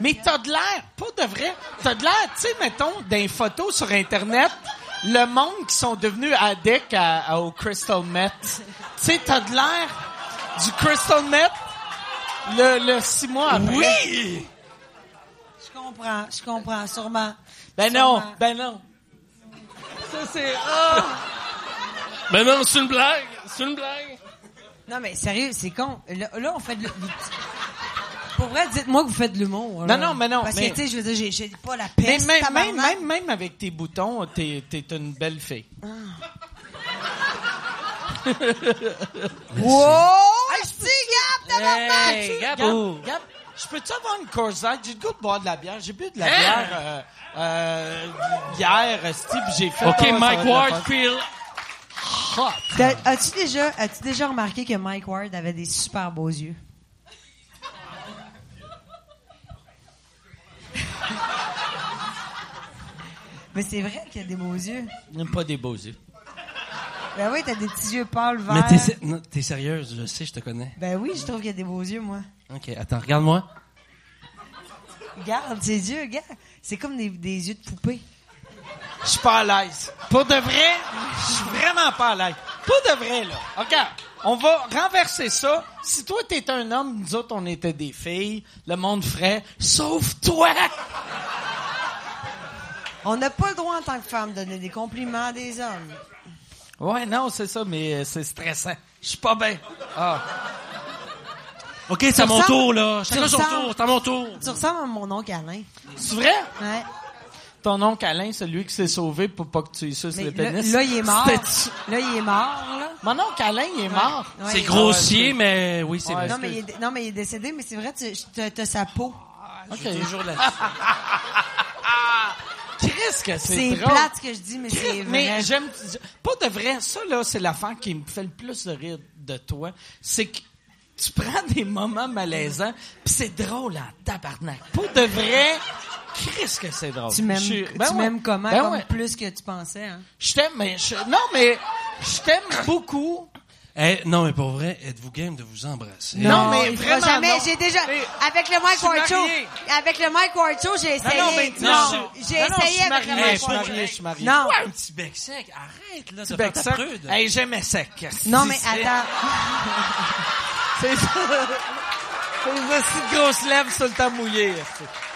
Mais t'as de l'air, pas de vrai, t'as de l'air, tu sais, mettons, d'un photo sur Internet, le monde qui sont devenus addicts à, à- au Crystal Meth. Tu sais, t'as de l'air du Crystal Meth le, le six mois après. Oui!
Je comprends, je comprends, sûrement.
Ben non,
Sûrement. Ah!
ben non. Ça, c'est...
Ben non, c'est une blague! C'est une blague!
Non, mais sérieux, c'est con. Là, là, on fait de l'- du- Pour vrai, dites-moi que vous faites de l'humour. là.
Non, non, mais non,
Parce
mais-
que, tu sais, je veux dire, j'ai- j'ai pas la
Mais
peste.
même, même,
tabarnak.
même, même avec tes boutons, t'es, t'es une belle fille.
Wow! Hey, je dis, Gab, tabarnak!
Hey, Gab!
Gab, Gab, je peux-tu avoir une Corsair? J'ai le goût de boire de la bière. J'ai bu de la
Hein?
bière euh, euh, hier, euh, Steve, j'ai
Ah,
fait... Oh,
OK,
ça va être
Mike
le
Ward,
fun.
feel hot.
T'as- As-tu déjà, as-tu déjà remarqué que Mike Ward avait des super beaux yeux? *laughs* mais c'est vrai qu'il a des beaux yeux.
Même pas des beaux yeux.
Ben oui, t'as des petits yeux pâles verts.
Mais t'es, sé- non, t'es sérieuse, je sais, je te connais.
Ben oui, je trouve qu'il a des beaux yeux, moi.
OK, attends, regarde-moi.
Regarde ses yeux, regarde. C'est comme des, des yeux de poupée.
Je suis pas à l'aise. Pour de vrai, je suis vraiment pas à l'aise. Pour de vrai, là. Regarde, on va renverser ça. Si toi, t'es un homme, nous autres, on était des filles, le monde ferait « Sauve-toi!
On n'a pas le droit en tant que femme de donner des compliments à des hommes. »
Ouais, non, c'est ça, mais euh, c'est stressant. Je suis pas bien. Ah.
OK, c'est à mon
ressembles-
tour, là.
tu
Chacun son
ressembles-
tour, c'est à mon tour.
Tu ressembles à mon oncle Alain.
C'est vrai?
Ouais.
Ton oncle Alain, celui qui s'est sauvé pour pas que tu y suces
Mais
le
là,
pénis.
là, il est mort.
C'était-tu-
Là, il est mort, là.
Mon oncle Alain, il est mort.
Ouais,
c'est
il est
grossier, mais oui, c'est
Ouais,
vrai.
Non mais, il est, dé- non, mais il est décédé, mais c'est vrai, tu t'as- t'as sa peau.
Ok. *laughs*
Toujours là
Qu'est-ce que
C'est
c'est drôle.
plate ce que je dis, mais c'est vrai.
Mais j'aime pas de vrai. Ça là, c'est l'affaire qui me fait le plus de rire de toi, c'est que tu prends *laughs* des moments malaisants, puis c'est drôle en tabarnak. Pour de vrai, qu'est-ce que c'est drôle.
Tu m'aimes
Je suis-
tu
ben ouais.
m'aimes comment?
Ben
comme
ouais.
plus que tu pensais. Hein?
Je t'aime, mais je- non, mais je t'aime beaucoup.
Eh, non, mais pour vrai, êtes-vous game de vous embrasser?
Non, mais
il fera
vraiment
jamais.
non.
J'ai déjà
Mais-
avec le Mike
suis
Ward Show,
marié.
avec le Mike Ward Show, j'ai essayé.
Ah non, mais non.
j'ai
Non, non, je
essayé
suis
avec le
marié,
Mike
je suis
Ward
marié, je
Show.
suis marié.
Non,
Ouais, un petit bec sec. Arrête, là, de faire
Bec
ta
sec.
prude.
Hey, j'aimais sec.
non, mais
C'est-
attends.
C'est ça. C'est aussi de grosses lèvres sur le temps mouillé.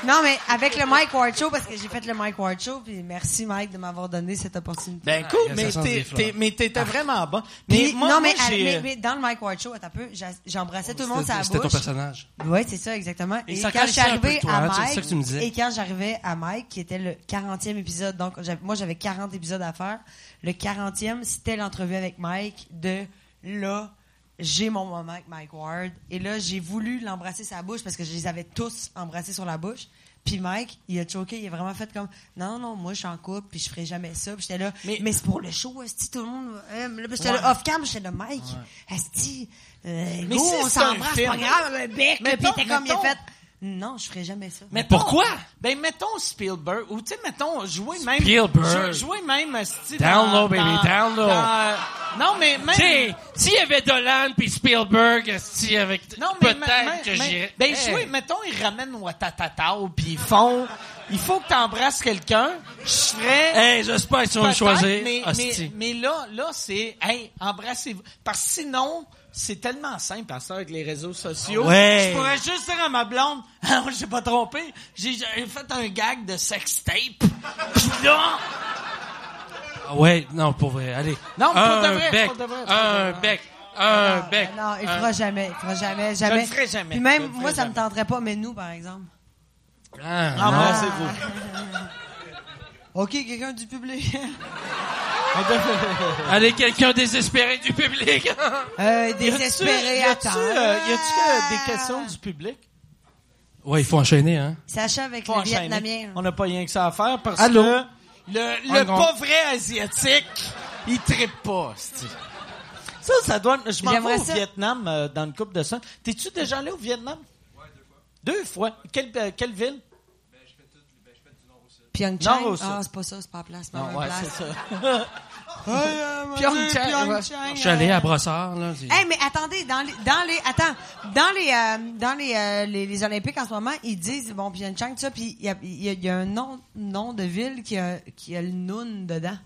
Non, mais avec le Mike Ward Show, parce que j'ai fait le Mike Ward Show, puis merci Mike de m'avoir donné cette opportunité.
Ben cool,
Ah, il y a
mais
ça sent
t'es-
des fleurs.
t'es- mais t'étais vraiment bon. Ah. Mais
Puis,
moi,
non,
moi,
mais,
j'ai- euh, Oh,
mais- mais dans le Mike Ward Show, attends un peu, j'a- j'embrassais tout le monde sur la
C'était
bouche.
c'était ton personnage.
Oui, c'est ça, exactement.
Et
Et,
ça
quand je suis
calissait un peu
arrivée
toi,
à
hein,
Mike,
c'est ça que tu me disais.
et quand j'arrivais à Mike, qui était le 40e épisode, donc j'avais- moi j'avais 40 épisodes à faire, le 40e, c'était l'entrevue avec Mike de là, j'ai mon moment avec Mike Ward. Et là, j'ai voulu l'embrasser sur la bouche parce que je les avais tous embrassés sur la bouche. Puis Mike, il a choqué, il a vraiment fait comme non non, moi je suis en couple, puis je ferai jamais ça. Puis j'étais là, mais,
Mais-
c'est pour le show, esti tout le monde aime. Là, puis j'étais
Ouais.
là off cam, j'étais là Mike, esti, euh,
Mais
go,
si
on
c'est un
s'embrasse, c'est
film.
pas grave, un bec.
Mettons,
puis il était comme il a
mettons.
fait non, je ferai jamais ça.
Mais
pourquoi?
Ben, mettons Spielberg, ou tu sais, mettons, jouer même.
Spielberg.
Jou- Jouer même, euh, style.
Down
dans-
low, baby,
dans-
down low.
dans, euh, non, mais même.
Tu sais, s'il y avait Dolan puis Spielberg, si avec
non, mais mais-
peut-être que
mais-
j'irais.
Ben,
Hey.
jouer, mettons, ils ramènent Watatatao, puis ils font. Il faut que t'embrasses quelqu'un. Je ferais.
Eh, Hey, j'espère qu'ils vont me
Peut-être,
choisir. Ah,
Mais,
Hostie.
mais, mais là, là c'est, hey, embrassez-vous. Parce que sinon, c'est tellement simple à ça avec les réseaux sociaux.
Ouais.
Je pourrais juste dire à ma blonde, *laughs* ah, j'ai pas trompé, j'ai j'ai fait un gag de sex tape. Puis là,
Ah ouais, non, pour vrai, allez.
Non, pour
un
de vrai,
bec,
pour de vrai, pour de
un
vrai.
bec, un
Ah,
bec.
Non, il
un-
fera jamais, il fera jamais,
le
jamais.
ferai jamais,
Puis
je
même
le ferai
moi, ça
jamais.
me tenterait pas, mais nous par exemple.
Ah, non.
embrassez-vous.
*laughs* Ok, quelqu'un du public. *laughs*
Allez, quelqu'un désespéré du public.
Euh,
Y a-tu-
désespéré,
y a-tu,
attends.
euh, y a-tu, euh, des questions du public?
ouais, il faut enchaîner, hein.
Euh.
Sacha avec
Faut
le
enchaîner.
Vietnamien.
On n'a pas rien que ça à faire parce
Allô?
que le, le
Un grand-
pas vrai asiatique, il trippe pas. c'ti. Ça, ça doit. Je m'en
J'aimerais
vais au
ça.
Vietnam euh, dans une coupe de semaines. T'es-tu déjà allé au Vietnam? deux fois. Quelle, euh, quelle ville?
Pyeongchang.
Non, ça.
Ah, c'est pas ça, c'est pas la place. C'est pas la
Non,
même
ouais,
place.
c'est
*laughs*
ça. euh,
Pyeongchang.
Je suis allé à Brossard, là. c'est-
Hey, mais attendez, dans les, dans les, attends, dans les, euh, dans les, euh, les, les Olympiques en ce moment, ils disent bon Pyeongchang, tout ça, puis il y a, il y a- il y a un nom, nom de ville qui a, qui a le noun dedans.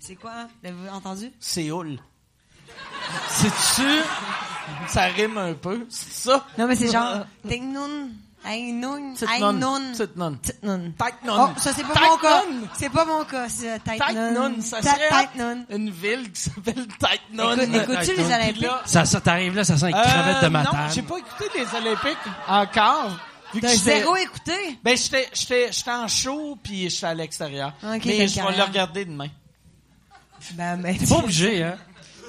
C'est quoi hein? L'avez-vous entendu
Séoul. C'est-tu? Ça rime un peu, c'est ça?
Non, mais c'est genre Ting noun, Aïe noun,
Petite
Aïe
noun,
noun,
petite noun.
petite noun.
Tite
Oh,
Nun.
ça c'est pas
Tite
mon cas.
Nun.
C'est pas mon cas, c'est Tite
Tite Nun,
noun.
ça
Ta-
serait
Tite noun.
une ville qui s'appelle Tite Nun.
Écoute- écoutes-tu
Tite
les
Nun.
Olympiques?
Puis là,
Ça, ça t'arrive là, ça sent une cravate de
Euh,
matin.
Non, j'ai pas écouté les Olympiques encore. Vu que
T'as
j'étais-
zéro écouté?
Ben, j'étais, j'étais, j'étais en show, puis j'étais à l'extérieur.
Ok, t'as
mais
une
je vais
carrière.
le regarder demain.
Ben, mais
Pas obligé, hein.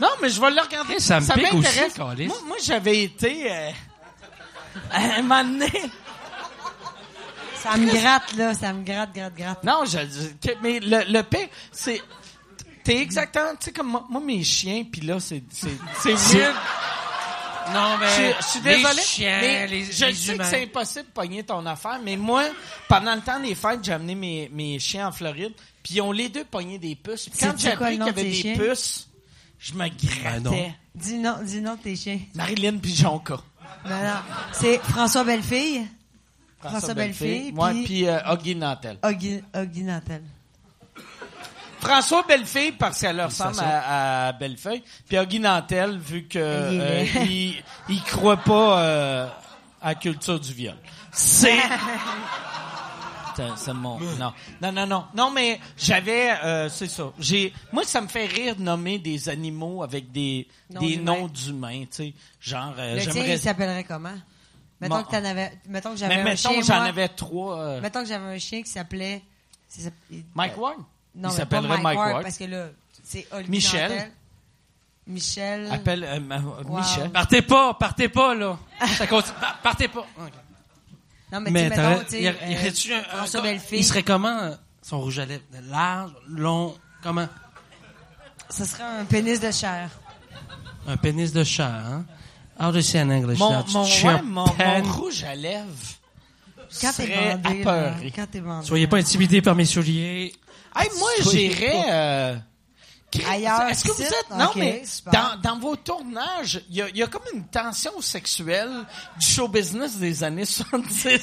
Non, mais je vais le regarder.
Eh, ça me pique
m'intéresse.
aussi, câlisse.
Moi, moi, j'avais été... euh, *laughs* à un moment donné...
ça me gratte, là. Ça me gratte, gratte, gratte.
Non, je, je- que- mais le, le pire, c'est... T'es exactement... Tu sais, comme moi, moi, mes chiens, puis là, c'est... C'est, c'est weird.
Non, mais.
Je, je suis désolé,
Euh, Les chiens,
mais
les,
je
les
sais
humains.
que c'est impossible de pogner ton affaire, mais moi, pendant le temps des fêtes, j'ai amené mes, mes chiens en Floride, puis ils ont les deux pogné des puces. Puis quand
Sais-tu
j'ai
quoi
appris
le
qu'il
nom
y
de
avait
tes
des
chiens?
puces, je me grattais.
Ben non.
Dis non, dis non, tes chiens.
Marilyn puis Jonca.
Non, non. C'est François Bellefille, François Bellefille,
Moi,
puis-
puis euh, Huggy Nantel.
Oggy Oggy Nantel.
François Bellefille, parce qu'elle ressemble à, à Bellefeuille, puis Huggy Nantel, vu que
Il est
euh,
laid.
il, il croit pas euh, à la culture du viol.
*laughs*
C'est... C'est- c'est mon- Non, non, non, non. Non, mais j'avais... euh, c'est ça. J'ai, moi, ça me fait rire de nommer des animaux avec des,
Noms
des
d'humains.
noms d'humains, tu sais. Genre, euh,
Le tien,
j'aimerais...
il s'appellerait comment? Mettons
Mon-
que t'en avais, mettons que j'avais
Mais
un
mettons,
chien,
j'en
moi.
avais trois... euh,
Mettons que j'avais un chien qui s'appelait... c'est ça- il-
Mike
euh,
Ward?
Non,
il
mais pas
s'appellerait Mike, Ward.
Parce que là, c'est Oggy
Michel.
Nantel. Michel.
Appelle euh, ma-
Wow.
Michel.
Partez pas, partez
*laughs*
pas, là. Ça continue. Pa- Partez pas. Ok.
Non, mais,
Mais
tu sais,
t'aurais-
mettons, tu sais,
il y aurait- il y
euh,
aurait-tu un- un-
François Bellefille,
Il serait comment euh, son rouge à lèvres Large, long, comment
ce serait un pénis de chair.
Un pénis de chat, hein How do you say in English
Mon,
That's
mon, ouais,
champagne.
mon, mon rouge à lèvres
Quand t'es
serait
bandé, là,
apeuré.
quand t'es bandé.
Soyez pas intimidés par mes souliers.
Hey, moi,
Soyez
j'irais... euh, Chris,
Ailleurs
Est-ce que vous
qu'ici?
êtes... Non,
Ok,
mais
super.
dans, dans vos tournages, il y a, il y a comme une tension sexuelle du show business des années 70 que je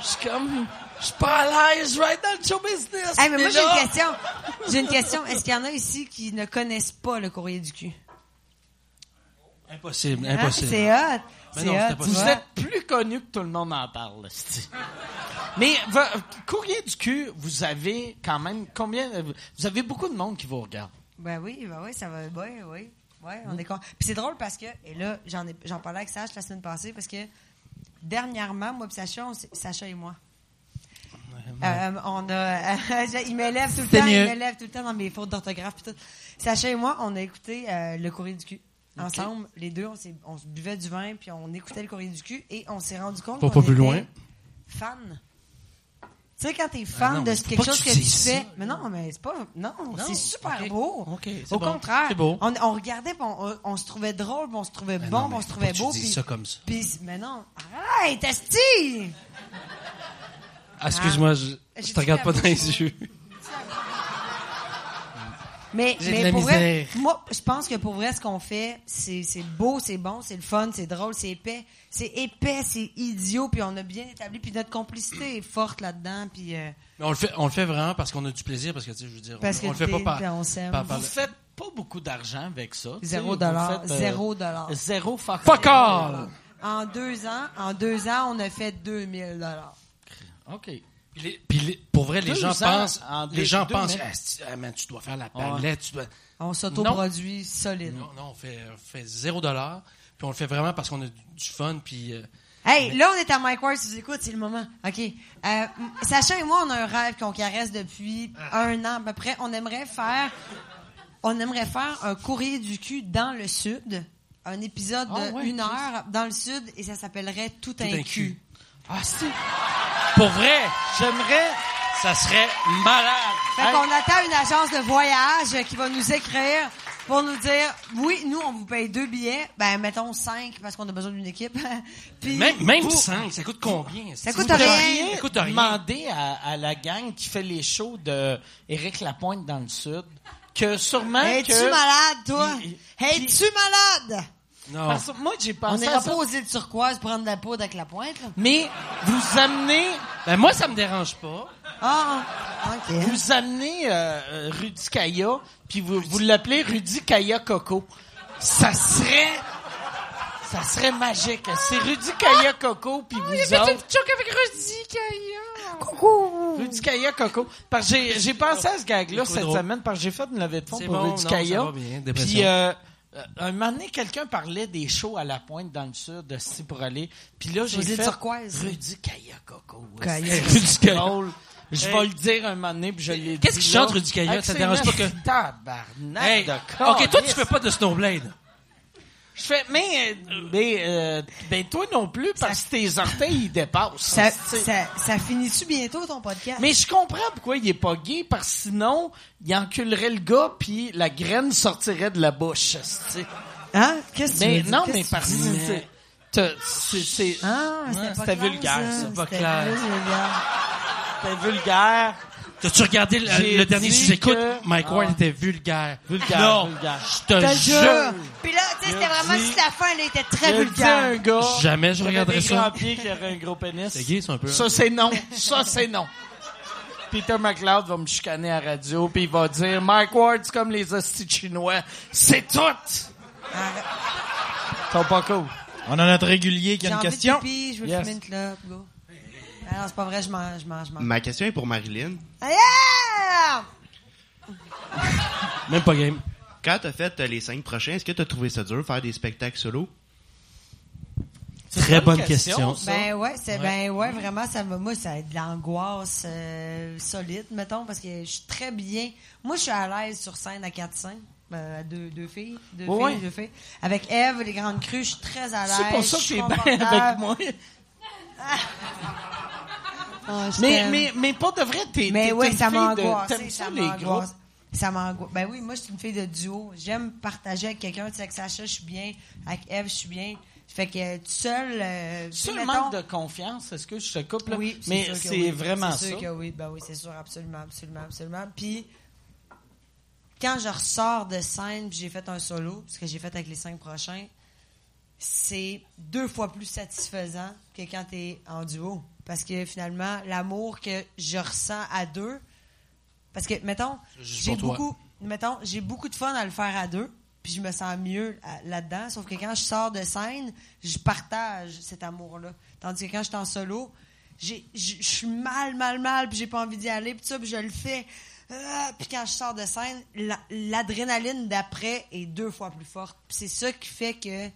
suis comme... Je suis pas à l'aise right dans le show business.
Hey, mais moi, j'ai
là-
une question. J'ai une question. Est-ce qu'il y en a ici qui ne connaissent pas le courrier du cul?
Impossible,
Ah,
Hein?
impossible.
C'est hot.
Mais
C'est
non, c'était
hot.
pas
tu
ça.
Vous
vois.
êtes plus connu que tout le monde en parle. c'ti. Mais va- courrier du cul, vous avez quand même combien Vous avez beaucoup de monde qui vous regarde.
Ben oui, ben oui, ça va bien, oui. Oui,
Mm.
on est con. Puis c'est drôle parce que, et là, j'en ai- j'en parlais avec Sacha la semaine passée parce que dernièrement, moi et Sacha, on s'est- Sacha et moi, Euh, on a, *laughs* il m'élève tout le
C'était
temps,
mieux.
il m'élève tout le temps dans mes fautes d'orthographe pis tout. Sacha et moi, on a écouté euh, le courrier du cul. Ensemble, les deux, on, s'est- on se buvait du vin puis on écoutait le courrier du cul et on s'est rendu compte.
Pas-
qu'on
pas plus
était
loin.
fan. Tu sais, quand t'es fan
Ah non,
de
mais
ce-
faut
quelque
pas que
chose que
tu
tu
dises
fais.
ça,
mais non, mais c'est pas. Non, c'est super
ok.
beau.
Ok, c'est
Au
bon.
contraire.
C'est beau.
On, on regardait, puis on, euh, on- on se trouvait drôle, puis on se trouvait
Mais
bon,
non,
puis
mais
on se
faut
trouvait
pas que tu
beau.
dises
puis-
ça comme ça.
puis- mais non, arrête, Asti!
Ah, excuse-moi, je,
J'ai
je
dit
te regarde
la
pas
bouche,
dans les
moi.
yeux.
Mais,
J'ai de
mais
la
pour vrai,
misère.
moi, je pense que pour vrai, ce qu'on fait, c'est c'est beau, c'est bon, c'est le fun, c'est drôle, c'est épais. C'est épais, c'est idiot, puis on a bien établi, puis notre complicité est forte là-dedans, puis... euh,
Mais on le fait, on le fait vraiment parce qu'on a du plaisir, parce que, tu sais, je veux dire,
Parce que
on, on le fait
t'es-
pas par,
ben, on s'aime.
par- par-
Vous faites pas beaucoup d'argent avec ça. tu sais,
Zéro
vous
dollar,
faites, euh,
zéro dollar.
Zéro fuck,
Fuck
all.
all!
en deux ans, en deux ans, on a fait 2000 dollars.
OK.
Puis, les- puis les- pour vrai, les
Deux
gens
ans
pensent,
en deux-
les gens
deux
pensent,
mille.
Ah, sti- ah, man, tu dois faire la palette, tu dois...
On s'autoproduit solide.
Non, non, on fait, on fait zéro dollar, puis on le fait vraiment parce qu'on a du, du fun, puis... euh,
Hey, là, on est à Mike Ward, si vous écoutez, c'est le moment. OK. Euh, m- Sacha et moi, on a un rêve qu'on caresse depuis
Ah.
un an à peu près. On aimerait faire... On aimerait faire un courrier du cul dans le Sud, un épisode
Ah
de
ouais,
une heure dans le Sud, et ça s'appellerait Tout, un,
un
cul.
cul.
Ah, si.
Pour vrai,
J'aimerais.
ça serait malade!
Fait qu'on attend une agence de voyage qui va nous écrire pour nous dire oui, nous on vous paye deux billets, ben mettons cinq parce qu'on a besoin d'une équipe. *laughs* Puis
Même, même 5, ça coûte combien?
Ça
si
coûte
vous voulez-
rien.
Ça coûte rien.
demander à, à la gang qui fait les shows de Éric Lapointe dans le Sud que sûrement
es-tu
hein, que...
malade toi
Il- il-
Es-tu malade
Non.
Parce que moi, j'ai
On
pensé à
n'ira
ça.
pas aux îles turquoises prendre de la poudre avec la pointe. là.
Mais vous amenez...
Ben, moi, ça me dérange pas.
Ah, ok.
Vous amenez euh, euh, Rudy Kaya, puis vous, vous l'appelez Rudy Kaya Coco. Ça serait... Ça serait magique. C'est Rudy Kaya Coco, puis vous autres... Rudy Kaya Coco. Parce que j'ai, j'ai pensé à ce gag-là
C'est
cette
drôle.
semaine, parce que j'ai fait une levée de fonds
C'est
pour
bon,
Rudy
non, ça
Kaya.
va bien, dépression.
Puis, euh, euh, un moment donné, quelqu'un parlait des shows à la pointe dans le sud de City pour aller. Puis là, j'ai
Aux îles
fait
Turquoises.
Rudy Kaya Coco. ouais.
Kaya.
C'est
Rudy Kaya.
drôle. Je
Hey.
vais le dire un moment donné, puis je l'ai
Qu'est-ce
dit
qu'il
là.
chante, Rudy Kaya?
Avec
Ça te
ses
dérange pas
neuf
que-
Tabarnak
Hey,
Ah, de corps.
ok, toi, tu fais pas de snowblade.
Je fais... Mais, euh, mais, euh, ben, toi non plus, parce que tes orteils, ils dépassent.
Ça,
Tu sais.
ça, ça finit-tu bientôt ton podcast
Mais je comprends pourquoi il est pas gay, parce que sinon, il enculerait le gars, puis la graine sortirait de la bouche. esti.
Hein Qu'est-ce que tu veux
Mais
dire?
Ben non,
Qu'est-ce
mais
que tu
parce
dis?
que c'est- t'as- c'est c'est- hein?
ah, c'était
Ouais,
pas
c'était
clair,
vulgaire,
ça.
c'est pas
C'était
clair.
plus vulgaire.
c'est vulgaire.
T'as-tu regardé le,
J'ai
le dernier
dit
sous-écoute?
que-
Mike
Ah.
Ward était vulgaire.
Vulgaire,
Non,
vulgaire.
je te
T'as
jure.
jure. Puis là, tu sais, c'était vraiment
dit-
juste la fin, là, il était très
Il a dit à
vulgaire.
un gars.
Jamais je
qui avait
regarderais
des
ça.
grands pieds, qui aurait un gros pénis.
C'est gay, ça, un peu.
Ça, c'est non. Ça, c'est non. Peter McLeod va me chicaner à la radio, puis il va dire Mike Ward, c'est comme les hosties de chinois. C'est tout! Ils
Arrête.
sont pas cool.
On a notre régulier qui a une
J'ai envie de
question.
pipi, je veux
Yes.
fumer une clope, go. Ah non, c'est pas vrai, je mange, je mange, je mange.
Ma question est pour Marilyn.
Ah, yeah!
Même pas game.
Quand t'as fait euh, les cinq prochains, est-ce que t'as trouvé ça dur faire des spectacles solo?
Très bonne
bonne question.
question.
ça.
Ben ouais, c'est ben ouais, vraiment ça me moi ça a de l'angoisse euh, solide mettons parce que je suis très bien. Moi je suis à l'aise sur scène à 4 5 à deux, deux filles, deux
Ouais.
filles, deux filles. Avec Eve, les grandes crues, je suis très à l'aise.
C'est pour ça
je
que
suis
t'es bien
confortable.
avec moi.
Ah, je
Mais,
t'aime.
mais, mais pas de vrai, t'es
Mais
t'es
ouais,
une
ça
fille
m'angoisse.
de- T'aimes
ça
ça, les groupes?
m'angoisse. Ça m'angoisse. Ben oui, moi, je suis une fille de duo. J'aime partager avec quelqu'un. Tu sais, avec Sacha, je suis bien. Avec Eve, je suis bien. Fait que euh, tout seul. Euh, tu sais,
Sur le
mettons-
manque de confiance, est-ce que je te coupe là?
Oui,
mais
sûr que
c'est
oui.
vraiment
C'est
ça.
sûr que oui. Ben oui, c'est sûr, absolument, absolument, absolument. Puis, quand je ressors de scène, puis j'ai fait un solo, ce que j'ai fait avec les cinq prochains, c'est deux fois plus satisfaisant que quand tu es en duo. Parce que finalement, l'amour que je ressens à deux, parce que, mettons,
Juste
j'ai
pour toi.
beaucoup, mettons, j'ai beaucoup de fun à le faire à deux, puis je me sens mieux à- là-dedans. Sauf que quand je sors de scène, je partage cet amour-là. Tandis que quand je suis en solo, j'ai- je je suis mal, mal, mal, puis j'ai pas envie d'y aller, puis ça, puis je le fais. Ah, puis quand je sors de scène, la- l'adrénaline d'après est deux fois plus forte. Puis c'est ça qui fait que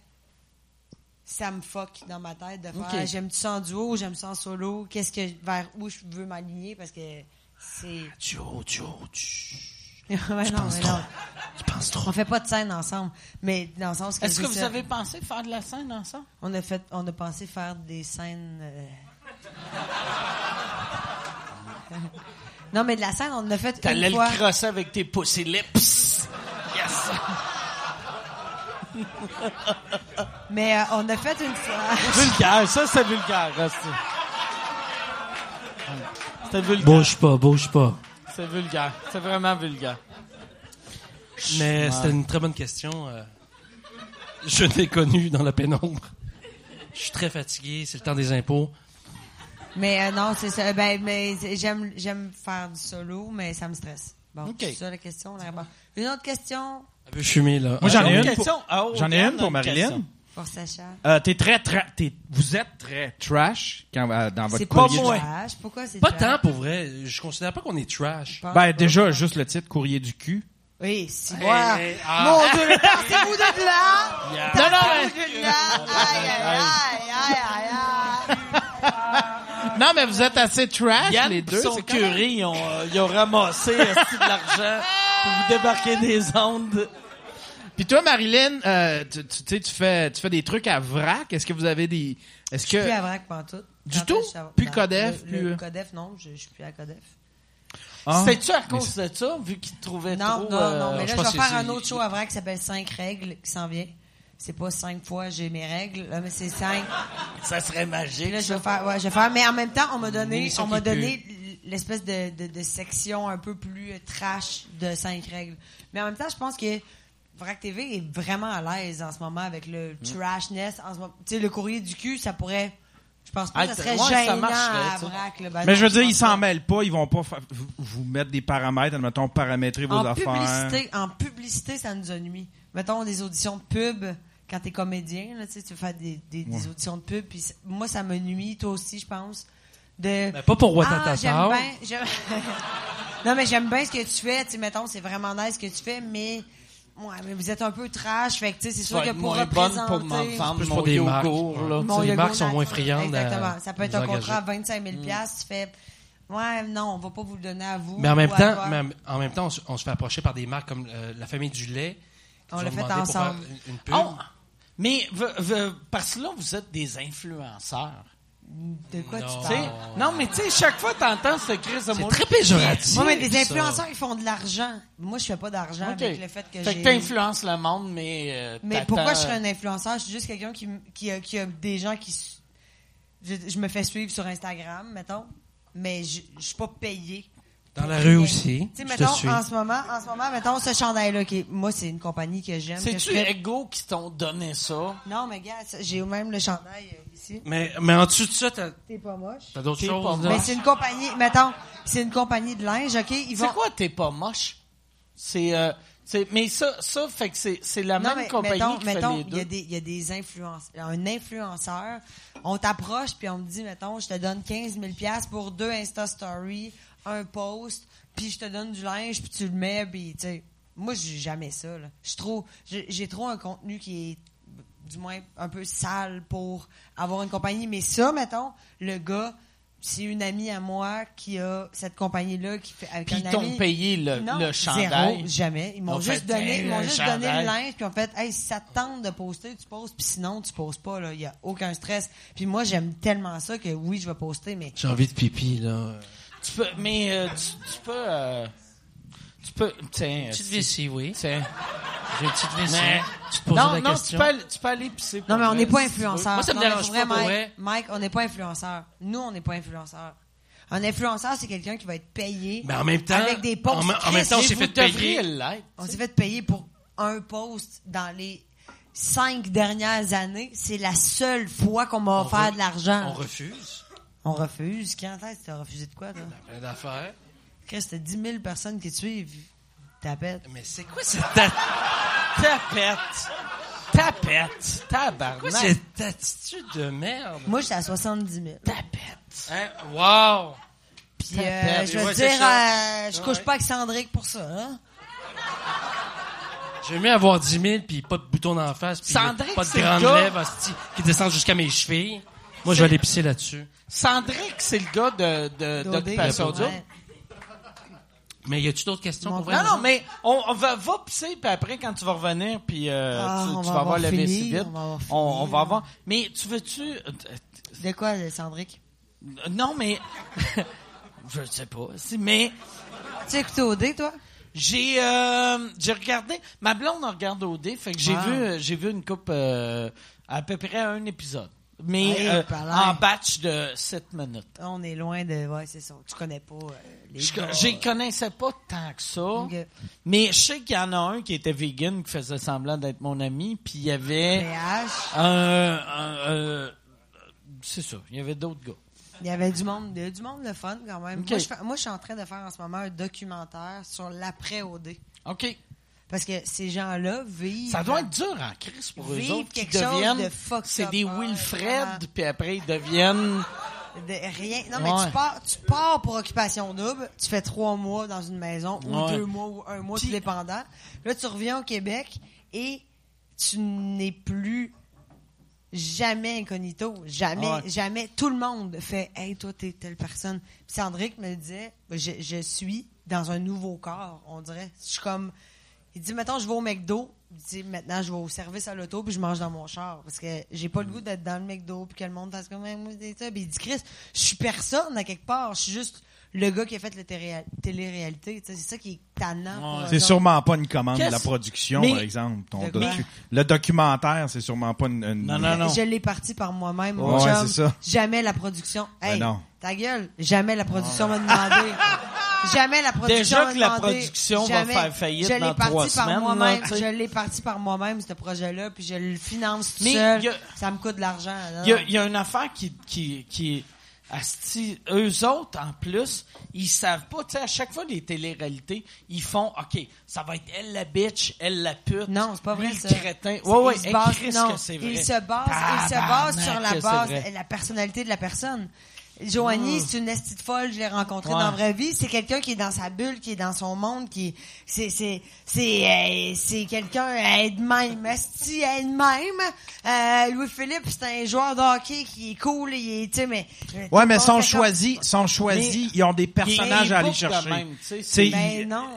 ça me fuck dans ma tête de faire
Ok.
j'aime-tu ça en duo, j'aime ça en solo, qu'est-ce que vers où je veux m'aligner parce que
*laughs*
c'est
Oh,
Duo, duo, tu
Ouais, non,
penses
mais
trop.
non.
tu penses trop.
On fait pas de scène ensemble, mais dans le sens que
Est-ce
c'est
que vous
ça.
avez pensé faire de la scène ensemble?
on a fait on a pensé faire des scènes euh, *laughs* Non, mais de la scène, on en a fait
T'allais
une
le
fois.
crosser avec tes pussy lips. Yes!
Mais euh, on a fait une fois.
*laughs* vulgaire, ça c'était vulgaire. Reste. C'était vulgaire.
Bouge pas, bouge pas.
C'est vulgaire. C'est vraiment vulgaire.
Mais c'était une très bonne question. euh. Je t'ai connu dans la pénombre. Je suis très fatigué, c'est le temps des impôts.
Mais euh, non, c'est ça. Ben, mais c'est- j'aime, j'aime faire du solo, mais ça me stresse. Bon,
Ok.
c'est ça la question. la réponse. Une autre question
Un peu fumé, là.
Moi, j'en ai
Une
une.
question.
pour-
Ah, oh,
J'en ai
Yann
une
a
pour
une
Marilyn.
question.
pour Sacha.
Euh, t'es très, tra- t'es- vous êtes très trash quand, euh, dans votre
C'est pas
courrier.
moi. Trash. Ah, Pourquoi c'est
Pas
trash?
tant, pour vrai. Je considère pas qu'on est trash.
Pas-
Ben, déjà, juste le titre courrier du cul.
Oui, si moi.
hey, ah.
Mon Dieu, mais partez-vous de là.
Non, non,
Partez-vous de là. Aïe, aïe, aïe, aïe, aïe, aïe.
Non, mais vous êtes assez trash,
Yann
les deux.
et son
c'est correct.
curé, ils ont, euh, ils ont ramassé euh, de l'argent pour vous débarquer des ondes.
Puis toi, Marilyn, euh, tu, tu- tu sais, tu fais, tu fais des trucs à vrac. Est-ce que vous avez des. Est-ce que.
Plus à vrac pantoute.
Du
Quand
tout?
est-ce que-
Plus
Non,
Codef,
le- le
plus-
Codef, non, je, je suis plus à Codef.
Ah.
C'était-tu à cause de ça, vu qu'ils te trouvaient
Non,
trop...
non,
euh,
non, mais là,
je
je,
pense
vais
que
faire un
c'est-
autre show à vrai qui s'appelle 5 règles qui s'en vient. C'est pas 5 fois j'ai mes règles, là, mais c'est 5.
Ça serait
Puis
magique.
là, je vais faire, ouais, je vais faire, mais en même temps, on m'a donné,
Mais ça
on m'a
qui pue.
donné l'espèce de, de, de section un peu plus euh, trash de 5 règles. Mais en même temps, je pense que Vrac TV est vraiment à l'aise en ce moment avec le
Mm.
trashness. En ce moment, tu sais, le courrier du cul, ça pourrait, je pense pas
Ah,
que ça serait
ouais, ça
gênant
marcherait,
à
tu sais.
Vrac, là. Ben
Mais
non,
je veux dire,
pense
ils s'en
pas.
mêlent pas, ils vont pas fa- vous- vous mettre des paramètres, admettons, paramétrer vos
en
affaires.
Publicité, en publicité, ça nous a nuit. Mettons des auditions de pub quand t'es comédien, là, tu sais, tu fais des, des, des auditions de pub. Puis ça- moi, ça me nuit, toi aussi, je pense. De...
Mais pas pour
ah,
Ouattatatar.
j'aime *laughs* bien. j'aime- non, mais j'aime bien ce que tu fais. Tu sais, mettons, c'est vraiment nice ce que tu fais, mais. Ouais, mais vous êtes un peu trash, fait que tu sais, c'est sûr
Ça va
que
être
pour
moins bonne
représenter...
pour m'en vendre
plus pour
mon
des marques.
yogourt, là.
Ouais.
Mon
les
yogourt
marques sont moins
naturel.
friandes à
Exactement. Ça peut être
nous
un contrat à
engager. Mm.
25 000 piastres, Tu fais, ouais, non, on va pas vous le donner à vous.
Mais en même
ou à
temps,
toi.
mais en en même temps, on se, on se fait approcher par des marques comme euh, la famille du lait. qui
On
nous
l'a
ont
fait
demandé pour faire
ensemble.
une- une pub.
Oh, mais v- v- parce que là, vous êtes des influenceurs.
De quoi
Non.
tu
Tu sais,
parles?
Non, mais tu sais, chaque fois, t'entends ce crise de
C'est
mot-
très péjoratif.
Moi, mais les
ça.
influenceurs, ils font de l'argent. Moi, je fais pas d'argent
Ok.
avec le fait que
Fait que
j'ai.
t'influences le monde, mais. euh,
Mais
t'attends-
pourquoi je serais un influenceur? Je suis juste quelqu'un qui, m- qui, a- qui a des gens qui. su- Je, je me fais suivre sur Instagram, mettons, mais je, je suis pas payée.
Dans la
pour
rue
rien.
aussi,
Tu sais,
je
mettons,
te suis.
en ce moment, en ce moment, mettons, ce chandail-là, qui est- moi, c'est une compagnie que j'aime. que je
C'est-tu
fais-
Ego qui t'ont donné ça?
Non, mais gars, ça- j'ai même le chandail euh, ici.
Mais, mais en dessous de ça, t'as
T'es pas moche.
t'as d'autres
T'es pas
choses.
moche.
là.
Mais c'est une compagnie, mettons, c'est une compagnie de linge, OK? Ils
C'est
vont.
quoi, t'es pas moche? C'est. euh, c'est- mais ça, ça fait que c'est c'est la
Non,
même
mais
compagnie
mettons,
qui
mettons,
fait les
il y
deux.
a des, il y a des influenceurs, un influenceur, on t'approche puis on te dit, mettons, je te donne 15 000 pièces pour deux Insta Stories, un post, puis je te donne du linge puis tu le mets, puis tu sais, moi j'ai jamais ça là. Je suis trop, j'ai j'ai trop un contenu qui est du moins un peu sale pour avoir une compagnie, mais ça, mettons, le gars. C'est une amie à moi qui a cette compagnie-là qui fait avec
Puis
un
ils t'ont
ami-
payé le,
non,
le
Zéro,
chandail.
jamais. Ils m'ont
Ils ont fait,
juste donné, ils m'ont
Tiens,
juste
un
donné le
chandail.
linge, puis ils ont fait, hey, si ça te tente de poster, tu postes, puis sinon, tu poses pas, là. Il y a aucun stress. Puis moi, j'aime tellement ça que oui, je vais poster, mais.
J'ai envie de pipi, là.
Tu peux, mais euh, tu, tu peux. euh, tu peux. Tiens.
Petite
euh,
vessie, oui.
tiens.
J'ai une petite vessie.
Mais-
Tu te poses
non,
la
non, tu
question.
peux, aller- tu peux aller pisser. pour
Non, mais on
vrai,
n'est pas
si tu veux.
influenceurs.
Moi, ça me
Non, mais
dérange
pour
pas,
vrai,
pour
Mike,
vrai.
Mike, on n'est pas influenceurs. Nous, on n'est pas influenceurs. Un influenceur, c'est quelqu'un qui va être payé.
Mais en même temps,
Avec des posts.
en même- en même
Chris,
temps, on
Et
s'est
vous
fait
devriez
payer.
l'être.
On s'est fait payer pour un post dans les cinq dernières années. C'est la seule fois qu'on m'a
On
offert
re-
de l'argent.
On refuse.
On refuse. Quand est-ce que t'as refusé de quoi, toi?
Plein d'affaires.
Chris, t'as 10 000 personnes qui te suivent. T'appelles.
Mais c'est quoi cette ta-
Tapette. Tapette.
quoi
Tabarnak.
cette attitude de merde?
Moi, j'étais à 70 000.
Tapette.
Hein? Wow!
Puis,
t'as
euh,
perdu.
je veux
Ouais,
dire,
c'est ça.
euh, je couche pas avec Sandrick pour ça, hein?
J'aime mieux avoir 10 000 puis pas de bouton d'en face puis
Sandrick,
pas de
c'est le
grandes
gars-
lèvres hostie, qui descendent jusqu'à mes chevilles. Moi, je vais aller pisser là-dessus.
Sandrick, c'est le gars de, de, d'Occupation Double.
Ouais.
Mais y a-tu d'autres questions
Mon
pour vrai?
Non, non, mais on, on va, va pisser, puis après, quand tu vas revenir, puis euh,
Ah,
tu,
on
tu
va
vas
avoir
avoir le
fini,
vessie vide,
on va avoir fini.
on, on va avoir... Mais tu veux-tu... euh,
De quoi, le Sandrick?
Non, mais... Euh, *laughs* Je sais pas. Si, mais
Tu as écouté au dé, toi?
j'ai euh, j'ai regardé. Ma blonde en regarde au dé, fait que
Ah.
j'ai vu euh, j'ai vu une coupe euh, à peu près un épisode. Mais
Hey,
euh,
pas l'air.
en batch de 7 minutes.
On est loin de. Ouais, c'est ça. Tu connais pas euh, les.
Je
gars.
ne connaissais pas tant que ça,
Ok.
mais je sais qu'il y en a un qui était vegan, qui faisait semblant d'être mon ami, puis il y avait...
PH.
un- un- un- c'est ça, il y avait d'autres gars.
Il y avait du monde, il y a eu du monde le fun quand même.
Ok.
Moi, je, fais- moi, je suis en train de faire en ce moment un documentaire sur l'après-OD.
OK.
Parce que ces gens-là vivent.
Ça doit être dur en crise pour eux
Vivre
autres qui
quelque chose de
deviennent...
fucked
C'est
up,
des
ouais, vraiment.
Wilfred, puis après ils deviennent...
de rien. Non, mais
Ouais.
tu, pars, tu pars pour occupation double, tu fais trois mois dans une maison, ou
Ouais.
deux mois, ou un mois,
Puis-
tout dépendant. Là, tu reviens au Québec et tu n'es plus jamais incognito. Jamais,
Ouais.
jamais. Tout le monde fait Hey, toi, t'es telle personne. Puis Sandrick me disait je, je suis dans un nouveau corps, on dirait. Je suis comme. Il dit Mettons, je vais au McDo. Il dit Maintenant, je vais au service à l'auto puis je mange dans mon char. Parce que j'ai pas le goût d'être dans le McDo puis que le monde fasse comme Hey, moi, c'est ça. Puis il dit Chris, je suis personne à quelque part. Je suis juste le gars qui a fait la télé- télé-réalité. Tu sais, C'est ça qui est tannant. pour eux
C'est
autres.
sûrement pas une commande de la
Qu'est-ce-
production,
Mais-
par exemple. ton
De quoi?
docu- Le documentaire, c'est sûrement pas une. une-
Non, non, non.
Je l'ai parti par moi-même, mon
Ouais,
chum.
c'est ça.
Jamais la production.
Ben
Hey,
non.
ta gueule. Jamais la production m'a
*laughs*
demandé. Jamais la production
Déjà
m'a
que la
demandé.
production va
Jamais.
faire faillite
je l'ai
dans
parti
trois
par
semaines,
Moi-même.
là, tu sais.
Je l'ai parti par moi-même, ce projet-là, puis je le finance tout
Mais
seul.
y a-
Ça me coûte de l'argent. non,
Il y, a-
non.
il y a une affaire qui, qui, qui est. Asti, eux autres, en plus, ils savent pas, tu sais, à chaque fois des téléréalités, ils font, OK, ça va être elle la bitch, elle la pute.
Non, c'est pas
lui,
vrai,
le
ça.
crétin.
C'est-
Ouais, ouais,
il se
hey,
base,
Christ
non,
que c'est vrai.
il se base, il se
Tabarnak
base sur
que
la
c'est
base,
vrai. Mmh.
la personnalité de la personne. Joanie, c'est une estite folle, je l'ai rencontrée
Ouais.
dans la vraie vie. C'est quelqu'un qui est dans sa bulle, qui est dans son monde, qui, c'est, c'est, c'est, euh, c'est quelqu'un euh, elle-même, esti elle-même. Euh, Louis-Philippe, c'est un joueur de hockey qui est cool, il est, tu sais, mais...
Ouais, mais sont
Conséquent-
choisis, sont choisis, ils ont des personnages
il
à aller
boucle de
chercher.
même, tu sais,
C'est-
Mais Ben non.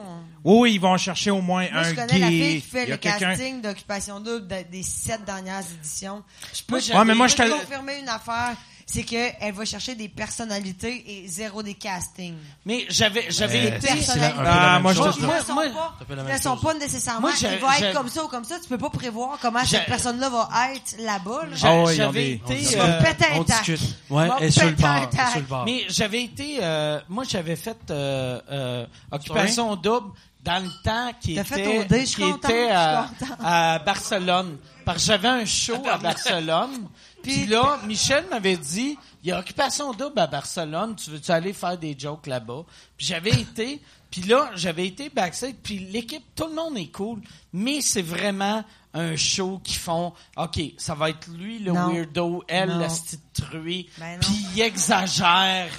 Oui, oui, ils vont chercher au moins
Moi,
un
je connais
gay.
la fille qui
Il
fait
y a
le
quelqu'un-
casting d'Occupation Double de- des sept dernières éditions. Je peux,
Moi,
je
j'avais-
Ouais, mais moi,
peux
je te le-
confirmer une affaire, c'est qu'elle va chercher des personnalités et zéro des castings.
Mais j'avais, j'avais
Euh,
Des
été.
personnalités.
Ah, moi, je
chose,
te-
Ils
moi,
ne sont,
moi,
pas,
ça fait la
ils
même
ne sont
chose.
pas nécessairement.
Moi, j'ai-
il va
j'ai-
être comme ça ou comme ça. Tu peux pas prévoir comment
J'ai-
cette personne-là va être là-bas. Là.
Ah ouais, ils ont
j'avais
des-
été.
ils ont des-
euh,
Pète un
on
tac.
discute. Ouais,
Va
elle est sur le
péter un
bord, elle est
tac.
sur le bord.
Mais j'avais été, euh, moi j'avais fait euh, euh, occupation double dans le temps qui
T'as
était,
fait au dé, je suis
qui
contente,
était
je suis
à,
contente.
à Barcelone. Parce que j'avais un show à
*laughs*
Barcelone. Puis
Puis-
là, Michel m'avait dit, il y a occupation double à Barcelone, tu veux-tu aller faire des jokes là-bas? Puis j'avais été, puis là, j'avais été backstage, puis l'équipe, tout le monde est cool, mais c'est vraiment un show qui font, OK, ça va être lui le
Non.
weirdo, elle
Non.
la petite truée,
Ben non.
puis il exagère.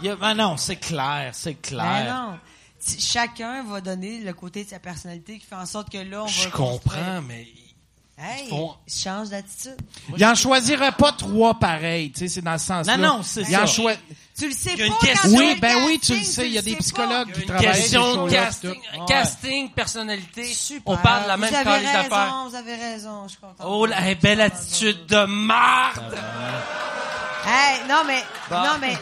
Il a- ben non, c'est clair, c'est
Ben
clair.
non. Tu- Chacun va donner le côté de sa personnalité qui fait en sorte que là, on va.
Je
le
comprends, mais
construire. Hey,
Ils font-
change d'attitude.
Il en choisirait pas trois pareils, tu sais, c'est dans le sens là.
Non, non, c'est
Il en
ça.
choi-
Tu le sais
y a
pas.
une
quand
question-
tu fais
Oui,
Ah, le
ben oui, tu
casting,
le sais, il y a
le
des
sais pas.
psychologues qui
une
travaillent ces
question de
choses-là,
casting,
tout.
casting, personnalité.
Super.
On parle de la même
Vous
carrière
avez
d'affaires.
raison, vous avez raison, je suis contente.
Oh, la belle attitude de marde!
Hey, non mais,
Bah.
non
*laughs*
mais,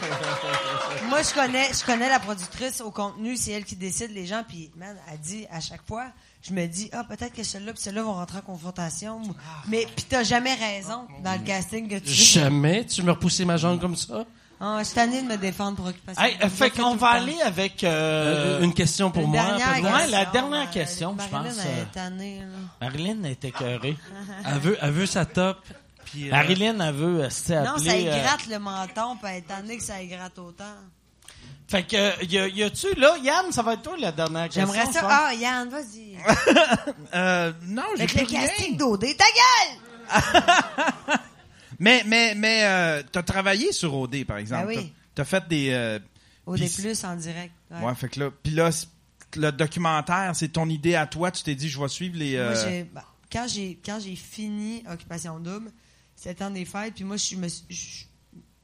moi je connais, je connais la productrice au contenu, c'est elle qui décide les gens, puis man, elle dit à chaque fois, je me dis ah peut-être que celle-là puis celle-là vont rentrer en confrontation, ou- mais puis t'as jamais
Ah,
raison dans le casting que tu. fais.
Jamais tu me repoussais ma jambe comme ça.
Ah, je suis tannée de me défendre pour occupation.
Hey, euh, fait
Je le fais
qu'on
tout
va
le temps.
aller avec euh,
Une question pour
Une
moi.
dernière
peut-être.
Ouais, la
question,
dernière
Marilyn-
question, je pense,
Marilyn, elle
euh,
est tannée, là.
Marilyn est écœurée.
*laughs* Elle veut, elle veut sa top. Puis, euh,
Marilyn, elle veut euh, c'est
Non,
appeler,
ça y
euh,
gratte le menton, puis elle est tannée que ça y gratte autant.
Fait que, euh, y, a- y a-tu, là, Yann, ça va être toi la dernière question.
J'aimerais
je
ça.
pense.
Ah, Yann, vas-y.
Euh, non, j'ai
Avec
plus
le
rien.
casting d'OD, ta gueule!
Mais, mais, mais, euh, t'as travaillé sur OD, par exemple.
Ben oui.
T'as t'as fait des. euh,
Au
pis-
D+, en direct. ouais.
Ouais, fait que là, puis là, c'est- le documentaire, c'est ton idée à toi. Tu t'es dit, je vais suivre les. euh,
Moi, j'ai- bah, quand j'ai quand j'ai fini Occupation Double, c'était en des fêtes, puis moi, je me suis... je-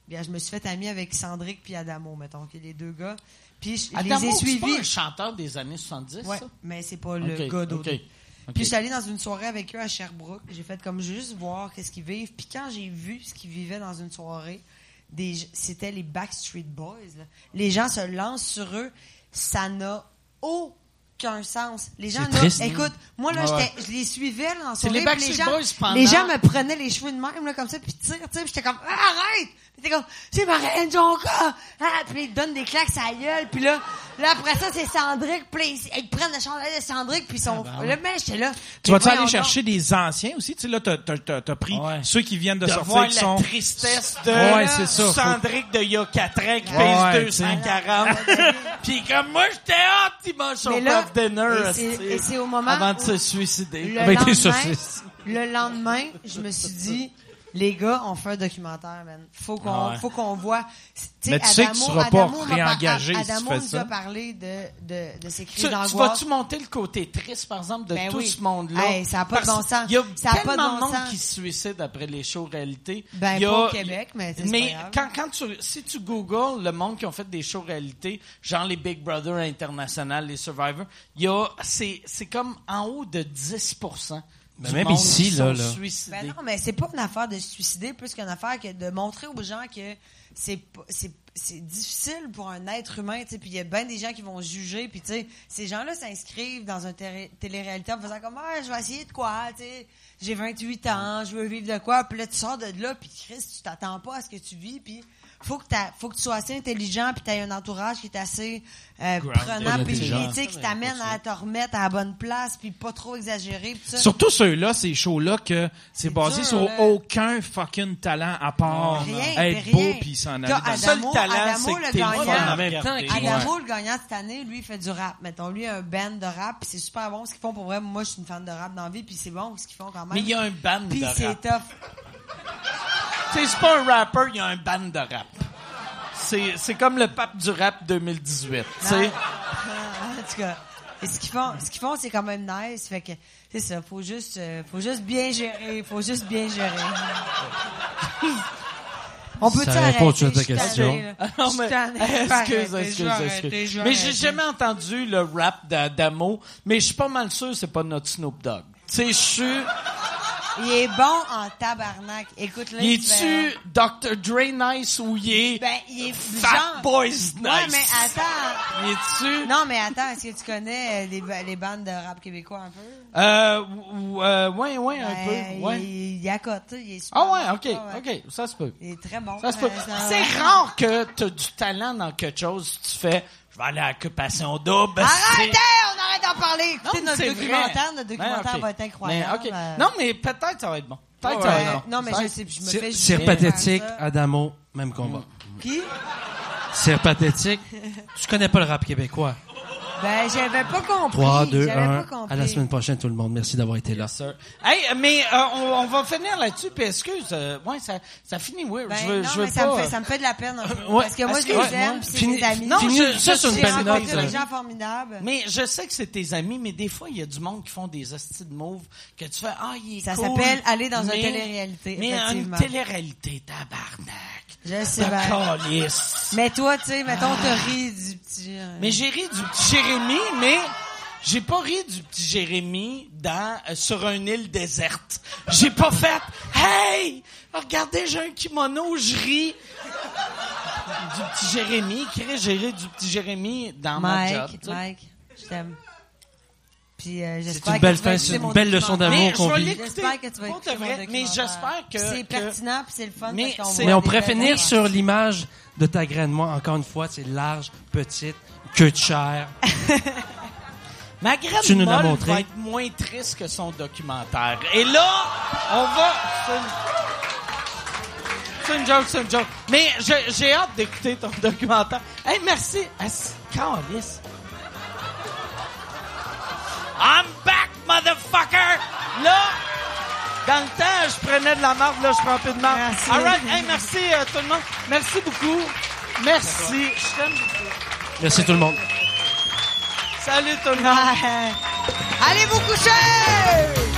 bien, je me suis fait amie avec Sandrick puis Adamo, mettons, qui est les deux gars. Puis Ah, je
Adamo,
les ai
c'est pas un
suivis.
chanteur des années 70,
Ouais,
ça?
mais c'est pas le
Ok,
gars d'OD.
ok, ok.
Puis je suis allée dans une soirée avec eux à Sherbrooke. J'ai fait comme juste voir qu'est-ce qu'ils vivent. Puis quand j'ai vu ce qu'ils vivaient dans une soirée, des, c'était les Backstreet Boys. là. Les gens se lancent sur eux. Ça n'a aucun sens. Les gens,
C'est
là,
hein?
triste.
écoute, moi, là, j'étais- je les suivais, là, en
les
soirée. puis Les,
Backstreet
gens,
Boys pendant-
les gens me prenaient les cheveux de même, là, comme ça, puis tirent, tu sais, puis j'étais comme, Ah, arrête! Puis t'es comme, c'est ma reine, Jonka! Ah, puis ils te donnent des claques à la gueule, puis là, là, après ça, c'est Cendric, puis ils, ils prennent le chandail de Cendric, puis ils sont, là, mais j'étais là.
Ah, ben Tu
Mais
vas-tu aller
voyons
chercher des anciens aussi? Tu sais, là, t'as- t'as t'as- t'as pris
Ouais.
ceux qui viennent de,
de
sortir
voir
qui
la
sont.
tristesse de
Ouais, c'est ça, faut-
Sandrick de il y a 4 ans qui
Ouais,
pèse 240.
*laughs*
Puis comme moi, j'étais hâte, il mange son
Mais là,
prof dinner.
et c'est-
esti,
et c'est au moment
Avant de
où-
se suicider.
Le
Avec des
lendemain,
saucisses.
le lendemain, je me suis dit, les gars, on fait un documentaire, man. Faut qu'on,
Ouais.
faut qu'on voit.
Ah Mais tu sais que tu seras pas
m'a par-
réengagé si tu
Adamo
fais
nous
ça.
a parlé de, de, de ses
Tu,
crises
tu
d'angoisse.
vas-tu monter le côté triste, par exemple, de
Ben
tout
oui.
ce monde-là?
Hey, ça a pas de
Parce-
bon sens.
Il y a
Ça a
tellement
pas de bon
monde
sens.
qui se suicide après les shows réalité.
Ben,
Il y a-
pas au Québec, mais c'est
Mais
pas grave.
quand, quand tu, si tu googles le monde qui ont fait des shows réalité, genre les Big Brother International, les Survivors, il y a, c'est, c'est comme en haut de 10
Mais
du
Ben, même
monde
ici,
qui
là,
sont
là.
suicidés.
Ben non, mais c'est pas une affaire de se suicider plus qu'une affaire que de montrer aux gens que c'est pas- c'est c'est difficile pour un être humain, tu sais, puis il y a bien des gens qui vont juger, puis tu sais, ces gens-là s'inscrivent dans un télé- télé-réalité en faisant comme ah, je vais essayer de quoi, tu sais, j'ai 28 ans, je veux vivre de quoi, puis là tu sors de là, puis Chris, tu t'attends pas à ce que tu vis, puis faut que t'as- faut que tu sois assez intelligent, puis tu un entourage qui est assez euh, prenant, puis
intelligent.
tu sais, qui t'amène à te remettre à la bonne place, puis pas trop exagéré, puis ça.
Surtout ceux-là, ces shows-là, que c'est basé
dur,
sur
là.
aucun fucking talent à part
Rien,
être
rien.
beau puis s'en aller.
T'as
dans-
Le seul
Adamo-
talent,
Adamo,
c'est
le
que t'es
gagnant. Ah,
pas
En
même temps,
regardé.
Adamo, le gagnant cette année, lui, il fait du rap. Mettons, lui, un band de rap, puis c'est super bon ce qu'ils font pour vrai. Moi, je suis une fan de rap dans la vie, puis c'est bon ce qu'ils font quand même.
Mais il y a un ban
Puis
de rap.
c'est tough.
Tu sais, C'est pas un rapper, il y a un ban de rap. C'est, c'est comme le pape du rap 2018. tu sais.
Non. *laughs* Ah, en tout cas, et ce qu'ils font, ce qu'ils font, c'est quand même nice. Fait que, c'est ça, faut juste, euh, faut juste bien gérer, faut juste bien gérer.
*laughs*
On peut
Ça répond
arrêter?
à ta
Je suis
question.
tannée, là.
Ah, Non,
euh, Je
mais-
suis tannée. Je vais
*laughs* excuse,
arrêter, je
excuse,
vais arrêter, je
excuse.
vais
Mais j'ai
arrêter.
jamais entendu le rap d'Adamo, mais je suis pas mal sûr que c'est pas notre Snoop Dogg. Tu sais, je suis...
Ben, Il est bon en tabarnak. Écoute, là,
Il
tu verras.
est-tu Dr. Dre nice ou il est
Ben, il est
Fat
genre-
Boys
Ouais, mais
nice?
attends.
Il est-tu...
Non, mais attends, est-ce que tu connais euh, les, ba- les bandes de rap québécois un peu?
Euh, ou- euh, ouais, ouais, un
Ben,
peu, ouais.
Il, il est à côté, il est super.
Ah ouais,
bon.
ok,
Ah ouais.
ok, ça se peut.
Il est très bon.
Ça se peut.
Euh, un-
C'est rare que t'as du talent dans quelque chose, tu fais, je vais aller à l'occupation double.
Arrêtez!
c'est-
On arrête d'en parler!
Non,
Écoutez
mais
notre
c'est
documentaire,
vrai.
notre documentaire
Ben, ok.
va être incroyable.
Mais, ok.
Euh,
Non, mais peut-être ça va être bon. Peut-être
euh,
ça va être bon.
non, mais je sais, je me fais
Cir-
juger
Cire
par
pathétique,
ça. Mm.
Adamo, même combat.
Qui?
Cire pathétique, tu connais pas le rap québécois.
Ben, j'avais pas compris.
3, 2,
J'avais
1.
pas compris.
À la semaine prochaine, tout le monde. Merci d'avoir été là.
Sir. Hey, mais euh, on, on va finir là-dessus, puis excuse, euh, ouais, ça, ça finit, oui,
Ben,
je veux,
non,
je veux
mais
pas...
ça, me fait, ça me fait de la peine. un peu.
ouais.
Parce que moi,
Parce
je
que-
les
ouais,
aime,
moi,
puis c'est
fini-
mes amis.
Non,
Finis
je-
sur
ça, c'est
une
J'ai
belle
note.
rencontré des gens formidables.
euh, Mais je sais que c'est tes amis, mais des fois, il y a du monde qui font des hosties de move que tu fais, ah, il est
Ça
cool,
s'appelle aller dans une
mais-
télé-réalité,
Mais une
effectivement.
télé-réalité, tabarnak.
Je sais ben,
Ta
bien.
calisse.
Mais toi, tu sais, mettons, t'as ri du petit... euh,
Mais j'ai ri du petit Jérémy, mais j'ai pas ri du petit Jérémy dans, euh, sur une île déserte. J'ai pas fait, hey, regardez, j'ai un kimono, je ris. Du petit Jérémy, Chris, j'ai ri du petit Jérémy dans ma job.
Mike,
tu sais.
Mike, je t'aime. Puis euh, j'espère
une
que
belle
tu vas
fin,
écouter
c'est une
mon
belle leçon
documentaire.
d'amour
Mais je
qu'on
vais
vit.
l'écouter.
J'espère que tu
Pour de
vas écouter mon
vrai, Mais
documentaire.
j'espère que...
Puis C'est
que-
pertinent, puis c'est le fun.
Mais
parce qu'on
c'est-
voit
Mais on
des
pourrait
belles
finir
affaires. *laughs*
sur l'image de ta graine. Moi, encore une fois, c'est large, petite, queue de chair.
Ma graine
Tu nous l'as
molle
montré.
va être moins triste que son documentaire. Et là, on va... c'est une- C'est une joke, c'est une joke. Mais je- j'ai hâte d'écouter ton *laughs* documentaire. Hey, merci. Ah, As- Calisse. I'm back, motherfucker! Là, dans le temps, je prenais de la marde, là, je prends plus de marde.
Merci.
All right. Hey, merci euh, tout le monde. Merci beaucoup. Merci. Je t'aime beaucoup.
Merci tout le monde.
Salut tout le monde.
Ouais. Allez vous coucher!